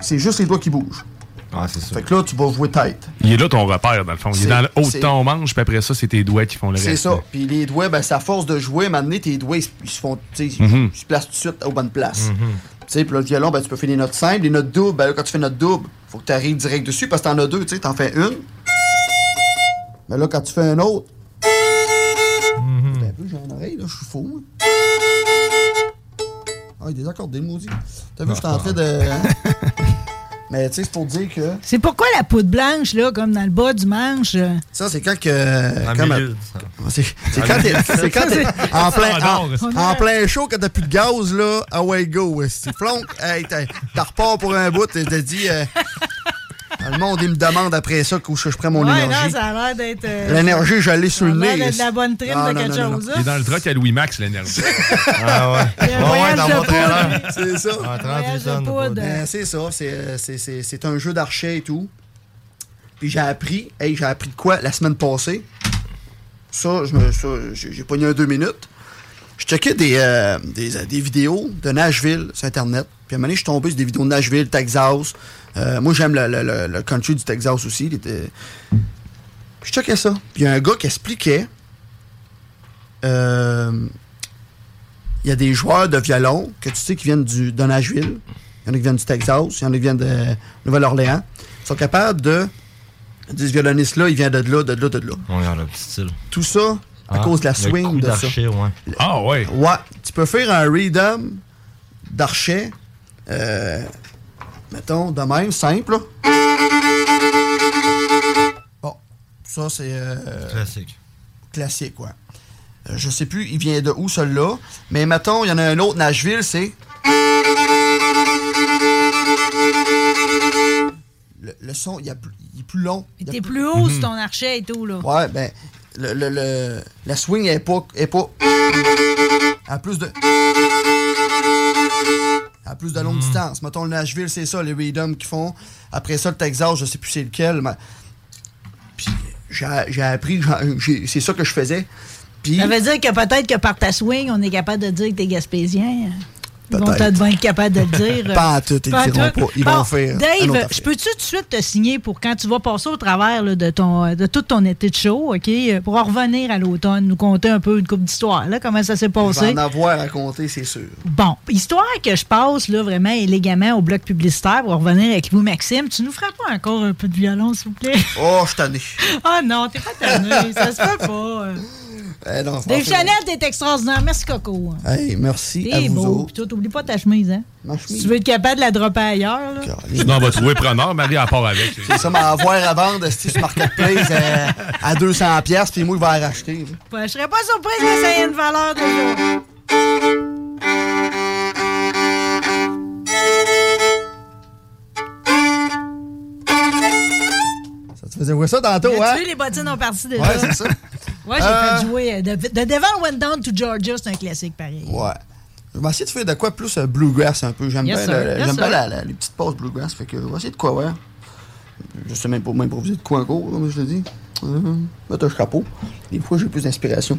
C'est juste les doigts qui bougent. Ah, c'est ça. Fait que là, tu vas jouer tête. Il est là ton repère, dans le fond. Il est C'est- dans le haut de c'est- ton manche, puis après ça, c'est tes doigts qui font le reste. C'est ça. Puis les doigts, ben, c'est à force de jouer, maintenant, tes doigts, ils, se- ils se font, tu sais, Mhm. ils se placent tout de suite aux bonnes places. Tu sais, puis là, le violon, ben, tu peux faire des notes simples. Les notes doubles, ben, là, quand tu fais une note double, faut que tu arrives direct dessus parce que t'en as deux, tu sais, t'en fais une. Mais là, quand tu fais un autre. Attends un peu, j'ai une oreille, là, je suis fou, moi. Ah, il désaccorde des maudits. T'as vu, je suis en train de. hein? Mais tu sais, c'est pour dire que. C'est pourquoi la poudre blanche, là, comme dans le bas du manche. euh, Ça, c'est quand que. euh, En quand ma- milieu, ça. C'est c'est quand t'es. C'est quand t'es. En plein, Ah, en, en plein chaud, quand t'as plus de gaz, là, away go. C'est flonk. Hey, t'as- t'as repars pour un bout, t'as t'as dit. euh, le monde, il me demande après ça que je prends mon ouais, énergie. non, ça a l'air d'être. euh, L'énergie, je l'ai ça sur a le l'air nez. d'être de la bonne trime Ah, de non, quelque non, non, chose. hein. Il est dans le truck à Louis Max, l'énergie. Ah ouais. Il y a un voyage de trailer. C'est ça. Ah, 30 Voyage de tonnes de poudre. Ben, c'est ça, c'est, euh, c'est- c'est c'est un jeu d'archet et tout. Puis j'ai appris, hey, j'ai appris de quoi la semaine passée. Ça, je me- ça, j'ai j'ai pogné un deux minutes. Je checkais des, euh, des, euh, des vidéos de Nashville sur Internet. Puis à un moment donné, je suis tombé sur des vidéos de Nashville, Texas. Euh, moi, j'aime le, le- le- le country du Texas aussi. Il était- Je checkais ça. Puis il y a un gars qui expliquait euh, il y a des joueurs de violon que tu sais qui viennent du de Nashville, il y en a qui viennent du Texas, il y en a qui viennent de euh, Nouvelle-Orléans, ils sont capables de dire ce violoniste-là, il vient de là, de là, de là. On regarde le petit style. Tout ça à Ah, cause de la le swing coup de ça. d'archet, ouais. Ah ouais. Ouais, tu peux faire un rhythm d'archet, euh, mettons, de même, simple. là. Bon, ça c'est... euh, Classique. classique, ouais. Euh, je sais plus, il vient de où celui-là, mais mettons, il y en a un autre, Nashville, c'est... Le, le son, il y a plus- il est plus long. Il y a T'es plus- plus haut sur ton archet et tout, là. Mhm. Ouais, ben, le, le- le- la swing est pas, est pas. À plus de. À plus de longue distance. Mettons, le Nashville, c'est ça, les rhythms qu'ils font. Après ça, le Texas, je sais plus c'est lequel, mais. Puis, j'ai j'ai appris, j'en- j'ai- c'est ça que je faisais. Puis. Ça veut dire que peut-être que par ta swing, on est capable de dire que t'es gaspésien. Ils vont peut-être bien être capables de le dire. Pas à tout, ils Pas à le diront tout. pas. Ils Bon, vont faire. un autre Dave, affaire. je peux-tu tout de suite te signer pour quand tu vas passer au travers là, de, ton, euh, de tout ton été de show, OK? euh, Pour en revenir à l'automne, nous conter un peu une coupe d'histoire, là, comment ça s'est Je vais passé. en avoir à compter, c'est sûr. Bon, histoire que je passe là, vraiment élégamment au bloc publicitaire pour revenir avec vous, Maxime. Tu nous feras pas encore un peu de violon, s'il vous plaît? Oh, je t'en ai. Ah non, t'es pas tanné, ça se peut pas. euh. Eh non, Dave franchement. Chanel, t'es extraordinaire. Merci, Coco. Hey, merci à T'es vous beau. autres. Puis toi, t'oublies pas ta chemise, hein? Ma Si tu veux être capable de la dropper ailleurs, là. Sinon, on va trouver preneur, Marie, à part avec. C'est ça, m'en avoir à vendre esti, sur Marketplace euh, à 200$, piastres, puis moi, il va la racheter. là. Bah, je serais pas surprise que ça ait une valeur de jour. Tu faisais voir ça tantôt, hein? Tu les bottines ont parti déjà. Ouais, c'est ça. Ouais, j'ai Euh. fait jouer. euh, De, de Devon Went Down to Georgia, c'est un classique pareil. Ouais. Je vais essayer de faire de quoi plus euh, bluegrass un peu. J'aime Yes, bien, sir. le- Yes, j'aime bien sir. la- la- les petites pauses bluegrass. Fait que je vais essayer de quoi, ouais. Je sais même pas m'improviser de quoi encore, là, mais je te dis. Hum, Mettre un chapeau. Des fois, j'ai plus d'inspiration.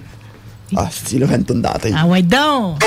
Ah, c'est là, j'ai une toune dans la tête. Ah ouais, donc!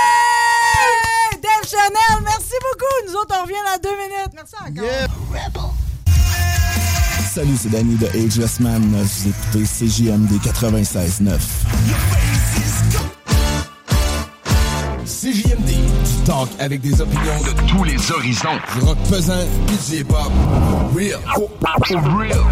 Hey, Dave Chanel, merci beaucoup. Nous autres, on revient dans deux minutes. Merci encore. Salut, c'est Danny de Ageless Man 9. Vous écoutez CJMD 96.9. CJMD, du talk avec des opinions de tous les horizons. Du rock pesant pis du hip-hop. Real. Oh, Real.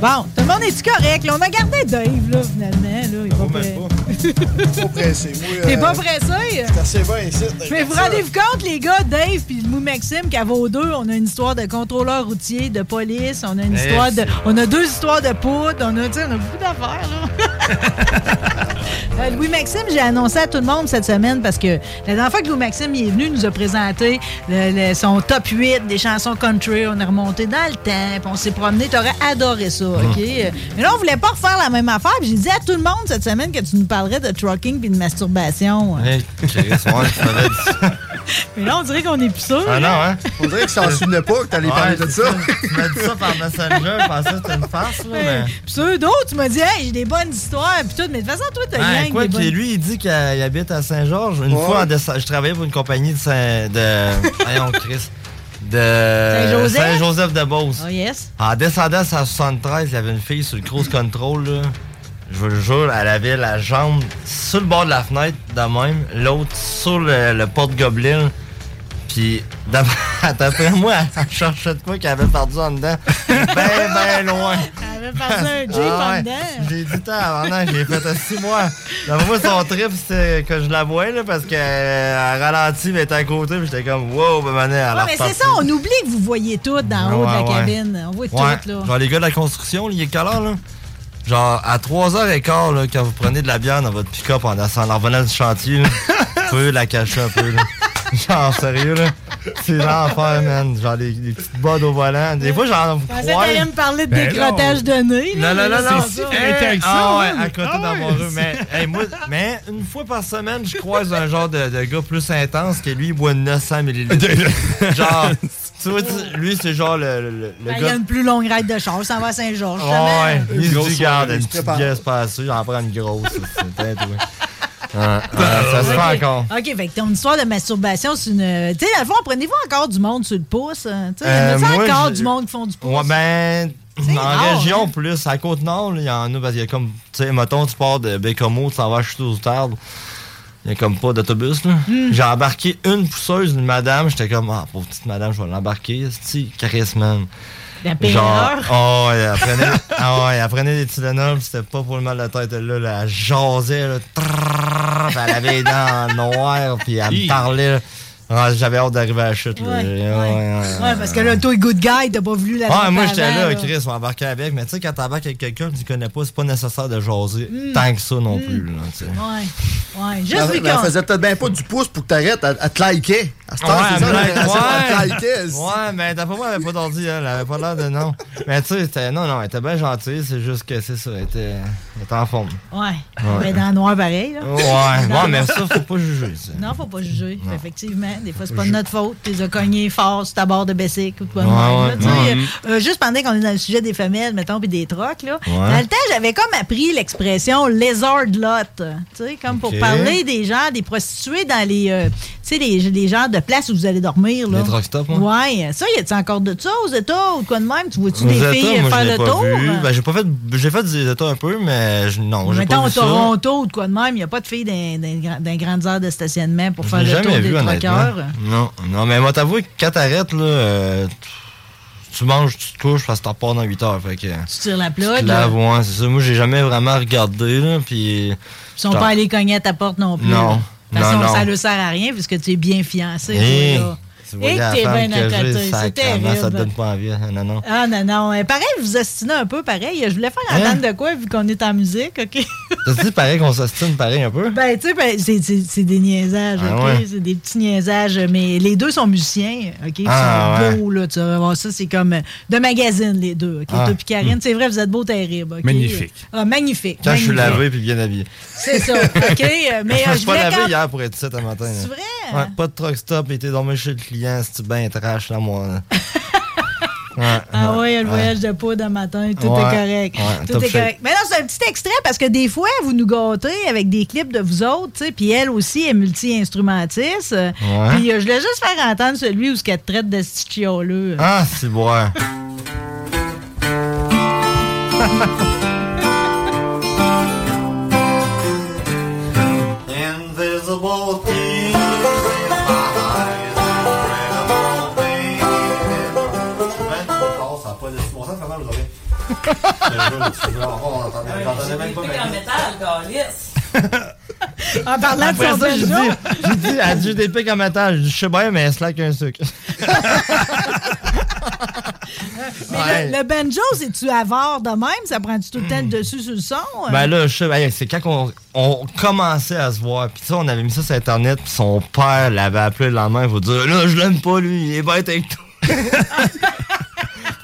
Bon, tout le monde est-tu correct? Là, on a gardé Dave, là, finalement. Là, il est pas prêt. Ah, ben, pas pressé, moi. T'es euh, pas pressé? C'est assez bien ici. Mais vous rendez-vous compte, les gars, Dave puis le Mou Maxime, qu'à vos deux, on a une histoire de contrôleur routier, de police, on a une Eh, histoire de. c'est vrai. On a deux histoires de poudre, on a, tu sais, on a beaucoup d'affaires, là. Euh, Louis Maxime, j'ai annoncé à tout le monde cette semaine parce que la dernière fois que Louis Maxime il est venu, il nous a présenté le- le- son top 8 des chansons country. On est remonté dans le temps, puis on s'est promené. T'aurais adoré ça, Mm. OK? Euh, Mais là, on voulait pas refaire la même affaire. puis J'ai dit à tout le hein? monde cette semaine que tu nous parlerais de trucking puis de masturbation. Hey, Chris, ouais, tu m'avais dit ça. Mais là, on dirait qu'on est plus sûr. Ah non, hein? On dirait que je t'en souvenais pas que t'allais parler de ça. Tu m'as dit ça par Messenger, je pensais que c'était une farce, là, mais... Puis ceux d'autres, tu m'as dit, hey, j'ai des bonnes histoires, puis tout. Mais de toute façon, toi, t'as Ah, rien quoi, des bonnes... puis lui, il dit qu'il habite à Saint-Georges. Une Ouais. fois, en déce- je travaillais pour une compagnie de Saint... de... Voyons, Chris. De... Saint-Joseph? de Beauce. Oh, yes. En descendant sur la 73, il y avait une fille sur le cruise control, là. Je vous le jure, elle avait la jambe sur le bord de la fenêtre, de même, l'autre sur le, le porte-gobelin. Puis, d'ab- d'après moi, elle cherchait de quoi qu'elle avait perdu en dedans. Ben, ben loin. Elle avait perdu un Jeep Ah ouais. en dedans. J'ai dit avant, j'ai fait ça six mois. D'après moi, son trip, c'était que je la vois, là, parce qu'elle elle ralentit, mais elle était à côté, puis j'étais comme, wow, ben, mané, elle a Ouais, mais c'est reparti. ça, on oublie que vous voyez tout dans le haut de la Ouais, ouais. cabine. On voit Ouais. tout, là. Genre, les gars de la construction, là, il est quelle heure, là? Genre, à 3h15, là, quand vous prenez de la bière dans votre pick-up en, descendant- en revenant du chantier, là, vous pouvez la cacher un peu, là. Genre, sérieux, là. C'est l'enfer, man. Genre, les, les petites bottes au volant. Des fois, genre, vous Je pensais que croyez- t'allais me parler de décrottage de nez. Ben non, non, non, non, c'est ça. Hey, Ah ouais, à côté Ah dans ouais. mon rue. Mais, hey, moi, mais une fois par semaine, je croise un genre de, de gars plus intense que lui, il boit 900 millilitres. genre, tu vois, tu- lui, c'est genre le, le, le Ben, Il y a gars. Ah une plus longue ride de char, ça va à Saint-Georges. Ouais, jamais. lui, il se Grosse dit, garde, soirée, une se petite prépare. bière, c'est pas assez, j'en prends une grosse. c'est- c'est tout. Ah, ah, ça se fait Ok. encore. OK, fait que ton histoire de masturbation, c'est une. Tu sais, dans le fond, prenez-vous encore du monde sur le pouce? hein? Tu sais, y Euh, en a moi, encore je- du monde qui font du pouce? Ouais, ben. C'est En rare, hein? région, plus, à Côte-Nord, là, il y en a, parce qu'il y a comme, tu sais, mettons, tu pars de Bécomo, tu t'en vas à Chute-aux-Tard, il n'y a comme pas d'autobus, là. Hmm. J'ai embarqué une pousseuse, une madame, j'étais comme, ah, pauvre petite madame, je vais l'embarquer, c'est-tu, Chris, man. La Genre, pire. oh, ouais, elle prenait, ah ouais, elle prenait des Tylenol, pis c'était pas pour le mal de tête, là, là, elle jasait, là, trrrr, pis elle avait les dents noires, puis elle me parlait, là. Ah, J'avais hâte d'arriver à la chute, là. Ouais, ouais. Ouais, parce que là, toi, le good guy, t'as pas voulu la Ouais, moi taper j'étais avant, là, Chris, on embarquait avec, mais tu sais, quand t'embarques avec quelqu'un que tu connais pas, c'est pas nécessaire de jaser Mm. tant que ça non plus. Là, tu sais. Ouais, ouais. Elle- Juste vu elle qu'on- faisait peut-être bien pas du pouce pour que t'arrêtes, elle, elle te likait. À ce temps, Ouais, c'est elle ça, me la like- relation, elle te ouais. likait. Ouais, mais d'après moi, elle avait pas d'ordi, hein, elle avait pas l'air de non. Mais tu sais, c'était- non, non, elle était bien gentille, c'est juste que c'est ça, elle était, elle était en forme. Ouais. Ouais. Mais dans le noir pareil, là. Ouais, ouais, Dans- mais ça, faut pas juger. ça. Non, faut pas juger, effectivement. Des fois, c'est Faut pas de juger. notre faute. Tu les as cognés fort sur ta barre de Bessic ou de quoi de Ouais, même, là, ouais, tu sais. ouais. Euh, juste pendant qu'on est dans le sujet des femelles, mettons, puis des trocs, là. Ouais. Dans le temps, j'avais comme appris l'expression lézard lot. Tu sais, comme pour Ok. parler des gens, des prostituées dans les, euh, tu sais, les, les genres de places où vous allez dormir, là. Les truck stops, moi. Ouais. Ça, y a-tu encore de ça aux États ou de quoi de même? Tu vois-tu Aux des États, filles moi, je faire l'ai le pas tour? hein? vu. Ben, j'ai pas fait, j'ai fait des états un peu, mais je- non, j'ai Mettons, pas à vu ça. Toronto ou de quoi de même, il n'y a pas de filles dans, dans, dans les grandes aires de stationnement pour Je faire l'ai le tour jamais des vu, honnêtement. troqueurs. Non, non, mais moi, t'avoue que quand t'arrêtes, là, euh, tu- tu manges, tu te couches, parce que t'en repars dans 8 heures. Fait que, Tu tires la tu plug. te là. laves, ouais, c'est ça. Moi, j'ai jamais vraiment regardé, là, puis... Ils sont pas allés cogner à ta porte non plus. Non, De toute non, façon, non. ça ne sert à rien puisque tu es bien fiancé. Hé, toi, là. tu vois Et la que t'es femme bien à que j'ai, côté, c'est sacrément, Ça te terrible. donne pas envie, hein, non, non. Ah non, non. Eh, Pareil, vous assinez un peu, pareil. Je voulais faire Hein? entendre de quoi vu qu'on est en musique, OK? T'as dit pareil qu'on s'ostine pareil un peu? ben, tu sais, ben, c'est- c'est c'est des niaisages, Ah OK? ouais. C'est des petits niaisages, mais les deux sont musiciens, OK? Ils Ah sont ouais. beaux, là. Tu vas voir ça, c'est comme euh, de magazine, les deux, OK? Ah. Toi puis Karine, Mm. c'est vrai, vous êtes beaux, terribles, OK? Magnifique. Ah, magnifique. Quand je suis magnifique. lavé puis bien habillé. C'est ça, OK? euh, Mais euh, je je suis pas voulais lavé quand hier pour être ici ce matin. C'est là. vrai? Ouais, pas de truck stop, et t'es dormi chez le client, c'est bien trash, là, moi. là. Ouais, Ah ouais, oui, le ouais. voyage de poudre un matin, tout Ouais, est correct. ouais, tout top est shape. correct. Mais là, c'est un petit extrait parce que des fois, vous nous gâtez avec des clips de vous autres, tu sais, puis elle aussi est multi-instrumentiste. Euh, Ouais. Puis euh, je voulais juste faire entendre celui où ce qu'elle te traite de stichioleux. Ah, c'est bon. Invisible things in my eyes, incredible things. Hein? Encore, ça a pas de bon sens, comment vous aurez? Je te jure, on entendait- on entendait même pas ma vie. En parlant de Après son ça, j'ai Benjo. dit, j'ai dit, adieu des pics en matin. Je sais bien, mais slack un sucre. Mais Ouais. Hmm. le, le banjo, c'est-tu avare de même? Ça prend-tu tout le temps le dessus sur le son? Euh, Ben là, je sais, hey, c'est quand on, on commençait à se voir. Puis ça, on avait mis ça sur Internet. Puis son père l'avait appelé le lendemain. Il vous dire, là, je l'aime pas, lui. Il est bête avec toi.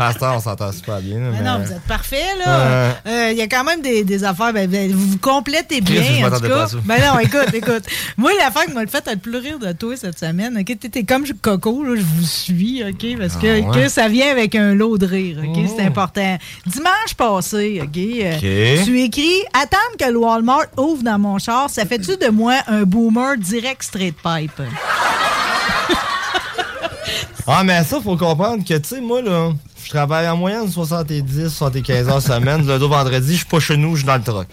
À ce temps, on s'entend super bien. là, Mais mais- Ah non, vous êtes parfait, là. Euh, Il y a quand même des, des affaires. ben, ben, vous vous complétez bien. Chris, je en tout m'attendais cas. pas à ça. Ben non, écoute, écoute. Moi, l'affaire qui m'a le fait le plus rire de toi cette semaine, OK? T'es- T'es comme Coco, là, je vous suis, OK? Parce que, Ah ouais? que ça vient avec un lot de rire, OK? Oh. C'est important. Dimanche passé, OK? euh, OK. Tu écris Attendre que le Walmart ouvre dans mon char, ça fait-tu de moi un boomer direct straight pipe? Ah, mais ça, faut comprendre que, tu sais, moi, là, je travaille en moyenne 70, 75 heures semaine. Le dos vendredi, je suis pas chez nous, je suis dans le truck.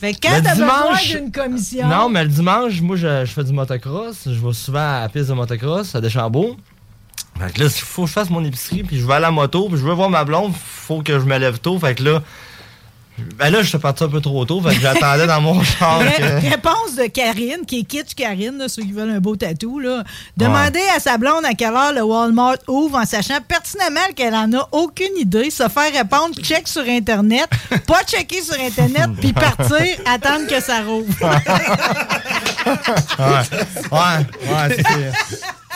Fait que quand Le t'as besoin dimanche- d'une commission. Non, mais le dimanche, moi, je, je fais du motocross. Je vais souvent à la piste de motocross à Deschambault. Fait que là, il faut que je fasse mon épicerie, puis je vais à la moto, puis je veux voir ma blonde, faut que je me lève tôt. Fait que là, ben là, je suis parti un peu trop tôt, fait que j'attendais dans mon char. Ré- que- Réponse de Karine, qui est kitsch Karine, là, ceux qui veulent un beau tatou. Là. Demander à sa blonde à quelle heure le Walmart ouvre en sachant pertinemment qu'elle en a aucune idée. Se faire répondre check sur Internet, pas checker sur Internet, puis partir, attendre que ça rouvre. Ouais, ouais, ouais, c'est-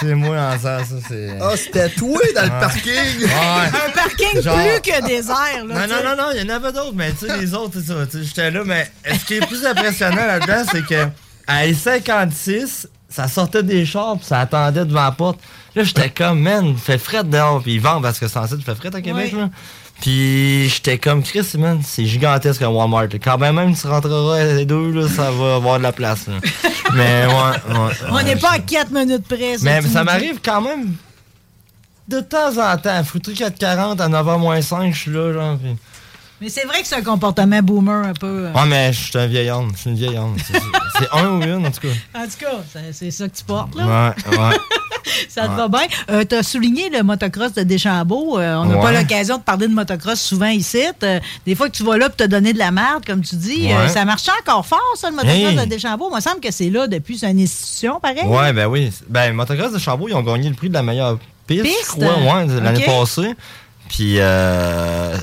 c'est moi en ça, ça, c'est. Ah, c'était toi dans le Ouais. parking! Ouais. Un parking Genre- plus que désert. Non, non, non, non, il y en avait d'autres, mais tu sais, les autres, tu sais, tu sais, j'étais là, mais ce qui est plus impressionnant là-dedans, c'est que à les 56, ça sortait des chars, puis ça attendait devant la porte. Là, j'étais comme, man, il fait fret dehors, puis ils vendent parce que c'est censé, il fait fret à Québec, Oui. là. Puis j'étais comme, Chris, man, c'est gigantesque un Walmart. là. Quand même, même tu rentreras les deux, là, ça va avoir de la place, là. Mais ouais, ouais, On ouais. n'est pas à 4 minutes près. c'est Mais tout. ça m'arrive quand même de temps en temps. Foutu 4h40 à 9h moins 5, je suis là, genre, puis- Mais c'est vrai que c'est un comportement boomer un peu. euh. Ouais, mais je suis un vieil homme. Je suis une vieille homme. C'est- c'est- C'est un ou une, en tout cas. En tout cas, c'est- c'est ça que tu portes, là. Ouais, ouais. Ça te va bien. Euh, tu as souligné le motocross de Deschambault. Euh, on n'a Ouais. pas l'occasion de parler de motocross souvent ici. Euh, des fois que tu vas là pour te donner de la merde, comme tu dis, Ouais. euh, ça marche encore fort, ça, le motocross Hey. de Deschambault. Moi, il me semble que c'est là depuis une institution, pareil. Ouais, ben oui. Ben, Motocross de Ah, Chambault, ils ont gagné le prix de la meilleure piste, Piste? je crois, ouais, de l'année Ok. passée. Puis, euh,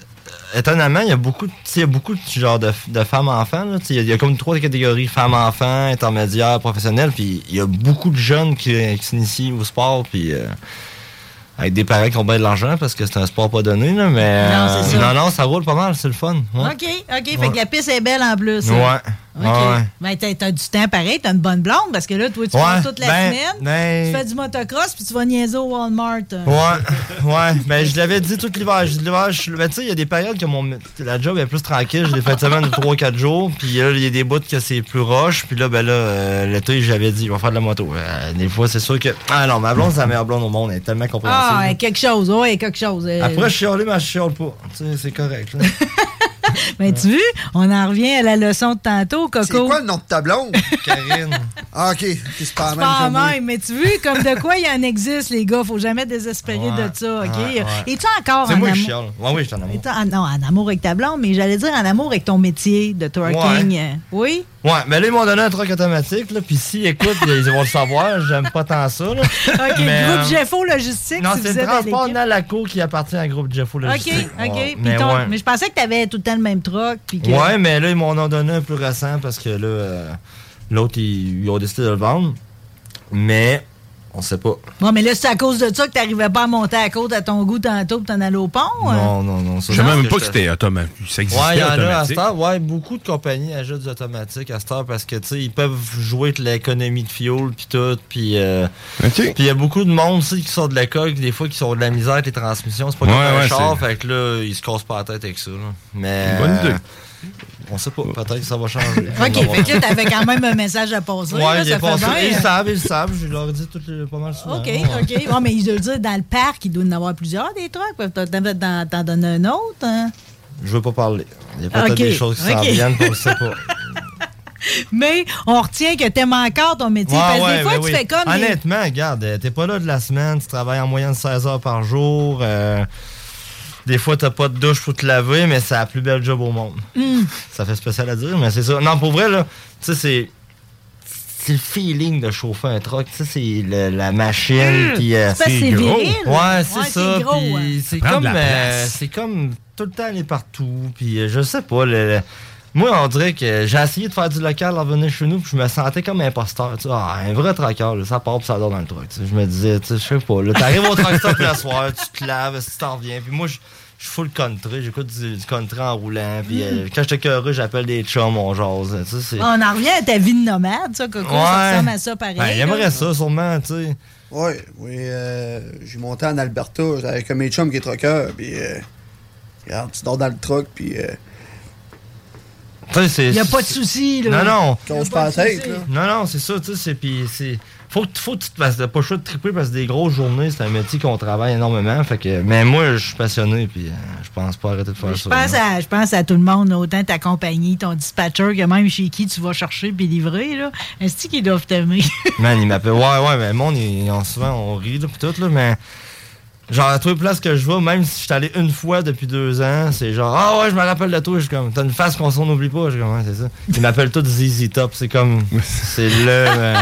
étonnamment, il y a beaucoup, de- tu sais, il y a beaucoup de genres de, de femmes-enfants. là. Tu sais, Il y, a- il y a comme trois catégories, femmes-enfants, intermédiaires, professionnels. Puis, il y a beaucoup de jeunes qui, qui s'initient au sport. Puis... euh, avec des parents qui ont bien de l'argent parce que c'est un sport pas donné, là, mais Non, c'est euh, ça. non, non, ça roule pas mal, c'est le fun. ouais. OK, OK. Fait Ouais. que la piste est belle en plus. Ouais. hein. OK. Ouais, ouais. Ben, t'as, t'as du temps pareil, t'as une bonne blonde, parce que là, toi, tu Ouais, passes toute la ben, semaine, ben- tu fais du motocross, puis tu vas niaiser au Walmart. euh. Ouais, ouais. Mais je l'avais dit tout l'hiver. Je dis, l'hiver, je suis- mais tu sais, il y a des périodes que mon, la job est plus tranquille. J'ai des fins de semaine de 3-4 jours. Puis là, il y a des bouts que c'est plus roche. Puis là, ben là, euh, l'été, j'avais dit, je vais faire de la moto. Euh, des fois, c'est sûr que. Ah non, ma blonde, c'est la meilleure blonde au monde. Elle est tellement compréhensive. Ah, ouais, quelque chose, ouais, quelque chose. euh. Après, je chialais, mais je chiale pas. Tu sais, c'est correct. là. Ben, tu vois, on en revient à la leçon de tantôt, Coco. C'est quoi le nom de ta blonde? Karine. Ah, ok, Ok, c'est pas la même. Pas comme nous. même, mais tu vois, comme de quoi il en existe, les gars. Faut jamais désespérer Ouais, de ça, OK? ouais, ouais. Es-tu encore C'est en moi qui amour- chiale. Ouais, oui, je suis en amour. Es-tu en- non, en amour avec ta blonde, mais j'allais dire en amour avec ton métier de twerking. Euh, Ouais. Oui? Ouais, mais là, ils m'ont donné un truc automatique. Là, puis si, écoute, ils vont le savoir. J'aime pas tant ça. Là. OK, Mais, le euh, groupe Jeffo Logistique, Non, si c'est vous le êtes à l'équipe. transport Nalaco qui appartient à groupe Jeffo OK, Logistique. OK. Ouais, Puis mais, ton- ouais. mais je pensais que tu avais tout le temps le même truc. Puis que... Ouais, mais là, ils m'en ont donné un plus récent parce que là, euh, l'autre, ils, ils ont décidé de le vendre. Mais, on sait pas. Bon, mais là, c'est à cause de ça que tu n'arrivais pas à monter à côte à ton goût tantôt pour t'en aller au pont. hein? Non, non, non. Je savais même pas que c'était automatique. Ça existait Ouais, il y en a à automatique. cette heure. Ah, Ouais, beaucoup de compagnies ajoutent des automatiques à cette heure parce que, tu sais, ils peuvent jouer avec l'économie de fuel puis tout. Puis, euh, puis il y a beaucoup de monde aussi qui sont de la coque, des fois qui sont de la misère avec les transmissions. C'est pas Ouais, comme un ouais, char, c'est- fait que là, ils se cassent pas la tête avec ça. là. euh, Mais. euh, Bonne idée. On sait pas, peut-être que ça va changer. OK, fait que là, t'avais quand même un message à passer. Ouais, là, il ça est fait passé. bien. Ils savent, ils savent. Je leur ai dit tout le, pas mal souvent. OK, Ouais. OK. Bon, mais je veux dire, dans le parc, il doit y en avoir plusieurs des trucs. Peuvent T'en t'en- t'en donnes un autre. hein? Je veux pas parler. Il y a peut-être Ok, des choses qui s'en ok. viennent, on le sait pas. Mais on retient que t'aimes encore ton métier. parce que des fois, ben tu oui. fais comme. les- Honnêtement, regarde, euh, t'es pas là de la semaine, tu travailles en moyenne 16 heures par jour. euh, des fois, t'as pas de douche pour te laver, mais c'est la plus belle job au monde. Hmm. Ça fait spécial à dire, mais c'est ça. Non, pour vrai, là, tu sais, c'est. C'est le feeling de chauffer un truck, tu sais, c'est le- la machine, euh, Mmh. puis... C'est parce que c'est C'est gros. viril. Ouais, c'est Ouais, ça, c'est gros, puis ouais. c'est Ça prend comme... de la euh, place. c'est comme tout le temps aller partout, puis euh, je sais pas, le- le- Moi, on dirait que j'ai essayé de faire du local en venant chez nous, puis je me sentais comme un imposteur. Tu sais, Ah, un vrai traqueur, là, ça part puis ça dort dans le truc. Je me disais, tu sais, je sais pas. Là, t'arrives au truck stop le soir, tu te laves, si t'en reviens. Puis moi, je je suis full country, j'écoute du, du country en roulant. Puis Hmm. euh, quand j'étais heureux, j'appelle des chums, on jase. Tu sais, c'est- On en revient à ta vie de nomade, ça, Coco. Ça Ouais. ressemble à ça pareil. Ben, il aimerait là. ça, sûrement, tu sais. Ouais, oui, euh, j'ai monté en Alberta j'étais avec un de mes chums qui est trucker, puis euh, regarde, tu dors dans le truck, puis euh, Il Y n'y a pas de souci, là. Non, non. Qu'on se passe tête, là. Non, non, c'est ça, tu sais. c'est- Puis, c'est. Faut que, faut que tu te fasses. T'as pas le choix de triper parce que des grosses journées, c'est un métier qu'on travaille énormément. Fait que. Mais moi, je suis passionné, puis euh, je pense pas arrêter de faire Je ça. pense, là. à, je pense à tout le monde, autant ta compagnie, ton dispatcher, que même chez qui tu vas chercher puis livrer. Là. Est-ce qu'ils doivent t'aimer? Man, il m'appelle. Ouais, ouais, mais le monde, il- on- souvent, on rit, là, pis tout, là, mais. Genre, à toutes les places que je vais, même si je suis allé une fois depuis deux ans, c'est genre, ah ouais, je me rappelle de toi, je suis comme, t'as une face qu'on s'en oublie pas, je suis comme, Ouais, c'est ça. Ils m'appellent tous ZZ Top, c'est comme, c'est le. euh,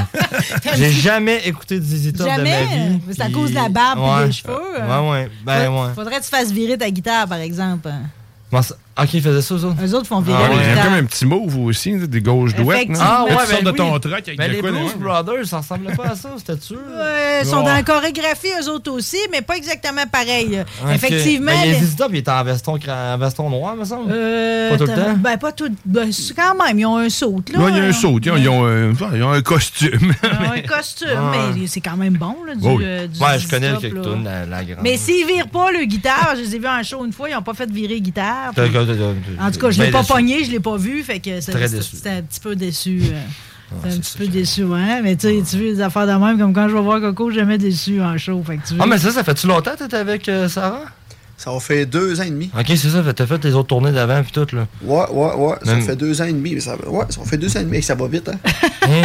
J'ai jamais écouté de ZZ Top de ma vie. Jamais! C'est à puis- cause de la barbe et Ouais. des cheveux. hein. Ouais, ouais, ben ouais. Faudrait que tu fasses virer ta guitare, par exemple. hein. Comment ça- Ok, ils faisaient ça, Euh, ça? Eux autres font Ah Il y virer a la guitare. comme un petit move aussi, des gauches douettes. non? Ah ouais, Là, tu sors ben de oui. ton truck avec hein. Ben, de les quoi, là, Blues ouais. Brothers, ça ressemblait pas à ça, c'était sûr. Ouais, ils sont Ouais. dans la chorégraphie, eux autres aussi, mais pas exactement pareil. Ok. Effectivement. Ben, les- les ZZ Top, ils étaient en veston, cra- en veston noir, me semble. Euh, pas tout le t'as- temps. Ben, pas tout. ben, c'est quand même, ils ont un saut. Là, Là, il y a euh, un saut. Ils ont, ils ont un, ils ont un costume. ils ont un costume, Ouais. mais c'est quand même bon, là, du, Oui. euh, du Ah. Ouais, ZZ je connais Top, quelques là. tunes, la, la grande. Mais s'ils virent pas le guitare, je les ai vus en show une fois, ils n'ont pas fait virer guitare. puis- En tout cas, je l'ai pas pogné, je l'ai pas vu, fait que Ben, Très c'est- déçu. Ah, c'était un petit peu déçu. euh, C'était un petit peu déçu, hein? Mais tu sais, tu veux des affaires de même, comme quand je vais voir Coco, jamais déçu en show. Fait que tu Ah, veux- mais ça, ça fait-tu longtemps que t'étais avec euh, Sarah? ça va faire deux ans et demi. Ok, c'est ça, fait- t'as fait les autres tournées d'avant puis tout, là. Ouais, ouais, ouais, ça Même- fait deux ans et demi, mais ça, va- ouais, ça fait deux ans et demi, et ça va vite, hein.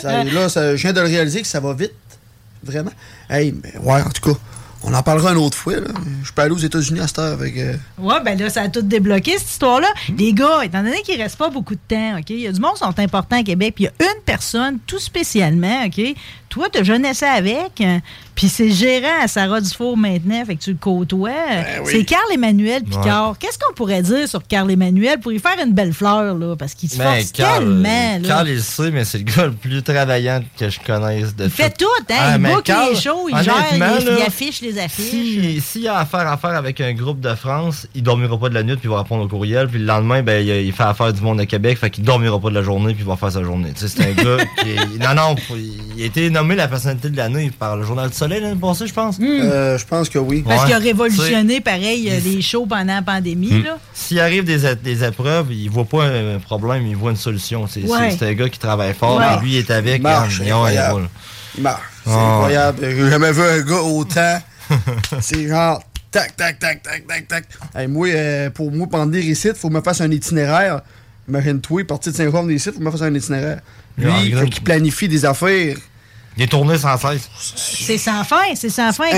Ça, là, ça- je viens de le réaliser que ça va vite, vraiment. Hey, mais ouais, en tout cas, on en parlera une autre fois, là. Je peux aller aux États-Unis à cette heure avec... euh, Ouais, ben là, ça a tout débloqué, cette histoire-là. Les gars, étant donné qu'il reste pas beaucoup de temps, OK, il y a du monde qui sont importants à Québec, puis il y a une personne, tout spécialement, OK, toi, tu jeunesse avec, hein, puis c'est gérant à Sarah Dufour maintenant, fait que tu le côtoies. Ben C'est Carl-Emmanuel Picard. Qu'est-ce qu'on pourrait dire sur Carl-Emmanuel pour y faire une belle fleur, là, parce qu'il se Ben, force tellement, là. Carl, il le sait, mais c'est le gars le plus travaillant que je connaisse de Il fait tout, hein? Ah, il mais book Carl, les shows, il gère, il, honnêtement, il là, affiche les affiches. S'il s'il a affaire à faire avec un groupe de France, il dormira pas de la nuit puis il va répondre au courriel. Puis le lendemain, ben, il, il fait affaire du monde de Québec, fait qu'il dormira pas de la journée puis il va faire sa journée. Tu sais, c'est un gars qui. est- Non, non, faut- il a été nommé la personnalité de l'année par le Journal du Soleil l'année passée, je pense. euh, je pense que oui. Parce Ouais. qu'il a révolutionné, pareil, euh, les shows pendant la pandémie, Mm. là. S'il arrive des, é- des épreuves, il voit pas un problème, il voit une solution. C'est Ouais. c'est- c'est un gars qui travaille fort, Ouais. puis lui il est avec, Marche, il en- il incroyable. roule. Il marche. C'est Ah. incroyable. euh, J'ai jamais vu un gars autant. c'est genre tac, tac, tac, tac, tac, tac. Hey, moi, euh, pour moi, pendant des récites, faut que je me fasse un itinéraire. Imagine-toi, partir de Saint-Juan des récites, faut que je me fasse un itinéraire. Lui, Ah, grand- qui planifie des affaires. Il est tourné sans cesse. C'est sans fin, c'est sans fin.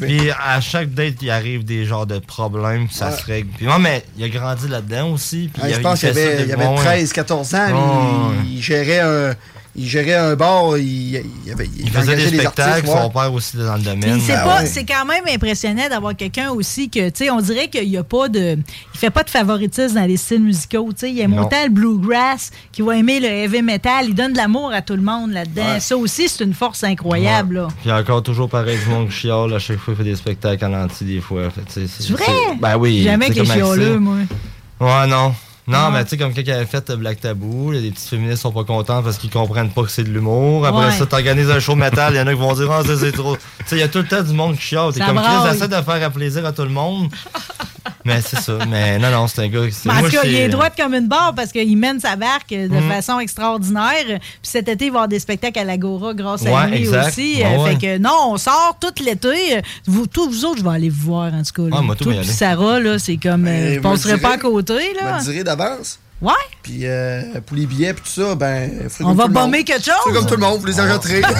Puis à chaque date, il arrive des genres de problèmes, ça Ouais. se règle. Puis ouais, mais il a grandi là-dedans aussi. Puis Hey, il a- je pense il qu'il fait y ça avait, de- il y avait ouais, ouais. 13, 14 ans. Ouais, puis Il, gérait un, il gérait un bar. Il, il avait, il Il faisait engageait des spectacles, artistes, ouais. Ben son père aussi dans le Puis domaine. c'est Ah pas, ouais. c'est quand même impressionnant d'avoir quelqu'un aussi que, tu sais, on dirait qu'il y a pas de, il fait pas de favoritisme dans les styles musicaux, tu sais, il aime Non. autant le bluegrass qu'il va aimer le heavy metal, il donne de l'amour à tout le monde là-dedans. Ça aussi, c'est une force incroyable, là. Puis encore toujours pareil, du monde qui chiale. À chaque fois, il fait des spectacles en anti des fois. Fait que, tu sais, C'est vrai? Ben oui. Jamais tu sais qu'il est comment c'est. chialeux, moi. Ouais, non. Non, Ouais. mais tu sais, comme quand il avait fait euh, Black Tabou, les petites féministes sont pas contentes parce qu'ils comprennent pas que c'est de l'humour. Après Ouais. ça, t'organises un show de métal, il y en a qui vont dire, oh, ça, c'est trop. Tu sais, il y a tout le temps du monde qui chiale. T'es Ça comme Chris, braille. essaie de faire plaisir à tout le monde. mais c'est ça. Mais non, non, c'est un gars qui. c'est- Mais en moi, tout cas, c'est- il est droite comme une barre parce qu'il mène sa barque euh, de Mhm. façon extraordinaire. Puis cet été, il va y avoir des spectacles à l'Agora grâce à Ouais, lui exact. aussi. Ouais, Euh, ouais. Fait que non, on sort tout l'été. Euh, Vous, tous vous autres, je vais aller vous voir en tout cas. là. Ouais, Ah, moi, tout, Toi mais puis allez. Sarah, là, c'est comme. Mais euh, vous je penserais le direz. pas à côté. Je me Là. le dirais d'avance. Ouais. Puis euh, pour les billets, puis tout ça, ben. faut On comme va tout le monde. bomber quelque chose. Faut comme tout le monde, vous les ajouterez. Ah ouais.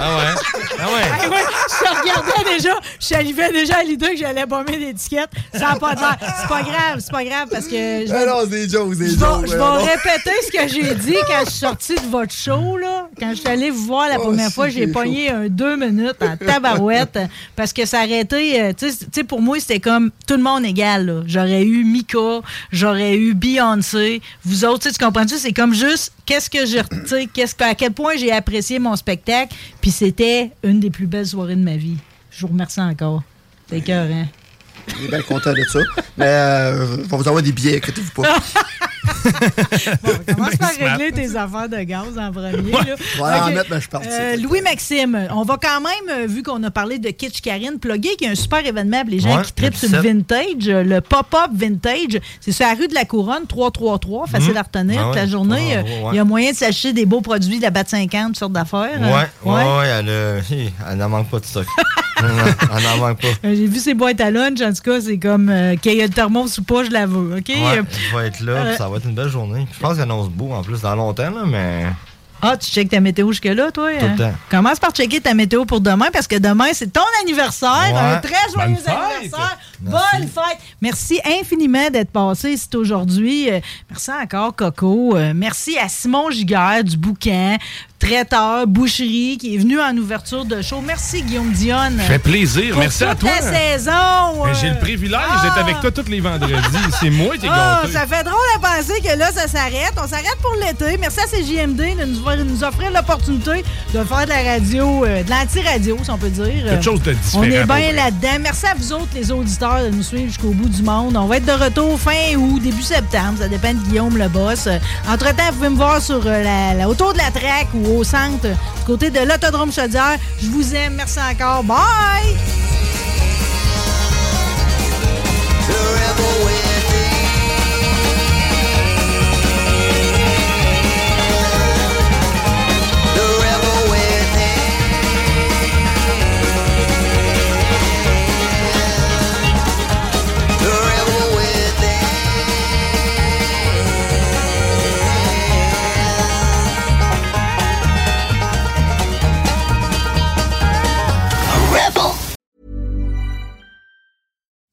Ah ouais. Ah ouais, je te regardais déjà, je salivais déjà à l'idée que j'allais bomber l'étiquette. Ça n'a pas de l'air. C'est pas grave, c'est pas grave parce que je vais- Ah non, c'est des jokes, des Je jokes. vais, je vais non. répéter ce que j'ai dit quand je suis sortie de votre show. Là. Quand je suis allée vous voir la première si, fois, j'ai j'ai pogné un deux minutes en tabarouette euh, parce que ça aurait été. euh, Tu sais, tu sais, pour moi, c'était comme tout le monde égal. là. J'aurais eu Mika, j'aurais eu Beyoncé, sais, vous autres, tu sais, tu comprends-tu? C'est comme juste, qu'est-ce que j'ai, tu sais, qu'est-ce que- à quel point j'ai apprécié mon spectacle, puis c'était une des plus belles soirées de ma vie. Je vous remercie encore. C'est écœurant. Il est bien content de ça. Mais euh, on va vous envoyer des billets, inquiétez-vous pas. Commence par smart. régler tes affaires de gaz en premier. là. Voilà, Ok. en ben, mettre, mais je suis parti. Euh, Louis-Maxime, on va quand même, euh, vu qu'on a parlé de Kitsch Karine, plugger qu'il y a un super événement pour les gens Ouais, qui tripent le sur le 17. vintage, euh, le pop-up vintage. C'est sur la rue de la Couronne, 333, facile Mhm. à retenir. Ah toute la ouais, journée, euh, 333, ouais. il y a moyen de s'acheter des beaux produits de la Bat 50, toutes sortes d'affaires. Ouais, ouais, euh, ouais. ouais, elle, euh, hi, elle n'en manque pas de stock. Non, non, elle n'en manque pas. Euh, J'ai vu ces boîtes à lunch, en tout cas, c'est comme euh, qu'il y a le thermos ou pas, je la veux. OK? Ouais, Euh, je vais être là, puis ça va être une belle journée. Je pense qu'il annonce beau en plus dans longtemps, là, mais. Ah, tu checkes ta météo jusque-là, toi? Euh, Tout le temps. Commence par checker ta météo pour demain parce que demain, c'est ton anniversaire. Ouais. Un très joyeux Bonne fête! anniversaire. Bonne fête. Merci infiniment d'être passé ici aujourd'hui. Euh, merci encore, Coco. Euh, merci à Simon Giguère du Bouquin, traiteur, boucherie, qui est venu en ouverture de show. Merci, Guillaume Dionne. Fait plaisir. Pour Merci à toute toi. la saison. Euh, Mais J'ai le privilège d'être avec toi tous les vendredis. C'est moi qui ai Ah, gâté. ça fait drôle à penser que là, ça s'arrête. On s'arrête pour l'été. Merci à CJMD de nous, de nous offrir l'opportunité de faire de la radio, euh, de l'anti-radio, si on peut dire. Quelque chose de différent, On est pour vrai. bien là-dedans. Merci à vous autres, les auditeurs, de nous suivre jusqu'au bout du monde. On va être de retour fin août, début septembre. Ça dépend de Guillaume, le boss. Euh, Entre-temps, vous pouvez me voir sur euh, la, la- autour de la track ou au centre, euh, du côté de l'Autodrome Chaudière. Je vous aime. Merci encore. Bye!